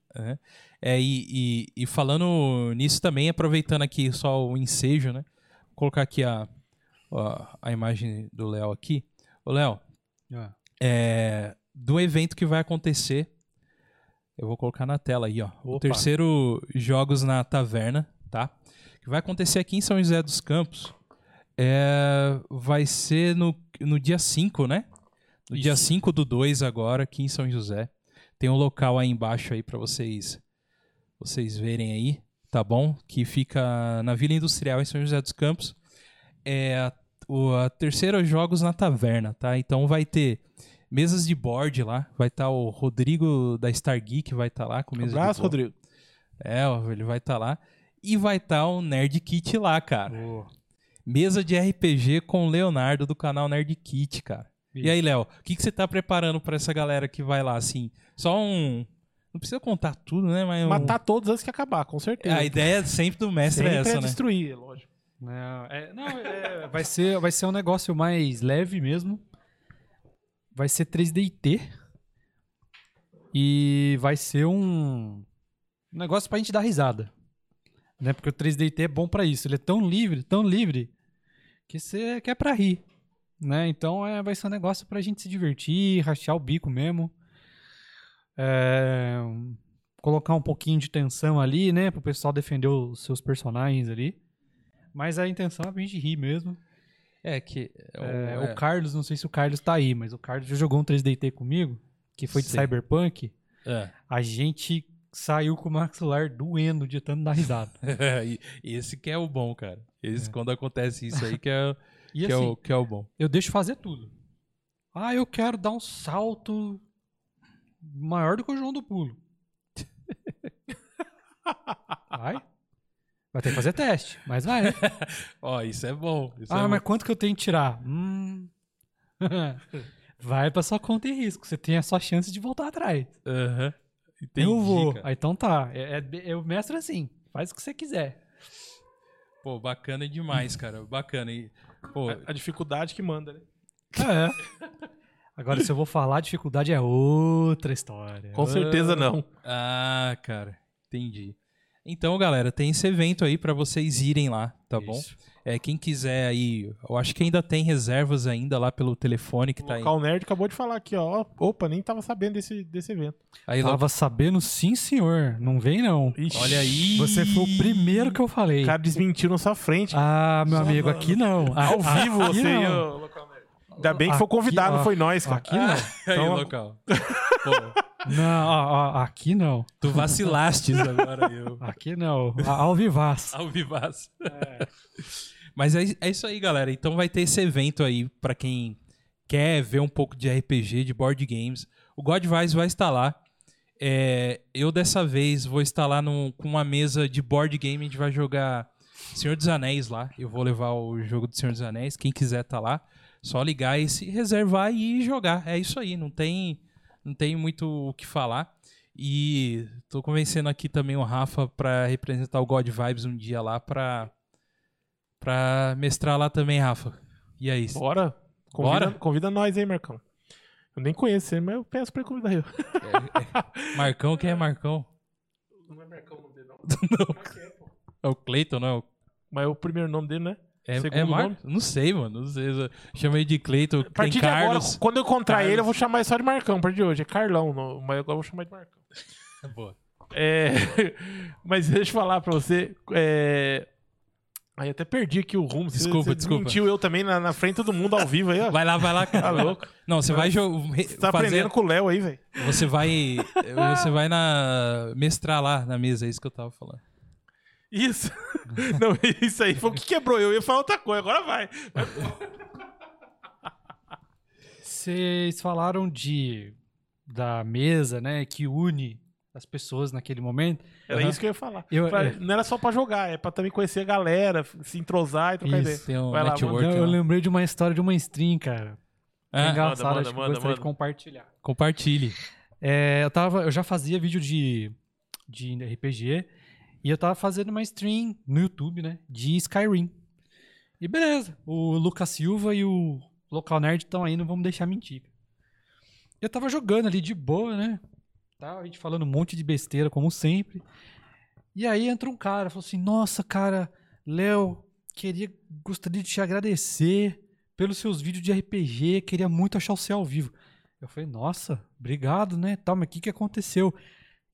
Speaker 1: É, e, e, e falando nisso também, aproveitando aqui só o ensejo, né? Vou colocar aqui a, a, a imagem do Léo aqui. Ô, Léo,
Speaker 5: Ah.
Speaker 1: é, do evento que vai acontecer, eu vou colocar na tela aí, ó. O
Speaker 2: Opa.
Speaker 1: terceiro Jogos na Taverna, tá? Que vai acontecer aqui em São José dos Campos. É, vai ser no, no dia 5, né? No dia 5 do 2 agora, aqui em São José. Tem um local aí embaixo aí pra vocês vocês verem aí, tá bom? Que fica na Vila Industrial em São José dos Campos. É a, o a terceira jogos na taverna, tá? Então vai ter mesas de board lá, vai estar o Rodrigo da Star Geek vai estar lá com mesa de
Speaker 2: Abraço,
Speaker 1: board.
Speaker 2: Rodrigo.
Speaker 1: É, ó, ele vai estar lá e vai estar o Nerd Kit lá,
Speaker 3: Ah,
Speaker 1: cara. Mesa de RPG com o Leonardo do canal Nerd Kit, cara. E aí, Léo, o que, que você tá preparando pra essa galera que vai lá, assim? Só um. Não precisa contar tudo, né? Mas um-
Speaker 2: Matar todos antes que acabar, com certeza.
Speaker 1: a ideia sempre do mestre
Speaker 2: Sempre
Speaker 1: é essa, né?
Speaker 2: destruir, é lógico.
Speaker 3: Não, é, não, é, vai, ser, vai ser um negócio mais leve mesmo. Vai ser 3DT. E vai ser um, um negócio pra gente dar risada. Né? Porque o 3DT é bom pra isso. Ele é tão livre, tão livre, que você quer pra rir. Né? Então é, vai ser um negócio pra gente se divertir, rachar o bico mesmo. É, colocar um pouquinho de tensão ali, né? Pro pessoal defender os seus personagens ali. Mas a intenção é pra gente rir mesmo.
Speaker 1: É que.
Speaker 3: É, O Carlos, não sei se o Carlos tá aí, mas o Carlos já jogou um 3DT comigo, que foi de
Speaker 1: Sim.
Speaker 3: Cyberpunk.
Speaker 1: é,
Speaker 3: A gente saiu com o maxilar doendo de tanto dar risada.
Speaker 1: E- Esse que é o bom, cara. Esse, Quando acontece isso aí que é,
Speaker 3: É. E
Speaker 1: que é
Speaker 3: assim,
Speaker 1: o, que é o bom.
Speaker 3: eu deixo fazer tudo. Ah, eu quero dar um salto maior do que o João do Pulo. Vai. Vai ter que fazer teste, mas vai.
Speaker 1: Ó, isso é bom. Isso é
Speaker 3: Ah,
Speaker 1: bom.
Speaker 3: mas quanto que eu tenho que tirar? Hum. Vai pra sua conta e risco. Você tem a sua chance de voltar atrás.
Speaker 1: Aham. Entendi,
Speaker 3: eu vou.
Speaker 1: cara.
Speaker 3: Ah, então tá. É, é, é o mestre assim. Faz o que você quiser.
Speaker 1: Pô, bacana demais, cara. Bacana. E, pô,
Speaker 2: A, a dificuldade que manda, né?
Speaker 3: Agora, se eu vou falar, a dificuldade é outra história.
Speaker 2: Com certeza não.
Speaker 1: ah, cara. Entendi. Então, galera, tem esse evento aí pra vocês irem lá, tá bom?
Speaker 3: Isso.
Speaker 1: É, quem quiser aí, eu acho que ainda tem reservas ainda lá pelo telefone que tá aí.
Speaker 2: Local Nerd acabou de falar aqui, ó. Opa, nem tava sabendo desse, desse evento.
Speaker 1: Aí lá,
Speaker 3: Tava sabendo, sim, senhor. Não vem, não.
Speaker 1: olha aí.
Speaker 3: Você foi o primeiro que eu
Speaker 2: O
Speaker 3: falei.
Speaker 2: cara desmentiu na sua frente.
Speaker 3: Ah, meu
Speaker 2: Só
Speaker 3: amigo,
Speaker 2: mano.
Speaker 3: aqui não. Ah,
Speaker 2: Ao
Speaker 3: ah,
Speaker 2: vivo,
Speaker 3: aqui
Speaker 2: você e
Speaker 3: não.
Speaker 2: o Local Nerd. Ainda bem que foi
Speaker 3: Aqui,
Speaker 2: convidado,
Speaker 3: ó.
Speaker 2: não foi nós, cara.
Speaker 3: Aqui não.
Speaker 1: Aí,
Speaker 2: Então-
Speaker 1: local. Pô,
Speaker 3: Não, ó, ó, aqui não.
Speaker 1: tu vacilaste agora, eu.
Speaker 3: Aqui não. A- Ao vivaço.
Speaker 1: Ao vivaço. Mas é, é isso aí, galera. Então vai ter esse evento aí pra quem quer ver um pouco de RPG, de board games. O Godvice vai estar lá. É, eu dessa vez vou estar lá num- com uma mesa de board game. A gente vai jogar Senhor dos Anéis lá. Eu vou levar o jogo do Senhor dos Anéis. Quem quiser tá lá, só ligar e se reservar e jogar. É isso aí. Não tem, não tem muito o que falar. E tô convencendo aqui também o Rafa pra representar o God Vibes um dia lá pra, pra mestrar lá também, Rafa. E aí?
Speaker 2: Bora. Convida,
Speaker 1: Bora?
Speaker 2: Convida nós aí, Marcão. Eu nem conheço ele, mas eu peço pra ele convidar eu.
Speaker 1: Marcão, quem é Marcão?
Speaker 2: Não é Marcão o nome dele, não.
Speaker 1: É o Cleiton, não é? o-
Speaker 2: Mas é o primeiro nome dele, né?
Speaker 1: É,
Speaker 2: Segundo
Speaker 1: é
Speaker 2: nome?
Speaker 1: Marco? Não sei, mano. Não sei. eu Chamei de Cleiton.
Speaker 2: A partir
Speaker 1: Tem
Speaker 2: de agora,
Speaker 1: Carlos.
Speaker 2: quando eu encontrar
Speaker 1: Carlos.
Speaker 2: ele, eu vou chamar ele só de Marcão. A partir de hoje, é Carlão, não- mas agora eu vou chamar de Marcão.
Speaker 1: Boa.
Speaker 2: É, mas deixa eu falar pra você. É... Aí até perdi aqui o rumo. Você-
Speaker 1: Desculpa,
Speaker 2: você
Speaker 1: desculpa.
Speaker 2: Mentiu eu também na, na frente de todo mundo ao vivo aí, ó.
Speaker 1: Vai lá, vai lá, cara.
Speaker 2: Tá
Speaker 1: vai lá.
Speaker 2: louco.
Speaker 1: Não, você vai jo- re-
Speaker 2: Você tá
Speaker 1: fazer.
Speaker 2: aprendendo com o Léo aí, velho.
Speaker 1: Você vai. Você vai na. mestrar lá na mesa, é isso que eu tava falando.
Speaker 2: Isso. Não, isso aí foi o que quebrou. Eu ia falar outra coisa, agora vai.
Speaker 3: Vocês falaram de da mesa, né, que une as pessoas naquele momento.
Speaker 2: Era
Speaker 1: Aham.
Speaker 2: isso que eu ia falar.
Speaker 3: Eu-
Speaker 2: Pra-
Speaker 3: é.
Speaker 2: Não era só pra jogar, é pra também conhecer a galera, se entrosar e trocar
Speaker 3: Isso.
Speaker 2: ideia.
Speaker 1: Tem um
Speaker 2: Vai lá,
Speaker 1: network.
Speaker 3: Eu, eu
Speaker 1: lá.
Speaker 3: lembrei de uma história de uma stream, cara. É
Speaker 1: Ah,
Speaker 3: engraçado,
Speaker 2: manda,
Speaker 3: acho que eu
Speaker 2: manda,
Speaker 3: gostaria
Speaker 2: manda.
Speaker 3: de compartilhar.
Speaker 1: compartilhe.
Speaker 3: É, eu tava, eu já fazia vídeo de de RPG e eu tava fazendo uma stream no YouTube, né, de Skyrim. E beleza, o Lucas Silva e o Local Nerd estão aí, não vamos deixar mentir. Eu tava jogando ali de boa, né? Tá, a gente falando um monte de besteira, como sempre. E aí entra um cara, falou assim: Nossa, cara, Léo, queria, gostaria de te agradecer pelos seus vídeos de RPG, queria muito achar o céu ao vivo. Eu falei, nossa, obrigado, né? Tal, mas o que, que aconteceu?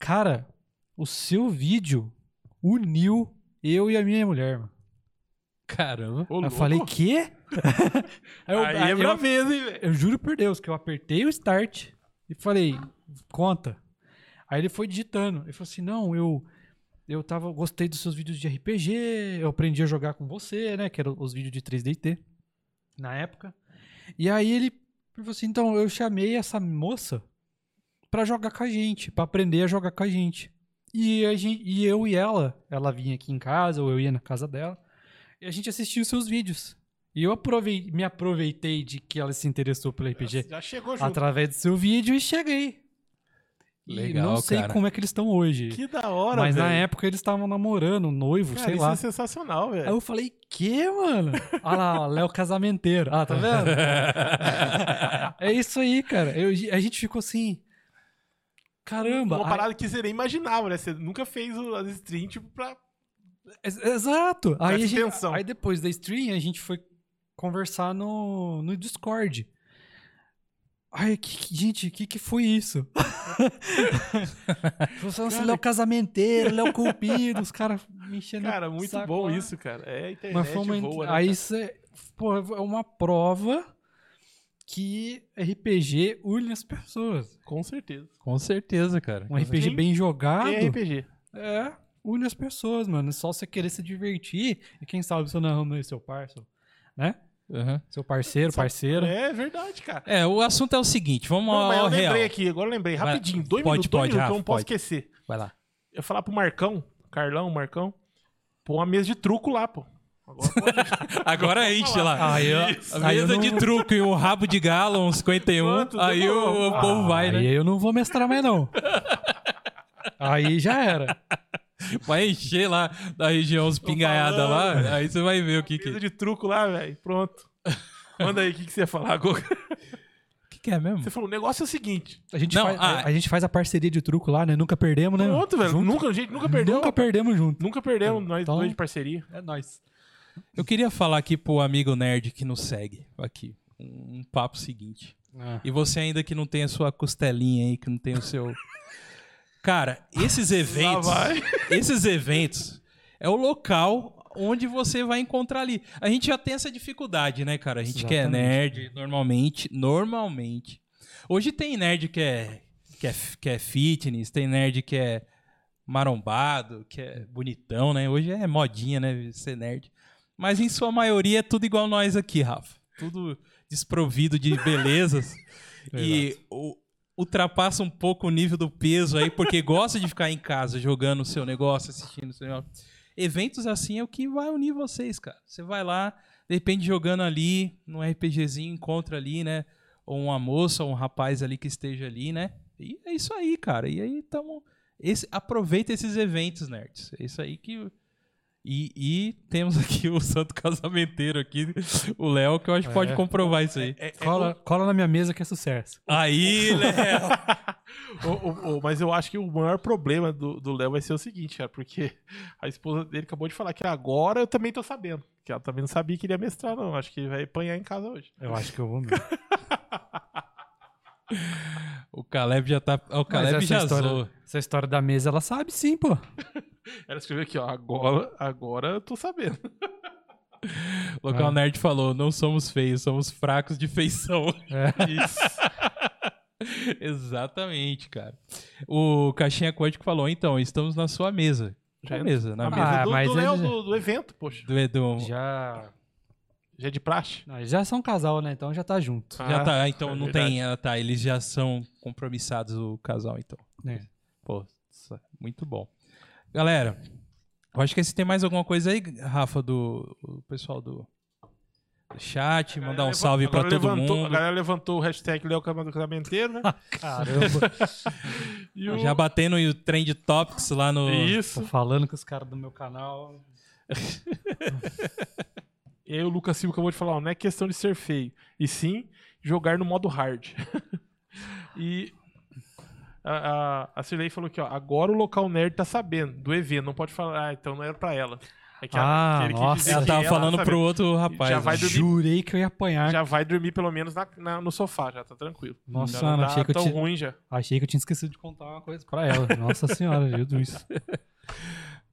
Speaker 3: Cara, o seu vídeo uniu eu e a minha mulher, mano.
Speaker 1: Caramba.
Speaker 2: Ô,
Speaker 3: Aí eu
Speaker 2: louco.
Speaker 3: falei, quê? aí eu,
Speaker 2: Aí
Speaker 3: aí
Speaker 2: é
Speaker 3: eu-
Speaker 2: braveza, hein, velho?
Speaker 3: eu juro por Deus que eu apertei o start e falei, conta. Aí ele foi digitando. Ele falou assim: não, eu eu tava, gostei dos seus vídeos de RPG, eu aprendi a jogar com você, né? Que eram os vídeos de 3DT na época. E aí ele falou assim: então eu chamei essa moça pra jogar com a gente, pra aprender a jogar com a gente. E, a gente, e eu e ela, ela vinha aqui em casa, ou eu ia na casa dela, e a gente assistia os seus vídeos. E eu aprovei, me aproveitei de que ela se interessou pelo RPG
Speaker 2: Já chegou junto.
Speaker 3: através do seu vídeo e cheguei. E
Speaker 1: Legal,
Speaker 3: não sei
Speaker 1: cara.
Speaker 3: como é que eles estão hoje.
Speaker 2: Que da hora,
Speaker 3: mas
Speaker 2: velho.
Speaker 3: na época eles estavam namorando, um noivo,
Speaker 2: Cara,
Speaker 3: sei
Speaker 2: isso
Speaker 3: lá.
Speaker 2: é sensacional, velho.
Speaker 3: Aí eu falei, que, mano? Olha lá, ó, Léo Casamenteiro. Ah, tá vendo? é isso aí, cara. Eu- a gente ficou assim. Caramba.
Speaker 2: Uma
Speaker 3: aí-
Speaker 2: parada que você nem imaginava, né? Você nunca fez o- as stream, tipo, pra.
Speaker 3: Ex- Exato. Aí, a gente-
Speaker 2: extensão.
Speaker 3: aí depois da stream, a gente foi conversar no, no Discord. Ai, que, que- gente, o que, que foi isso? Falou assim, Léo Casamenteiro, Léo Cupido, os caras me enchendo o
Speaker 2: Cara, muito
Speaker 3: É, saco
Speaker 2: bom
Speaker 3: lá.
Speaker 2: isso, cara. É a internet
Speaker 3: Mas foi uma,
Speaker 2: boa, né,
Speaker 3: aí cê, pô, é uma prova que RPG une as pessoas.
Speaker 2: cara? Com certeza.
Speaker 1: Com certeza, cara.
Speaker 3: Um RPG
Speaker 2: Sim.
Speaker 3: bem jogado
Speaker 2: É RPG.
Speaker 3: é, une as pessoas, mano. É só você querer se divertir e quem sabe você não arruma aí seu parceiro, né?
Speaker 1: Aham.
Speaker 3: Seu parceiro, parceira.
Speaker 2: É verdade, cara.
Speaker 1: É, o assunto é o seguinte, vamos
Speaker 2: Não,
Speaker 1: ao,
Speaker 2: mas eu
Speaker 1: ao real.
Speaker 2: lembrei aqui, agora eu lembrei.
Speaker 1: Vai,
Speaker 2: Rapidinho, dois
Speaker 1: pode,
Speaker 2: minutos, dois
Speaker 1: pode,
Speaker 2: minutos,
Speaker 1: Rafa,
Speaker 2: eu não posso
Speaker 1: pode.
Speaker 2: esquecer.
Speaker 1: Vai lá.
Speaker 2: Eu falar pro Marcão, Carlão, Marcão, pô uma mesa de truco lá, pô. Agora pode.
Speaker 1: Agora enche lá.
Speaker 3: Aí eu-
Speaker 1: A
Speaker 3: aí eu
Speaker 1: mesa
Speaker 3: não-
Speaker 1: de truco e um rabo de galo, uns 51.
Speaker 2: Quanto?
Speaker 1: aí o, o
Speaker 2: Demorou.
Speaker 1: povo vai, né?
Speaker 3: Aí eu não vou mestrar mais, não. aí já era.
Speaker 1: Vai encher lá da região os pingaiada
Speaker 2: falando,
Speaker 1: lá. Aí você vai ver o que, é. que,
Speaker 2: mesa de truco lá, velho. Pronto. Manda aí, o que, que você ia falar, Goga?
Speaker 1: que que é mesmo.
Speaker 2: Você falou, o negócio é o seguinte.
Speaker 3: A gente,
Speaker 1: Não,
Speaker 3: faz,
Speaker 1: ah,
Speaker 3: a gente faz a parceria de truco lá, né? Nunca perdemos, né?
Speaker 2: Pronto, velho. Nunca, a gente nunca perdeu.
Speaker 3: Nunca perdemos junto.
Speaker 2: Nunca perdemos, nós
Speaker 3: Então-
Speaker 2: dois de parceria.
Speaker 3: É nóis.
Speaker 1: Eu queria falar aqui pro amigo nerd que nos segue aqui. Um, um papo seguinte. E você ainda que não tem a sua costelinha aí, que não tem o seu. Cara, esses eventos.
Speaker 2: vai.
Speaker 1: Esses eventos é o local onde você vai encontrar ali. A gente já tem essa dificuldade, né, cara? A gente que é
Speaker 3: Exatamente.
Speaker 1: nerd, normalmente, normalmente. Hoje tem nerd que é, que é, que é fitness, tem nerd que é marombado, que é bonitão, né? Hoje é modinha, né, ser nerd. Mas em sua maioria é tudo igual nós aqui, Rafa. Tudo desprovido de belezas. e o- ultrapassa um pouco o nível do peso aí, porque gosta de ficar em casa jogando o seu negócio, assistindo o seu negócio. Eventos assim é o que vai unir vocês, cara. Você vai lá, de repente jogando ali, num RPGzinho, encontra ali, né? Ou uma moça, ou um rapaz ali que esteja ali, né? E é isso aí, cara. E aí tamo. Esse, aproveita esses eventos, nerds. É isso aí que. E, e temos aqui o santo casamenteiro aqui, o Léo, que eu acho que pode
Speaker 3: É.
Speaker 1: comprovar isso aí.
Speaker 3: Cola, cola na minha mesa que é sucesso.
Speaker 1: Aí, Léo!
Speaker 2: Ô, ô, ô, mas eu acho que o maior problema do do Léo vai ser o seguinte, cara, porque a esposa dele acabou de falar que agora eu também tô sabendo. Que ela também não sabia que ele ia mestrar, não. Acho que ele vai apanhar em casa hoje.
Speaker 3: Eu acho que eu vou mesmo.
Speaker 1: O Caleb já tá. O Caleb
Speaker 3: essa
Speaker 1: já
Speaker 3: história-
Speaker 1: zoou.
Speaker 3: Essa história da mesa, ela sabe sim, pô.
Speaker 2: Ela escreveu aqui, ó. Agora, agora eu tô sabendo.
Speaker 1: O Local
Speaker 3: Ah.
Speaker 2: É.
Speaker 1: Nerd falou: não somos feios, somos fracos de feição. Exatamente, cara. O Caixinha Quântico falou: então, estamos na sua mesa.
Speaker 2: Já
Speaker 1: Na
Speaker 2: é-
Speaker 1: mesa, na
Speaker 2: A
Speaker 1: mesa.
Speaker 2: mesa
Speaker 3: Ah,
Speaker 2: do,
Speaker 3: mas
Speaker 2: do Léo
Speaker 3: ele já-
Speaker 2: é do, do evento, poxa.
Speaker 1: Do, um, do- já
Speaker 3: Já.
Speaker 2: Já é de praxe.
Speaker 3: não, eles já são casal, né? Então já tá junto.
Speaker 2: Ah,
Speaker 1: tá, então
Speaker 2: é
Speaker 1: não
Speaker 2: verdade.
Speaker 1: tem. ah, Tá, eles já são compromissados, o casal, então.
Speaker 3: É.
Speaker 1: Pô, isso é muito bom. Galera, eu acho que se tem mais alguma coisa aí, Rafa, do o pessoal do do chat, mandar um
Speaker 2: É, Agora
Speaker 1: salve pra
Speaker 2: levantou-
Speaker 1: todo
Speaker 2: levantou-
Speaker 1: mundo.
Speaker 2: A galera levantou o hashtag Léo Casamenteiro, né?
Speaker 3: Caramba.
Speaker 2: E o-
Speaker 1: Já batendo o Trend Topics lá no.
Speaker 2: Isso.
Speaker 3: Tô falando com os caras do meu canal.
Speaker 2: E aí o Lucas Silva acabou de falar, ó, não é questão de ser feio, e sim jogar no modo hard. e a, a, a Cirlei falou aqui, ó, agora o local nerd tá sabendo do evento, não pode falar, ah, então não era pra ela. É que
Speaker 1: Ah,
Speaker 2: que ele quis
Speaker 1: nossa,
Speaker 2: dizer
Speaker 1: ela
Speaker 2: que
Speaker 1: tava falando
Speaker 2: sabe,
Speaker 1: pro outro rapaz.
Speaker 2: Já vai
Speaker 1: né?
Speaker 2: dormir.
Speaker 3: Jurei que eu ia apanhar.
Speaker 2: Já vai dormir pelo menos na- na- no sofá, já tá tranquilo.
Speaker 3: Nossa,
Speaker 2: já
Speaker 3: não
Speaker 2: não
Speaker 3: achei
Speaker 2: tá
Speaker 3: que eu
Speaker 2: tão
Speaker 3: tinha-
Speaker 2: ruim já.
Speaker 3: Achei que eu tinha esquecido de contar uma coisa pra ela. Nossa senhora, Jesus.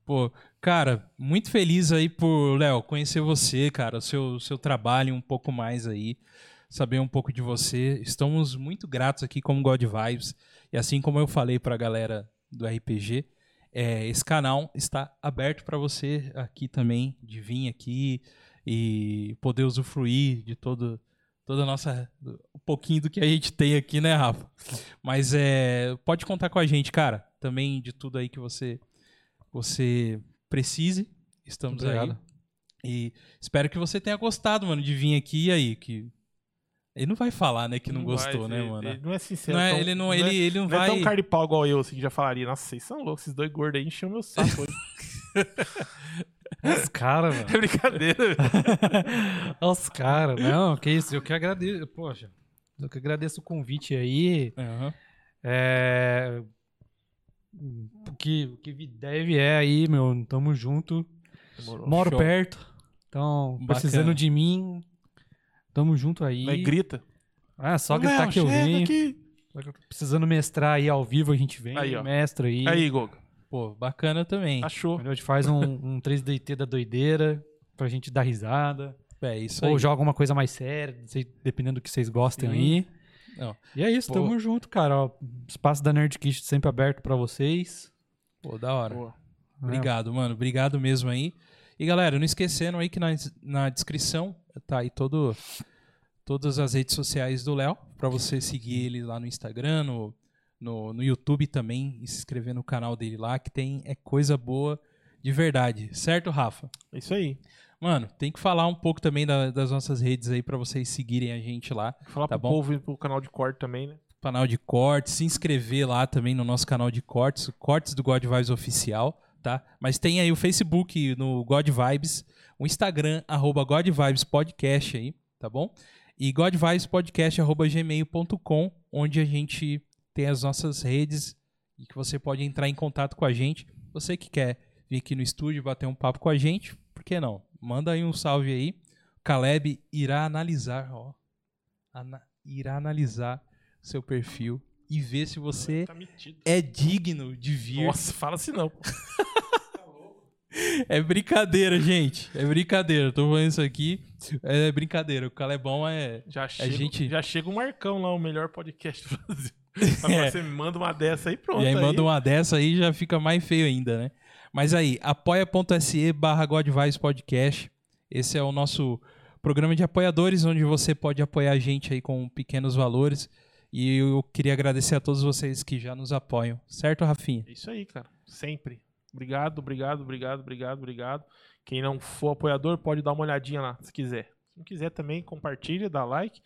Speaker 1: Pô, cara, muito feliz aí por, Léo, conhecer você, cara, o seu, seu trabalho um pouco mais aí, saber um pouco de você. Estamos muito gratos aqui como God Vibes. E assim como eu falei pra galera do RPG, é, esse canal está aberto pra você aqui também, de vir aqui e poder usufruir de todo, toda a nossa. um pouquinho do que a gente tem aqui, né, Rafa? Mas é, pode contar com a gente, cara, também de tudo aí que você você precise. Estamos
Speaker 3: Muito
Speaker 1: aí.
Speaker 3: obrigado.
Speaker 1: E espero que você tenha gostado, mano, de vir aqui e aí. Que... Ele não vai falar, né, que não,
Speaker 2: vai,
Speaker 1: gostou, né,
Speaker 2: ele-
Speaker 1: mano?
Speaker 2: Ele não é sincero.
Speaker 1: Não é,
Speaker 2: tão-
Speaker 1: ele não,
Speaker 2: é-
Speaker 1: ele, ele não
Speaker 2: Não é
Speaker 1: vai.
Speaker 2: tão cara de pau igual eu, assim, que já falaria. Nossa, vocês são loucos, esses dois gordos aí encheu meu saco hoje.
Speaker 3: Os caras, mano.
Speaker 2: é brincadeira, velho.
Speaker 3: Os caras. Não, que isso. Eu que agradeço. Poxa. Eu que agradeço o convite aí.
Speaker 1: Aham.
Speaker 3: É... O que, o que deve é aí, meu. Tamo junto.
Speaker 2: Demorou.
Speaker 3: Moro
Speaker 1: Show.
Speaker 3: perto. Então,
Speaker 1: Bacana.
Speaker 3: precisando de mim. Tamo junto aí.
Speaker 2: Mas grita.
Speaker 3: Ah, só
Speaker 2: Não,
Speaker 3: gritar que eu
Speaker 2: chega
Speaker 3: venho.
Speaker 2: aqui.
Speaker 3: Precisando mestrar aí ao vivo, a gente vem.
Speaker 2: Aí, ó.
Speaker 3: Mestra aí.
Speaker 2: Aí, Gogo.
Speaker 1: Pô, bacana também.
Speaker 2: Achou.
Speaker 3: Entendeu? A gente faz um, um 3DT da doideira pra gente dar risada.
Speaker 1: É isso aí.
Speaker 3: Ou joga uma coisa mais séria, não sei, dependendo do que vocês gostem
Speaker 1: Sim.
Speaker 3: aí.
Speaker 1: Não.
Speaker 3: E é isso,
Speaker 1: Pô.
Speaker 3: tamo junto, cara. Ó, espaço da Nerd Kit sempre aberto pra vocês. Né?
Speaker 1: Pô, da hora.
Speaker 2: Boa.
Speaker 1: Obrigado, mano. Obrigado mesmo aí. E galera, não esquecendo aí que na, na descrição tá aí todo, todas as redes sociais do Léo, pra você seguir ele lá no Instagram, no, no, no YouTube também, e se inscrever no canal dele lá, que tem é coisa boa de verdade. Certo, Rafa?
Speaker 2: É Isso aí.
Speaker 1: Mano, tem que falar um pouco também da- das nossas redes aí pra vocês seguirem a gente lá
Speaker 2: Falar
Speaker 1: Tá
Speaker 2: pro
Speaker 1: bom.
Speaker 2: povo e pro canal de corte também, né?
Speaker 1: canal de cortes, se inscrever lá também no nosso canal de cortes, o cortes do God Vibes Oficial, tá? Mas tem aí o Facebook no God Vibes, o Instagram, arroba God Vibes Podcast aí, tá bom? E godvibespodcast, arroba gmail.com, onde a gente tem as nossas redes e que você pode entrar em contato com a gente. Você que quer vir aqui no estúdio bater um papo com a gente, por que não? Manda aí um salve aí. O Caleb irá analisar, ó. Ana- irá analisar seu perfil e ver se você
Speaker 2: Tá metido.
Speaker 1: é digno de vir.
Speaker 2: Nossa, fala assim não. pô.
Speaker 1: É brincadeira, gente. É brincadeira. Tô falando isso aqui. É brincadeira. O Calebão é.
Speaker 2: Já chega,
Speaker 1: gente-
Speaker 2: já chega o Marcão lá, o melhor podcast do Brasil. Agora
Speaker 1: É.
Speaker 2: você me manda uma dessa aí, pronto.
Speaker 1: e aí, manda uma dessa aí já fica mais feio ainda, né? Mas aí, apoia.se barra Godvice Podcast. Esse é o nosso programa de apoiadores, onde você pode apoiar a gente aí com pequenos valores. E eu queria agradecer a todos vocês que já nos apoiam. Certo, Rafinha?
Speaker 2: É isso aí, cara. Sempre. Obrigado, obrigado, obrigado, obrigado, obrigado. Quem não for apoiador pode dar uma olhadinha lá, se quiser. Se não quiser também, compartilha, dá like,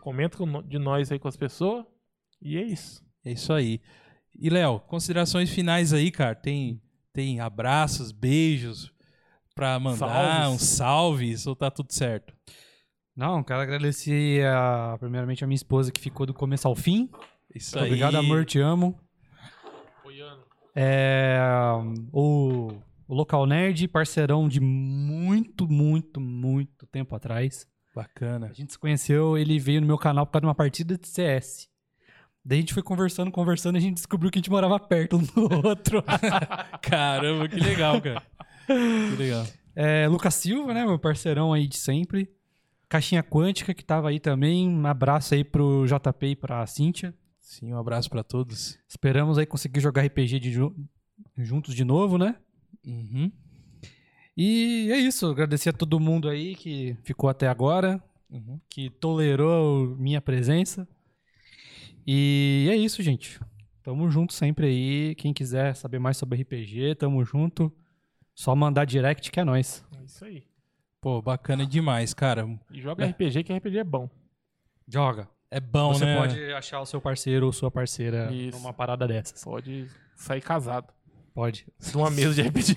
Speaker 2: comenta com no- de nós aí com as pessoas. E é isso.
Speaker 1: É isso aí. E, Léo, considerações finais aí, cara. Tem, tem abraços, beijos pra mandar,
Speaker 2: Salves.
Speaker 1: um salve, ou tá tudo certo?
Speaker 3: Não, quero agradecer a- primeiramente a minha esposa que ficou do começo ao fim.
Speaker 1: Isso
Speaker 3: Muito Obrigado, amor, te amo. É, o, o Local Nerd, parceirão de muito, muito, muito tempo atrás.
Speaker 1: Bacana.
Speaker 3: A gente se conheceu, ele veio no meu canal por causa de uma partida de CS. Daí a gente foi conversando, conversando, e a gente descobriu que a gente morava perto um do outro.
Speaker 1: Caramba, que legal, cara. Que legal.
Speaker 3: É, Lucas Silva, né, meu parceirão aí de sempre. Caixinha Quântica, que tava aí também. Um abraço aí pro JP e pra Cíntia.
Speaker 1: Sim, um abraço pra todos.
Speaker 3: Esperamos aí conseguir jogar RPG de ju- juntos de novo, né?
Speaker 1: Uhum.
Speaker 3: E é isso, agradecer a todo mundo aí que ficou até agora,
Speaker 1: Uhum.
Speaker 3: que tolerou minha presença. E é isso, gente. Tamo junto sempre aí. Quem quiser saber mais sobre RPG, tamo junto. Só mandar direct que é nóis.
Speaker 2: É isso aí.
Speaker 1: Pô, bacana demais, cara.
Speaker 2: E joga
Speaker 1: É.
Speaker 2: RPG, que RPG é bom.
Speaker 3: Joga.
Speaker 1: É bom,
Speaker 3: Você
Speaker 1: né?
Speaker 3: pode achar o seu parceiro ou sua parceira
Speaker 2: Isso.
Speaker 3: numa parada dessas.
Speaker 2: Pode sair casado.
Speaker 3: Pode.
Speaker 2: Numa mesa de RPG.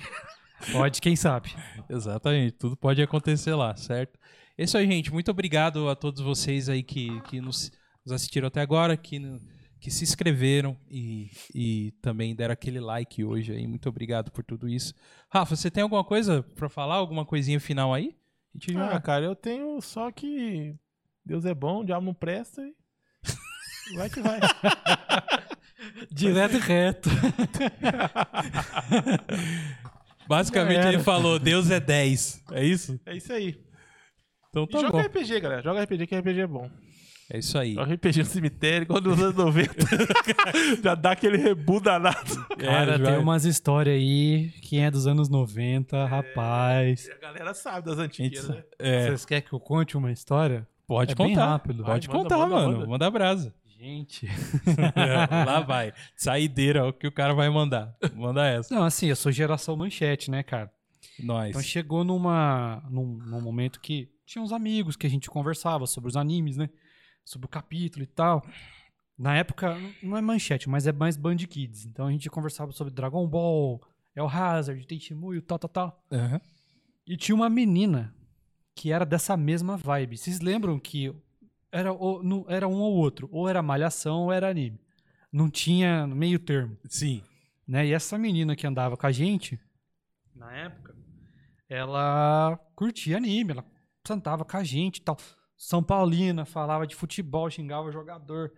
Speaker 3: Pode, quem sabe.
Speaker 1: Exatamente, tudo pode acontecer lá, certo? É isso aí, gente. Muito obrigado a todos vocês aí que, que nos, nos assistiram até agora, que, no- que se inscreveram e, e também deram aquele like hoje aí. Muito obrigado por tudo isso. Rafa, você tem alguma coisa pra falar? Alguma coisinha final aí? A gente já-
Speaker 2: Ah, cara, eu tenho só que Deus é bom, o diabo não presta e. Vai que vai.
Speaker 3: Direto e reto.
Speaker 1: Basicamente ele falou: Deus é 10. É isso?
Speaker 2: É isso aí.
Speaker 1: Então
Speaker 2: E
Speaker 1: tá
Speaker 2: joga
Speaker 1: bom.
Speaker 2: RPG, galera. Joga RPG que RPG é bom.
Speaker 1: É isso aí.
Speaker 2: Joga RPG no cemitério, igual nos anos 90. Já dá aquele rebu danado.
Speaker 1: É,
Speaker 3: Cara,
Speaker 1: vai-
Speaker 3: tem umas histórias aí que é dos anos 90, rapaz.
Speaker 2: A galera sabe das
Speaker 1: a gente
Speaker 2: antigas,
Speaker 1: sa-
Speaker 2: né?
Speaker 1: É,
Speaker 3: Vocês querem que eu conte uma história?
Speaker 1: pode
Speaker 3: é bem
Speaker 1: contar.
Speaker 3: rápido.
Speaker 1: Pode
Speaker 2: Vai, manda,
Speaker 1: contar,
Speaker 2: manda,
Speaker 1: mano.
Speaker 2: manda.
Speaker 1: Manda brasa.
Speaker 3: Gente.
Speaker 1: Lá vai. Saideira, é o que o cara vai mandar. Manda essa.
Speaker 3: Não, assim, eu sou geração manchete, né, cara? Então
Speaker 1: Nós.
Speaker 3: chegou numa, num, num momento que tinha uns amigos que a gente conversava sobre os animes, né? Sobre o capítulo e tal. Na época, n- não é manchete, mas é mais Band Kids. Então a gente conversava sobre Dragon Ball, El Hazard, Tenchimuyo, tal, tal, tal.
Speaker 1: Aham.
Speaker 3: E tinha uma menina que era dessa mesma vibe. Vocês lembram que era, o- não- era um ou outro? Ou era malhação ou era anime. Não tinha meio termo
Speaker 1: Sim.
Speaker 3: né? E essa menina que andava com a gente, na época, ela curtia anime, ela sentava com a gente e tal. São Paulina, falava de futebol, xingava jogador.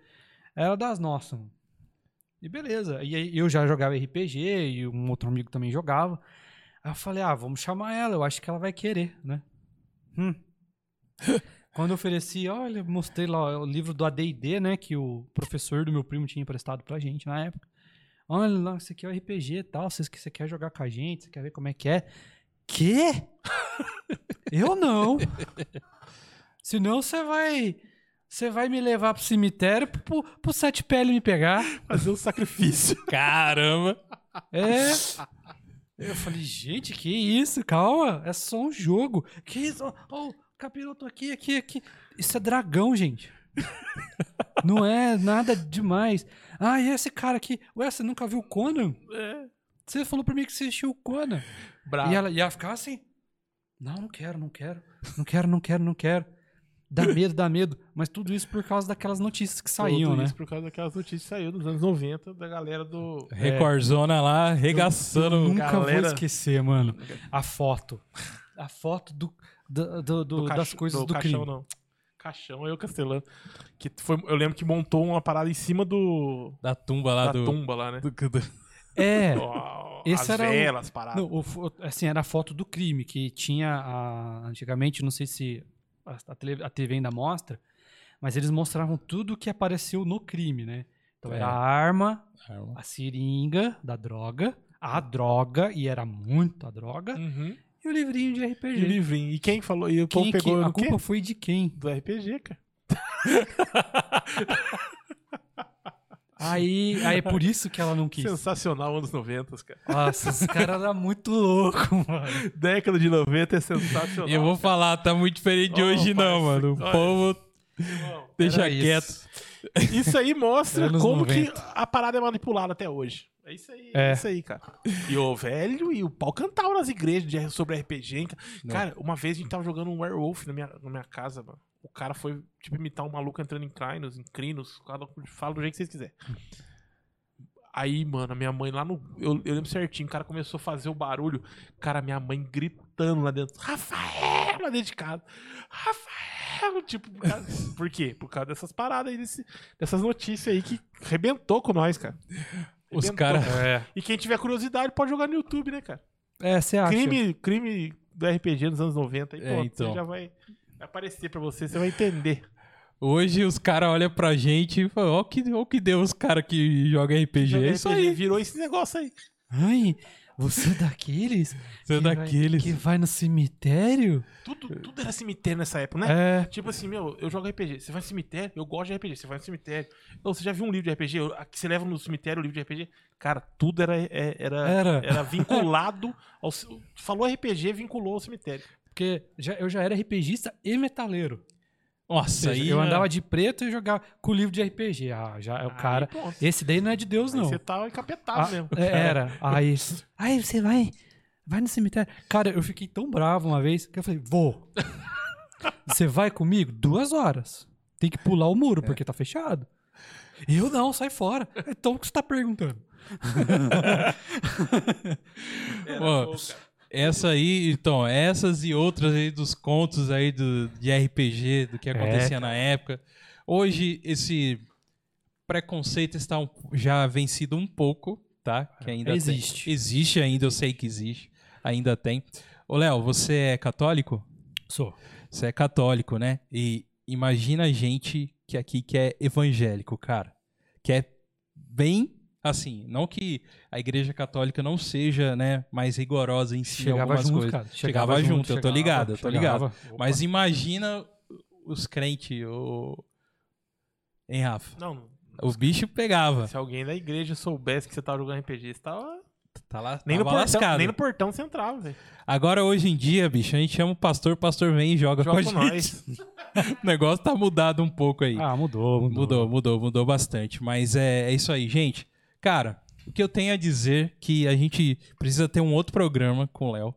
Speaker 3: Era das nossas. mano. E beleza. E aí eu já jogava RPG e um outro amigo também jogava. Aí eu falei, ah, vamos chamar ela, eu acho que ela vai querer, né? Hum. Quando eu ofereci, olha, mostrei lá o livro do AD&D, né, que o professor do meu primo tinha emprestado pra gente na época. Olha lá, isso aqui é o RPG e tal. Você, você quer jogar com a gente? Você quer ver como é que é? Quê? eu não. Senão você vai. Você vai me levar pro cemitério pro, pro Sete Pele me pegar.
Speaker 2: Fazer um sacrifício.
Speaker 1: Caramba.
Speaker 3: É. Eu falei, gente, que isso? Calma, é só um jogo. Que isso? Ó, ó, o capiroto aqui, aqui, aqui. Isso é dragão, gente. Não é nada demais. Ah, e esse cara aqui? Ué, você nunca viu o Conan?
Speaker 2: É.
Speaker 3: Você falou pra mim que você assistiu o Conan.
Speaker 2: Bravo.
Speaker 3: E, ela, e ela ficava assim. Não, não quero, não quero. Não quero, não quero, não quero. Dá medo, dá medo. Mas tudo isso por causa daquelas notícias que saíam,
Speaker 2: Tudo
Speaker 3: né?
Speaker 2: isso por causa daquelas notícias que saiu dos anos 90 da galera do.
Speaker 1: É, Recordzona lá, regaçando.
Speaker 3: É. Nunca
Speaker 2: Galera.
Speaker 3: vou esquecer, mano. A foto. A foto do, da- do- do-
Speaker 2: caixão-
Speaker 3: das coisas do,
Speaker 2: caixão,
Speaker 3: crime.
Speaker 2: não. Caixão, eu castelano. Que foi, eu lembro que montou uma parada em cima do.
Speaker 1: Da tumba lá
Speaker 2: da
Speaker 1: do.
Speaker 2: tumba lá, né?
Speaker 1: do- do-
Speaker 3: É.
Speaker 2: Ó,
Speaker 3: Esse
Speaker 2: as
Speaker 3: era o-
Speaker 2: velas, as paradas.
Speaker 3: Não, o fo- assim, era a foto do crime, que tinha a- antigamente, não sei se a, a tele- a TV ainda mostra, mas eles mostravam tudo que apareceu no crime, né? Então era
Speaker 1: É.
Speaker 3: a arma, a seringa da droga, a droga, e era muita droga,
Speaker 2: Uhum.
Speaker 3: e o livrinho de
Speaker 2: E o
Speaker 3: RPG.
Speaker 2: livrinho. E quem falou? E o povo
Speaker 3: Quem, que-
Speaker 2: pegou
Speaker 3: a
Speaker 2: o quê?
Speaker 3: culpa foi de quem?
Speaker 2: Do RPG, cara.
Speaker 3: Aí, aí é por isso que ela não quis.
Speaker 2: Sensacional anos 90, cara.
Speaker 3: Nossa, esse cara era muito louco, mano.
Speaker 2: Década de 90 é sensacional.
Speaker 1: E eu vou falar, tá muito diferente de
Speaker 2: Ô,
Speaker 1: hoje, não,
Speaker 2: parceiro,
Speaker 1: mano. O
Speaker 2: olha.
Speaker 1: povo
Speaker 2: irmão.
Speaker 1: deixa
Speaker 3: era isso.
Speaker 1: quieto.
Speaker 2: Isso aí mostra
Speaker 3: Anos
Speaker 2: como
Speaker 3: 90.
Speaker 2: que a parada é manipulada até hoje. É isso aí, é,
Speaker 3: É.
Speaker 2: isso aí, cara. E o velho e o pau cantava nas igrejas de- sobre RPG. hein, cara.
Speaker 1: Não.
Speaker 2: Cara, uma vez a gente tava jogando um werewolf na minha, na minha casa, mano. O cara foi, tipo, imitar um maluco entrando em crinos, em crinos. Cada- um Fala do jeito que vocês quiserem. Aí, mano, a minha mãe lá no. Eu, eu lembro certinho, o cara começou a fazer o barulho. Cara, minha mãe gritando lá dentro. Rafael! Lá dentro de casa. Rafael! Tipo, por, causa- por quê? Por causa dessas paradas aí, desse- dessas notícias aí que arrebentou com nós, cara.
Speaker 1: Os
Speaker 2: Arrebentou.
Speaker 1: caras.
Speaker 2: E quem tiver curiosidade pode jogar no YouTube, né, cara?
Speaker 3: É, você acha?
Speaker 2: Crime, crime do RPG dos anos 90. Aí,
Speaker 1: É,
Speaker 2: pronto,
Speaker 1: então.
Speaker 2: você já vai vai aparecer pra você, você vai entender.
Speaker 1: Hoje os caras olham pra gente e falam: ó, que, ó que deu os caras que jogam RPG.
Speaker 2: Jogar
Speaker 1: é isso
Speaker 2: RPG
Speaker 1: aí.
Speaker 2: Virou esse negócio aí.
Speaker 3: Ai, você é daqueles?
Speaker 1: Você é
Speaker 3: que vai-
Speaker 1: daqueles.
Speaker 3: que vai no cemitério?
Speaker 2: Tudo, tudo era cemitério nessa época, né?
Speaker 3: É.
Speaker 2: Tipo assim, meu, eu jogo RPG. Você vai no cemitério? Eu gosto de RPG. Você vai no cemitério. Não, você já viu um livro de RPG? Eu- aqui Você leva no cemitério o livro de RPG? Cara, tudo era, é- era,
Speaker 3: Era.
Speaker 2: era vinculado ao. ce- Falou RPG, vinculou ao cemitério.
Speaker 3: Porque já- eu já era RPGista e metaleiro. Ou
Speaker 1: Nossa,
Speaker 3: seja,
Speaker 1: aí.
Speaker 3: eu andava de preto e jogava com o livro de RPG. Ah, já é o cara.
Speaker 2: é. Aí, pronto.
Speaker 3: Esse daí não é de Deus,
Speaker 2: Aí
Speaker 3: não.
Speaker 4: Ah,
Speaker 1: Ah, é,
Speaker 2: Você tava encapetado
Speaker 3: Ah,
Speaker 2: mesmo.
Speaker 3: é, era. Aí. Aí você vai.
Speaker 4: Vai no cemitério. Cara, eu fiquei tão bravo uma vez que eu falei, vou. Você vai comigo? Duas horas. Tem que pular o muro, porque tá fechado. Eu não, sai fora. Então o que você tá perguntando?
Speaker 1: Pô, essa aí, então, essas e outras aí dos contos aí do, de RPG,
Speaker 4: É.
Speaker 1: do que acontecia na época. Hoje, esse preconceito está um- já vencido um pouco, tá? Que ainda tem.
Speaker 4: Existe.
Speaker 1: Existe ainda, eu sei que existe. Ainda tem. Ô, Léo, você é católico?
Speaker 4: Sou.
Speaker 1: Você é católico, né? E imagina a gente que aqui que é evangélico, cara. Que é bem assim, não que a igreja católica não seja, né, mais rigorosa em si
Speaker 4: Chegava
Speaker 1: algumas
Speaker 4: junto,
Speaker 1: coisas.
Speaker 4: cara.
Speaker 1: Chegava junto, eu tô ligado, eu tô ligado.
Speaker 4: Opa.
Speaker 1: Mas imagina os crentes, o hein, Rafa?
Speaker 2: Não, não.
Speaker 1: O bicho pegava.
Speaker 2: Se alguém da igreja soubesse que você tava jogando RPG, você tava.
Speaker 1: Tá lá,
Speaker 2: Nem, no
Speaker 1: tava
Speaker 2: portão,
Speaker 1: lascado.
Speaker 2: nem no portão você entrava, velho.
Speaker 1: Agora hoje em dia, bicho, a gente chama o pastor, o pastor vem e joga,
Speaker 2: Joga
Speaker 1: com
Speaker 2: com
Speaker 1: a gente.
Speaker 2: nós.
Speaker 1: o negócio tá mudado um pouco aí.
Speaker 4: Ah, mudou, mudou.
Speaker 1: Mudou, mudou, mudou bastante. Mas é, é isso aí, gente. Cara, o que eu tenho a dizer é que a gente precisa ter um outro programa com o Léo.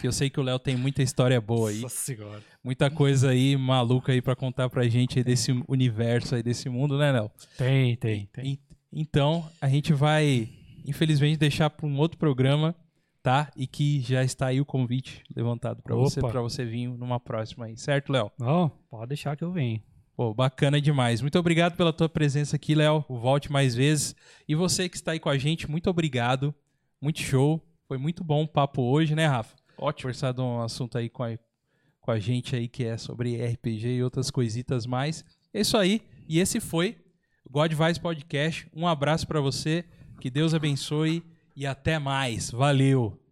Speaker 1: Que eu sei que o Léo tem muita história boa aí,
Speaker 4: Nossa senhora.
Speaker 1: muita coisa aí maluca aí pra contar pra gente aí desse universo aí, desse mundo, né, Léo?
Speaker 4: Tem, tem, tem.
Speaker 1: En- Então, a gente vai, infelizmente, deixar pra um outro programa, tá? E que já está aí o convite levantado pra você,
Speaker 4: Opa.
Speaker 1: para você vir numa próxima aí, certo, Léo?
Speaker 4: Não, pode deixar que eu venho.
Speaker 1: Pô, bacana demais. Muito obrigado pela tua presença aqui, Léo. Volte mais vezes. E você que está aí com a gente, muito obrigado. Muito show. Foi muito bom o papo hoje, né, Rafa? Ótimo. Forçado um assunto aí com a, com a gente aí que é sobre RPG e outras coisitas mais. É isso aí. E esse foi o God Vice Podcast. Um abraço para você. Que Deus abençoe e até mais. Valeu.